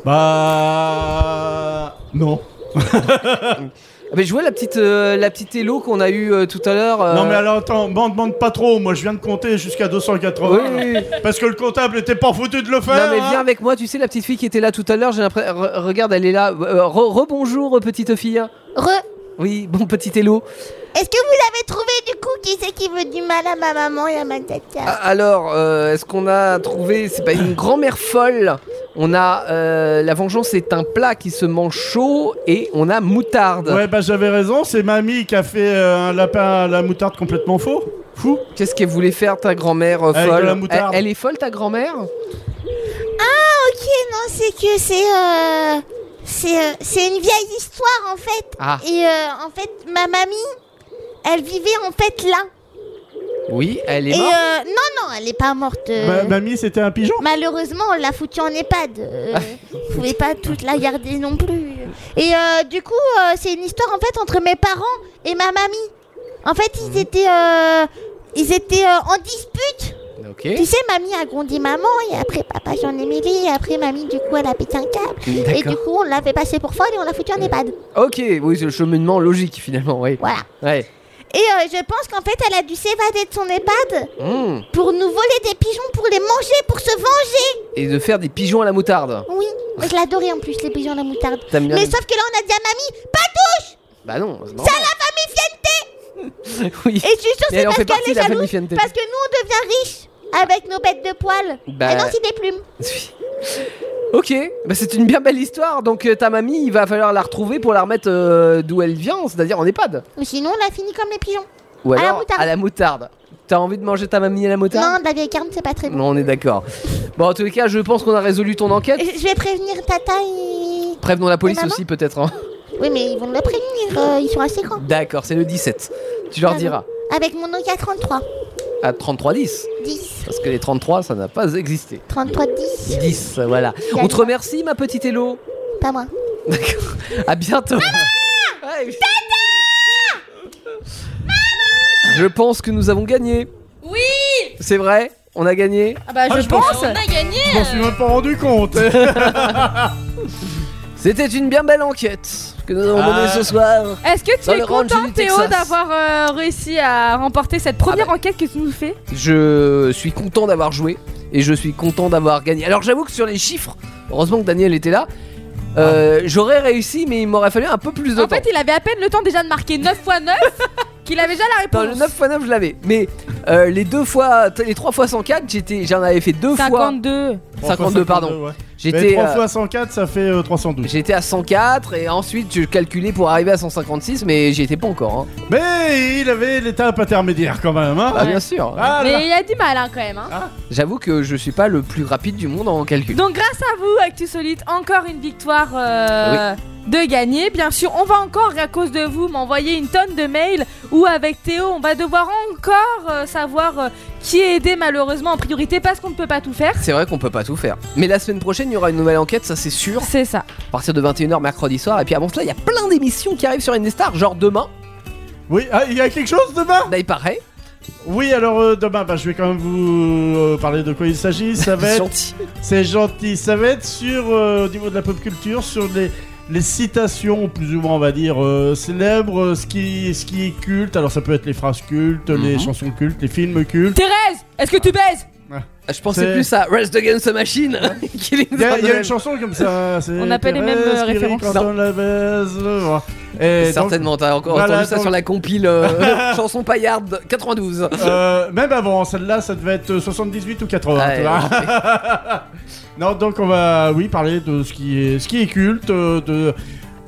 Speaker 6: Bah. Non.
Speaker 5: Ah, Mais je vois la petite, euh, la petite élo qu'on a eue euh, tout à l'heure. euh,
Speaker 6: Non, mais alors attends, m'en demande pas trop. Moi, je viens de compter jusqu'à 280.
Speaker 5: Oui, oui.
Speaker 6: Parce que le comptable était pas foutu de le
Speaker 5: Non
Speaker 6: faire.
Speaker 5: mais
Speaker 6: hein.
Speaker 5: viens avec moi, tu sais la petite fille qui était là tout à l'heure, j'ai l'impression... re- regarde, elle est là. Euh, re- Rebonjour euh, petite fille.
Speaker 8: Re.
Speaker 5: Oui, bon petit élo.
Speaker 8: Est-ce que vous avez trouvé du coup qui c'est qui veut du mal à ma maman et à ma tata
Speaker 5: Alors, euh, est-ce qu'on a trouvé C'est pas une grand-mère folle. On a euh, la vengeance est un plat qui se mange chaud et on a moutarde.
Speaker 6: Ouais, bah j'avais raison, c'est mamie qui a fait euh, un lapin à la moutarde complètement faux. Fou.
Speaker 5: Qu'est-ce qu'elle voulait faire ta grand-mère euh,
Speaker 6: Avec
Speaker 5: folle
Speaker 6: de la moutarde.
Speaker 5: Elle, elle est folle ta grand-mère
Speaker 8: Ah ok non c'est que c'est euh, c'est euh, c'est une vieille histoire en fait
Speaker 5: Ah.
Speaker 8: et euh, en fait ma mamie elle vivait en fait là
Speaker 5: Oui, elle est
Speaker 8: et
Speaker 5: morte. Bah,
Speaker 8: euh, non non elle est pas morte euh,
Speaker 6: Ma- Bah, mamie, c'était un pigeon.
Speaker 8: Malheureusement, on l'a foutue en EHPAD. Euh,
Speaker 5: Ah.
Speaker 8: Vous pouvez pas toute la garder non plus. Et euh, du coup, euh, c'est une histoire en fait entre mes parents et ma mamie. En fait,
Speaker 5: Mhm.
Speaker 8: ils étaient, euh, ils étaient euh, en dispute.
Speaker 5: Ok.
Speaker 8: Tu sais, mamie a grandi maman et après papa j'en ai mêlé et après mamie du coup elle a pété un câble et
Speaker 5: D'accord.
Speaker 8: du coup on l'a fait passer pour folle et on l'a foutue en EHPAD.
Speaker 5: Ok, oui, c'est le cheminement logique finalement, oui.
Speaker 8: Voilà.
Speaker 5: Ouais.
Speaker 8: Et euh, je pense qu'en fait elle a dû s'évader de son EHPAD
Speaker 5: Hmm.
Speaker 8: pour nous voler des pigeons pour les manger pour se venger.
Speaker 5: Et de faire des pigeons à la moutarde.
Speaker 8: Oui, mais je l'adorais en plus, les pigeons à la moutarde.
Speaker 5: T'aimes bien
Speaker 8: mais
Speaker 5: les-
Speaker 8: sauf que là, on a dit à mamie, pas touche
Speaker 5: Bah non, c'est
Speaker 8: C'est à
Speaker 5: normal.
Speaker 8: la famille Fiente
Speaker 5: Oui.
Speaker 8: Et je suis sûre
Speaker 5: Mais
Speaker 8: c'est
Speaker 5: elle en
Speaker 8: parce
Speaker 5: fait partie,
Speaker 8: qu'elle est
Speaker 5: la famille
Speaker 8: jalouse,
Speaker 5: Fiente.
Speaker 8: parce que nous, on devient riches avec nos bêtes de poils.
Speaker 5: Bah-
Speaker 8: Et non, c'est des plumes.
Speaker 5: Ok, bah c'est une bien belle histoire. Donc euh, ta mamie, il va falloir la retrouver pour la remettre euh, d'où elle vient, c'est-à-dire en EHPAD.
Speaker 8: Ou sinon, on a fini comme les pigeons.
Speaker 5: Ou
Speaker 8: À la
Speaker 5: alors
Speaker 8: moutarde.
Speaker 5: à la moutarde. T'as envie de manger ta mamie à la moutarde
Speaker 8: Non, de la vieille carne, c'est pas très bon.
Speaker 5: Non, on est d'accord. Bon, en tous les cas, je pense qu'on a résolu ton enquête.
Speaker 8: Je vais prévenir Tata et...
Speaker 5: Prévenons la police
Speaker 8: maman
Speaker 5: aussi, peut-être. hein.
Speaker 8: Oui, mais ils vont le prévenir, euh, ils sont assez grands.
Speaker 5: D'accord, c'est le 17. Tu leur
Speaker 8: Ah,
Speaker 5: diras.
Speaker 8: Avec mon Nokia 33.
Speaker 5: À 33-10.
Speaker 8: 10.
Speaker 5: Parce que les 33, ça n'a pas existé.
Speaker 8: 33, 10.
Speaker 5: 10, voilà. On te remercie, ma petite Hello.
Speaker 8: Pas moi.
Speaker 5: À bientôt. Je pense que nous avons gagné.
Speaker 7: Oui
Speaker 5: C'est vrai On a gagné
Speaker 7: Ah bah
Speaker 6: Ah,
Speaker 7: je,
Speaker 6: je
Speaker 7: pense
Speaker 6: pense-
Speaker 7: On a gagné
Speaker 6: Je m'en suis même pas rendu compte.
Speaker 5: C'était une bien belle enquête que nous avons
Speaker 4: Ah.
Speaker 5: menée ce soir.
Speaker 4: Est-ce que tu
Speaker 5: Dans
Speaker 4: es
Speaker 5: le ranch
Speaker 4: content,
Speaker 5: du
Speaker 4: Théo,
Speaker 5: Texas.
Speaker 4: d'avoir euh, réussi à remporter cette première enquête que tu nous fais
Speaker 5: Je suis content d'avoir joué et je suis content d'avoir gagné. Alors j'avoue que sur les chiffres, heureusement que Daniel était là, euh, j'aurais réussi mais il m'aurait fallu un peu plus de
Speaker 4: En
Speaker 5: temps.
Speaker 4: fait, il avait à peine le temps déjà de marquer 9 x 9 qu'il avait déjà la
Speaker 5: Dans le
Speaker 4: réponse.
Speaker 5: 9 x 9 je l'avais, mais euh, les deux fois, les 3 fois 104, j'étais, j'en avais fait deux fois.
Speaker 4: 52.
Speaker 5: 52, pardon.
Speaker 6: ouais. Mais
Speaker 5: J'étais
Speaker 6: 3
Speaker 5: euh,
Speaker 6: fois 104, ça fait euh, 312.
Speaker 5: J'étais à 104 et ensuite je calculais pour arriver à 156 mais j'y étais pas encore. hein.
Speaker 6: Mais il avait l'étape intermédiaire quand même, hein
Speaker 5: Bah, bien sûr.
Speaker 6: Ah, là.
Speaker 4: Mais il a du mal hein, quand même. hein.
Speaker 5: J'avoue que je suis pas le plus rapide du monde en calcul.
Speaker 4: Donc grâce à vous, Actu Solite, encore une victoire euh, de gagner. Bien sûr, on va encore, à cause de vous, m'envoyer une tonne de mails où avec Théo, on va devoir encore euh, savoir euh, qui est aidé malheureusement en priorité parce qu'on ne peut pas tout faire.
Speaker 5: C'est vrai qu'on peut pas tout faire. Mais la semaine prochaine, il y aura une nouvelle enquête, ça c'est sûr.
Speaker 4: C'est ça.
Speaker 5: À partir de 21h mercredi soir. Et puis avant cela, il y a plein d'émissions qui arrivent sur Indestar, genre demain.
Speaker 6: Oui, ah, il y a quelque chose demain
Speaker 5: Bah, il paraît.
Speaker 6: Oui, alors euh, demain, bah, je vais quand même vous euh, parler de quoi il s'agit. Ça va
Speaker 5: C'est
Speaker 6: être.
Speaker 5: gentil.
Speaker 6: C'est gentil. Ça va être sur, euh, au niveau de la pop culture, sur les, les citations, plus ou moins, on va dire, euh, célèbres, euh, ce, qui, ce qui est culte. Alors, ça peut être les phrases cultes,
Speaker 4: Mhm.
Speaker 6: les chansons cultes, les films cultes.
Speaker 4: Thérèse, est-ce que tu baises
Speaker 5: Je pensais plus à Rest Against the Machine. Il
Speaker 6: y, a- il y a une chanson comme ça. c'est
Speaker 4: On n'a pas les mêmes, euh,
Speaker 6: Thérèse qui rit
Speaker 4: références.
Speaker 6: quand on la baise, euh, voilà. Et donc-
Speaker 5: Certainement, t'as encore
Speaker 6: Voilà,
Speaker 5: entendu ça
Speaker 6: donc-
Speaker 5: sur la compile euh, chanson paillarde 92.
Speaker 6: Euh, même avant, celle-là, ça devait être 78 ou 80.
Speaker 5: Ah,
Speaker 6: tu vois. non, donc on va, oui, parler de ce qui est, ce qui est culte, euh, de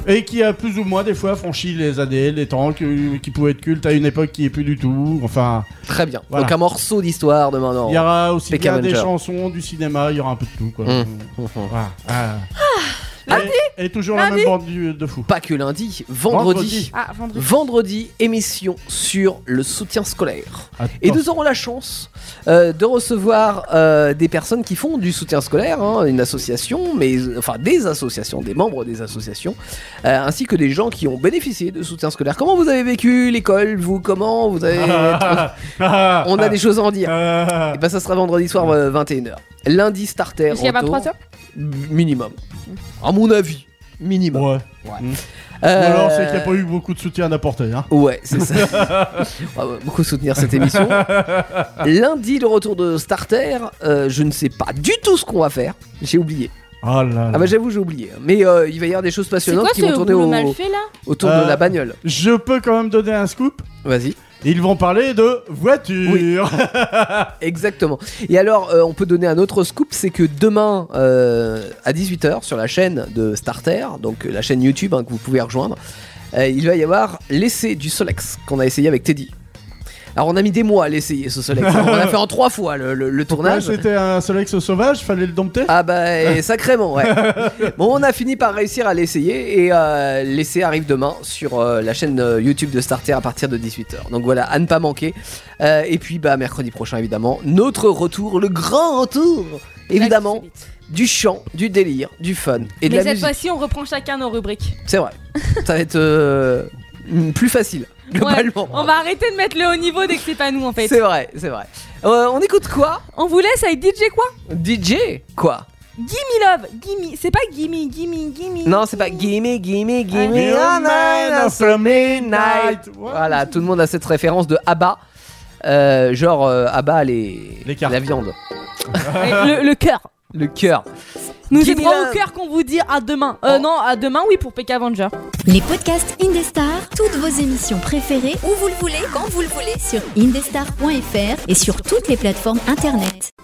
Speaker 6: et qui a plus ou moins des fois franchi les années, les temps, qui, qui pouvait être culte à une époque qui est plus du tout. Enfin,
Speaker 5: Très bien.
Speaker 6: Voilà.
Speaker 5: Donc un morceau d'histoire demain. dans
Speaker 6: il y aura aussi
Speaker 5: Peck
Speaker 6: bien des
Speaker 5: Avenger.
Speaker 6: chansons, du cinéma, il y aura un peu de tout. Quoi.
Speaker 5: Mm.
Speaker 6: Voilà. Ah.
Speaker 5: Lundi
Speaker 6: Et, et toujours la même bande du- de fous.
Speaker 5: Pas que lundi, vendredi.
Speaker 6: Vendredi. Ah,
Speaker 4: vendredi.
Speaker 5: Vendredi, émission sur le soutien scolaire. Et nous aurons la chance euh, de recevoir euh, des personnes qui font du soutien scolaire, hein, une association, mais enfin des associations, des membres des associations, euh, ainsi que des gens qui ont bénéficié de soutien scolaire. Comment vous avez vécu l'école, vous Comment vous avez On
Speaker 6: Ah.
Speaker 5: a des choses à en dire. Et ben ça sera vendredi soir euh, 21h. Lundi starter.
Speaker 4: Jusqu'à
Speaker 5: retour.
Speaker 4: 23h
Speaker 5: Minimum. À mon avis. Minimum.
Speaker 6: Ouais.
Speaker 5: Mm.
Speaker 6: Ou
Speaker 5: Euh,
Speaker 6: alors, c'est qu'il n'y a pas eu beaucoup de soutien d'apporter. Hein.
Speaker 5: Ouais, c'est ça. On va beaucoup soutenir cette émission. Lundi, le retour de Starter. Euh, je ne sais pas du tout ce qu'on va faire. J'ai oublié.
Speaker 6: Oh là là.
Speaker 5: Ah bah j'avoue, j'ai oublié. Mais euh, il va y avoir des choses
Speaker 7: C'est
Speaker 5: passionnantes
Speaker 7: quoi
Speaker 5: qui vont
Speaker 7: ce
Speaker 5: tourner
Speaker 7: boulot
Speaker 5: au-
Speaker 7: mal fait là
Speaker 5: autour
Speaker 6: Euh,
Speaker 5: de la bagnole.
Speaker 6: Je peux quand même donner un scoop
Speaker 5: Vas-y.
Speaker 6: Ils vont parler de voiture.
Speaker 5: Exactement. Et alors, euh, on peut donner un autre scoop, c'est que demain, euh, à 18h, sur la chaîne de Starter, donc euh, la chaîne YouTube hein, que vous pouvez rejoindre, euh, il va y avoir l'essai du Solex qu'on a essayé avec Teddy. Alors, on a mis des mois à l'essayer, ce Solex. on l'a fait en trois fois, le, le- le
Speaker 6: Ouais,
Speaker 5: tournage.
Speaker 6: c'était un Solex sauvage, fallait le dompter.
Speaker 5: Ah bah et sacrément ouais. bon on a fini par réussir à l'essayer et euh, l'essai arrive demain sur euh, la chaîne euh, YouTube de Starter à partir de 18h. Donc voilà à ne pas manquer. Euh, et puis bah mercredi prochain évidemment notre retour, le grand retour évidemment du chant, du délire, du fun et de
Speaker 7: Mais
Speaker 5: la
Speaker 7: cette
Speaker 5: musique.
Speaker 7: fois-ci, on reprend chacun nos rubriques.
Speaker 5: C'est vrai. Ça va être euh, plus facile globalement.
Speaker 7: On va arrêter de mettre le haut niveau dès que c'est pas nous en fait.
Speaker 5: C'est vrai, c'est vrai. Euh, on écoute quoi
Speaker 4: On vous laisse avec DJ quoi
Speaker 5: DJ quoi
Speaker 4: Gimme Love, gimme, c'est pas gimme, gimme, gimme.
Speaker 5: Non, c'est pas gimme, gimme, gimme
Speaker 4: Give me
Speaker 5: all night
Speaker 4: all
Speaker 5: after midnight. Voilà, tout le monde a cette référence de Abba. Euh, genre euh, Abba, les... la viande.
Speaker 4: le, le cœur.
Speaker 5: Le cœur.
Speaker 4: Nous
Speaker 5: Gimme
Speaker 4: aimerons
Speaker 5: love.
Speaker 4: au cœur qu'on vous dit à demain. Euh, non, à demain, oui, pour PK Avenger.
Speaker 2: Les podcasts Indestar, toutes vos émissions préférées, où vous le voulez, quand vous le voulez, sur indestar.fr et sur toutes les plateformes internet.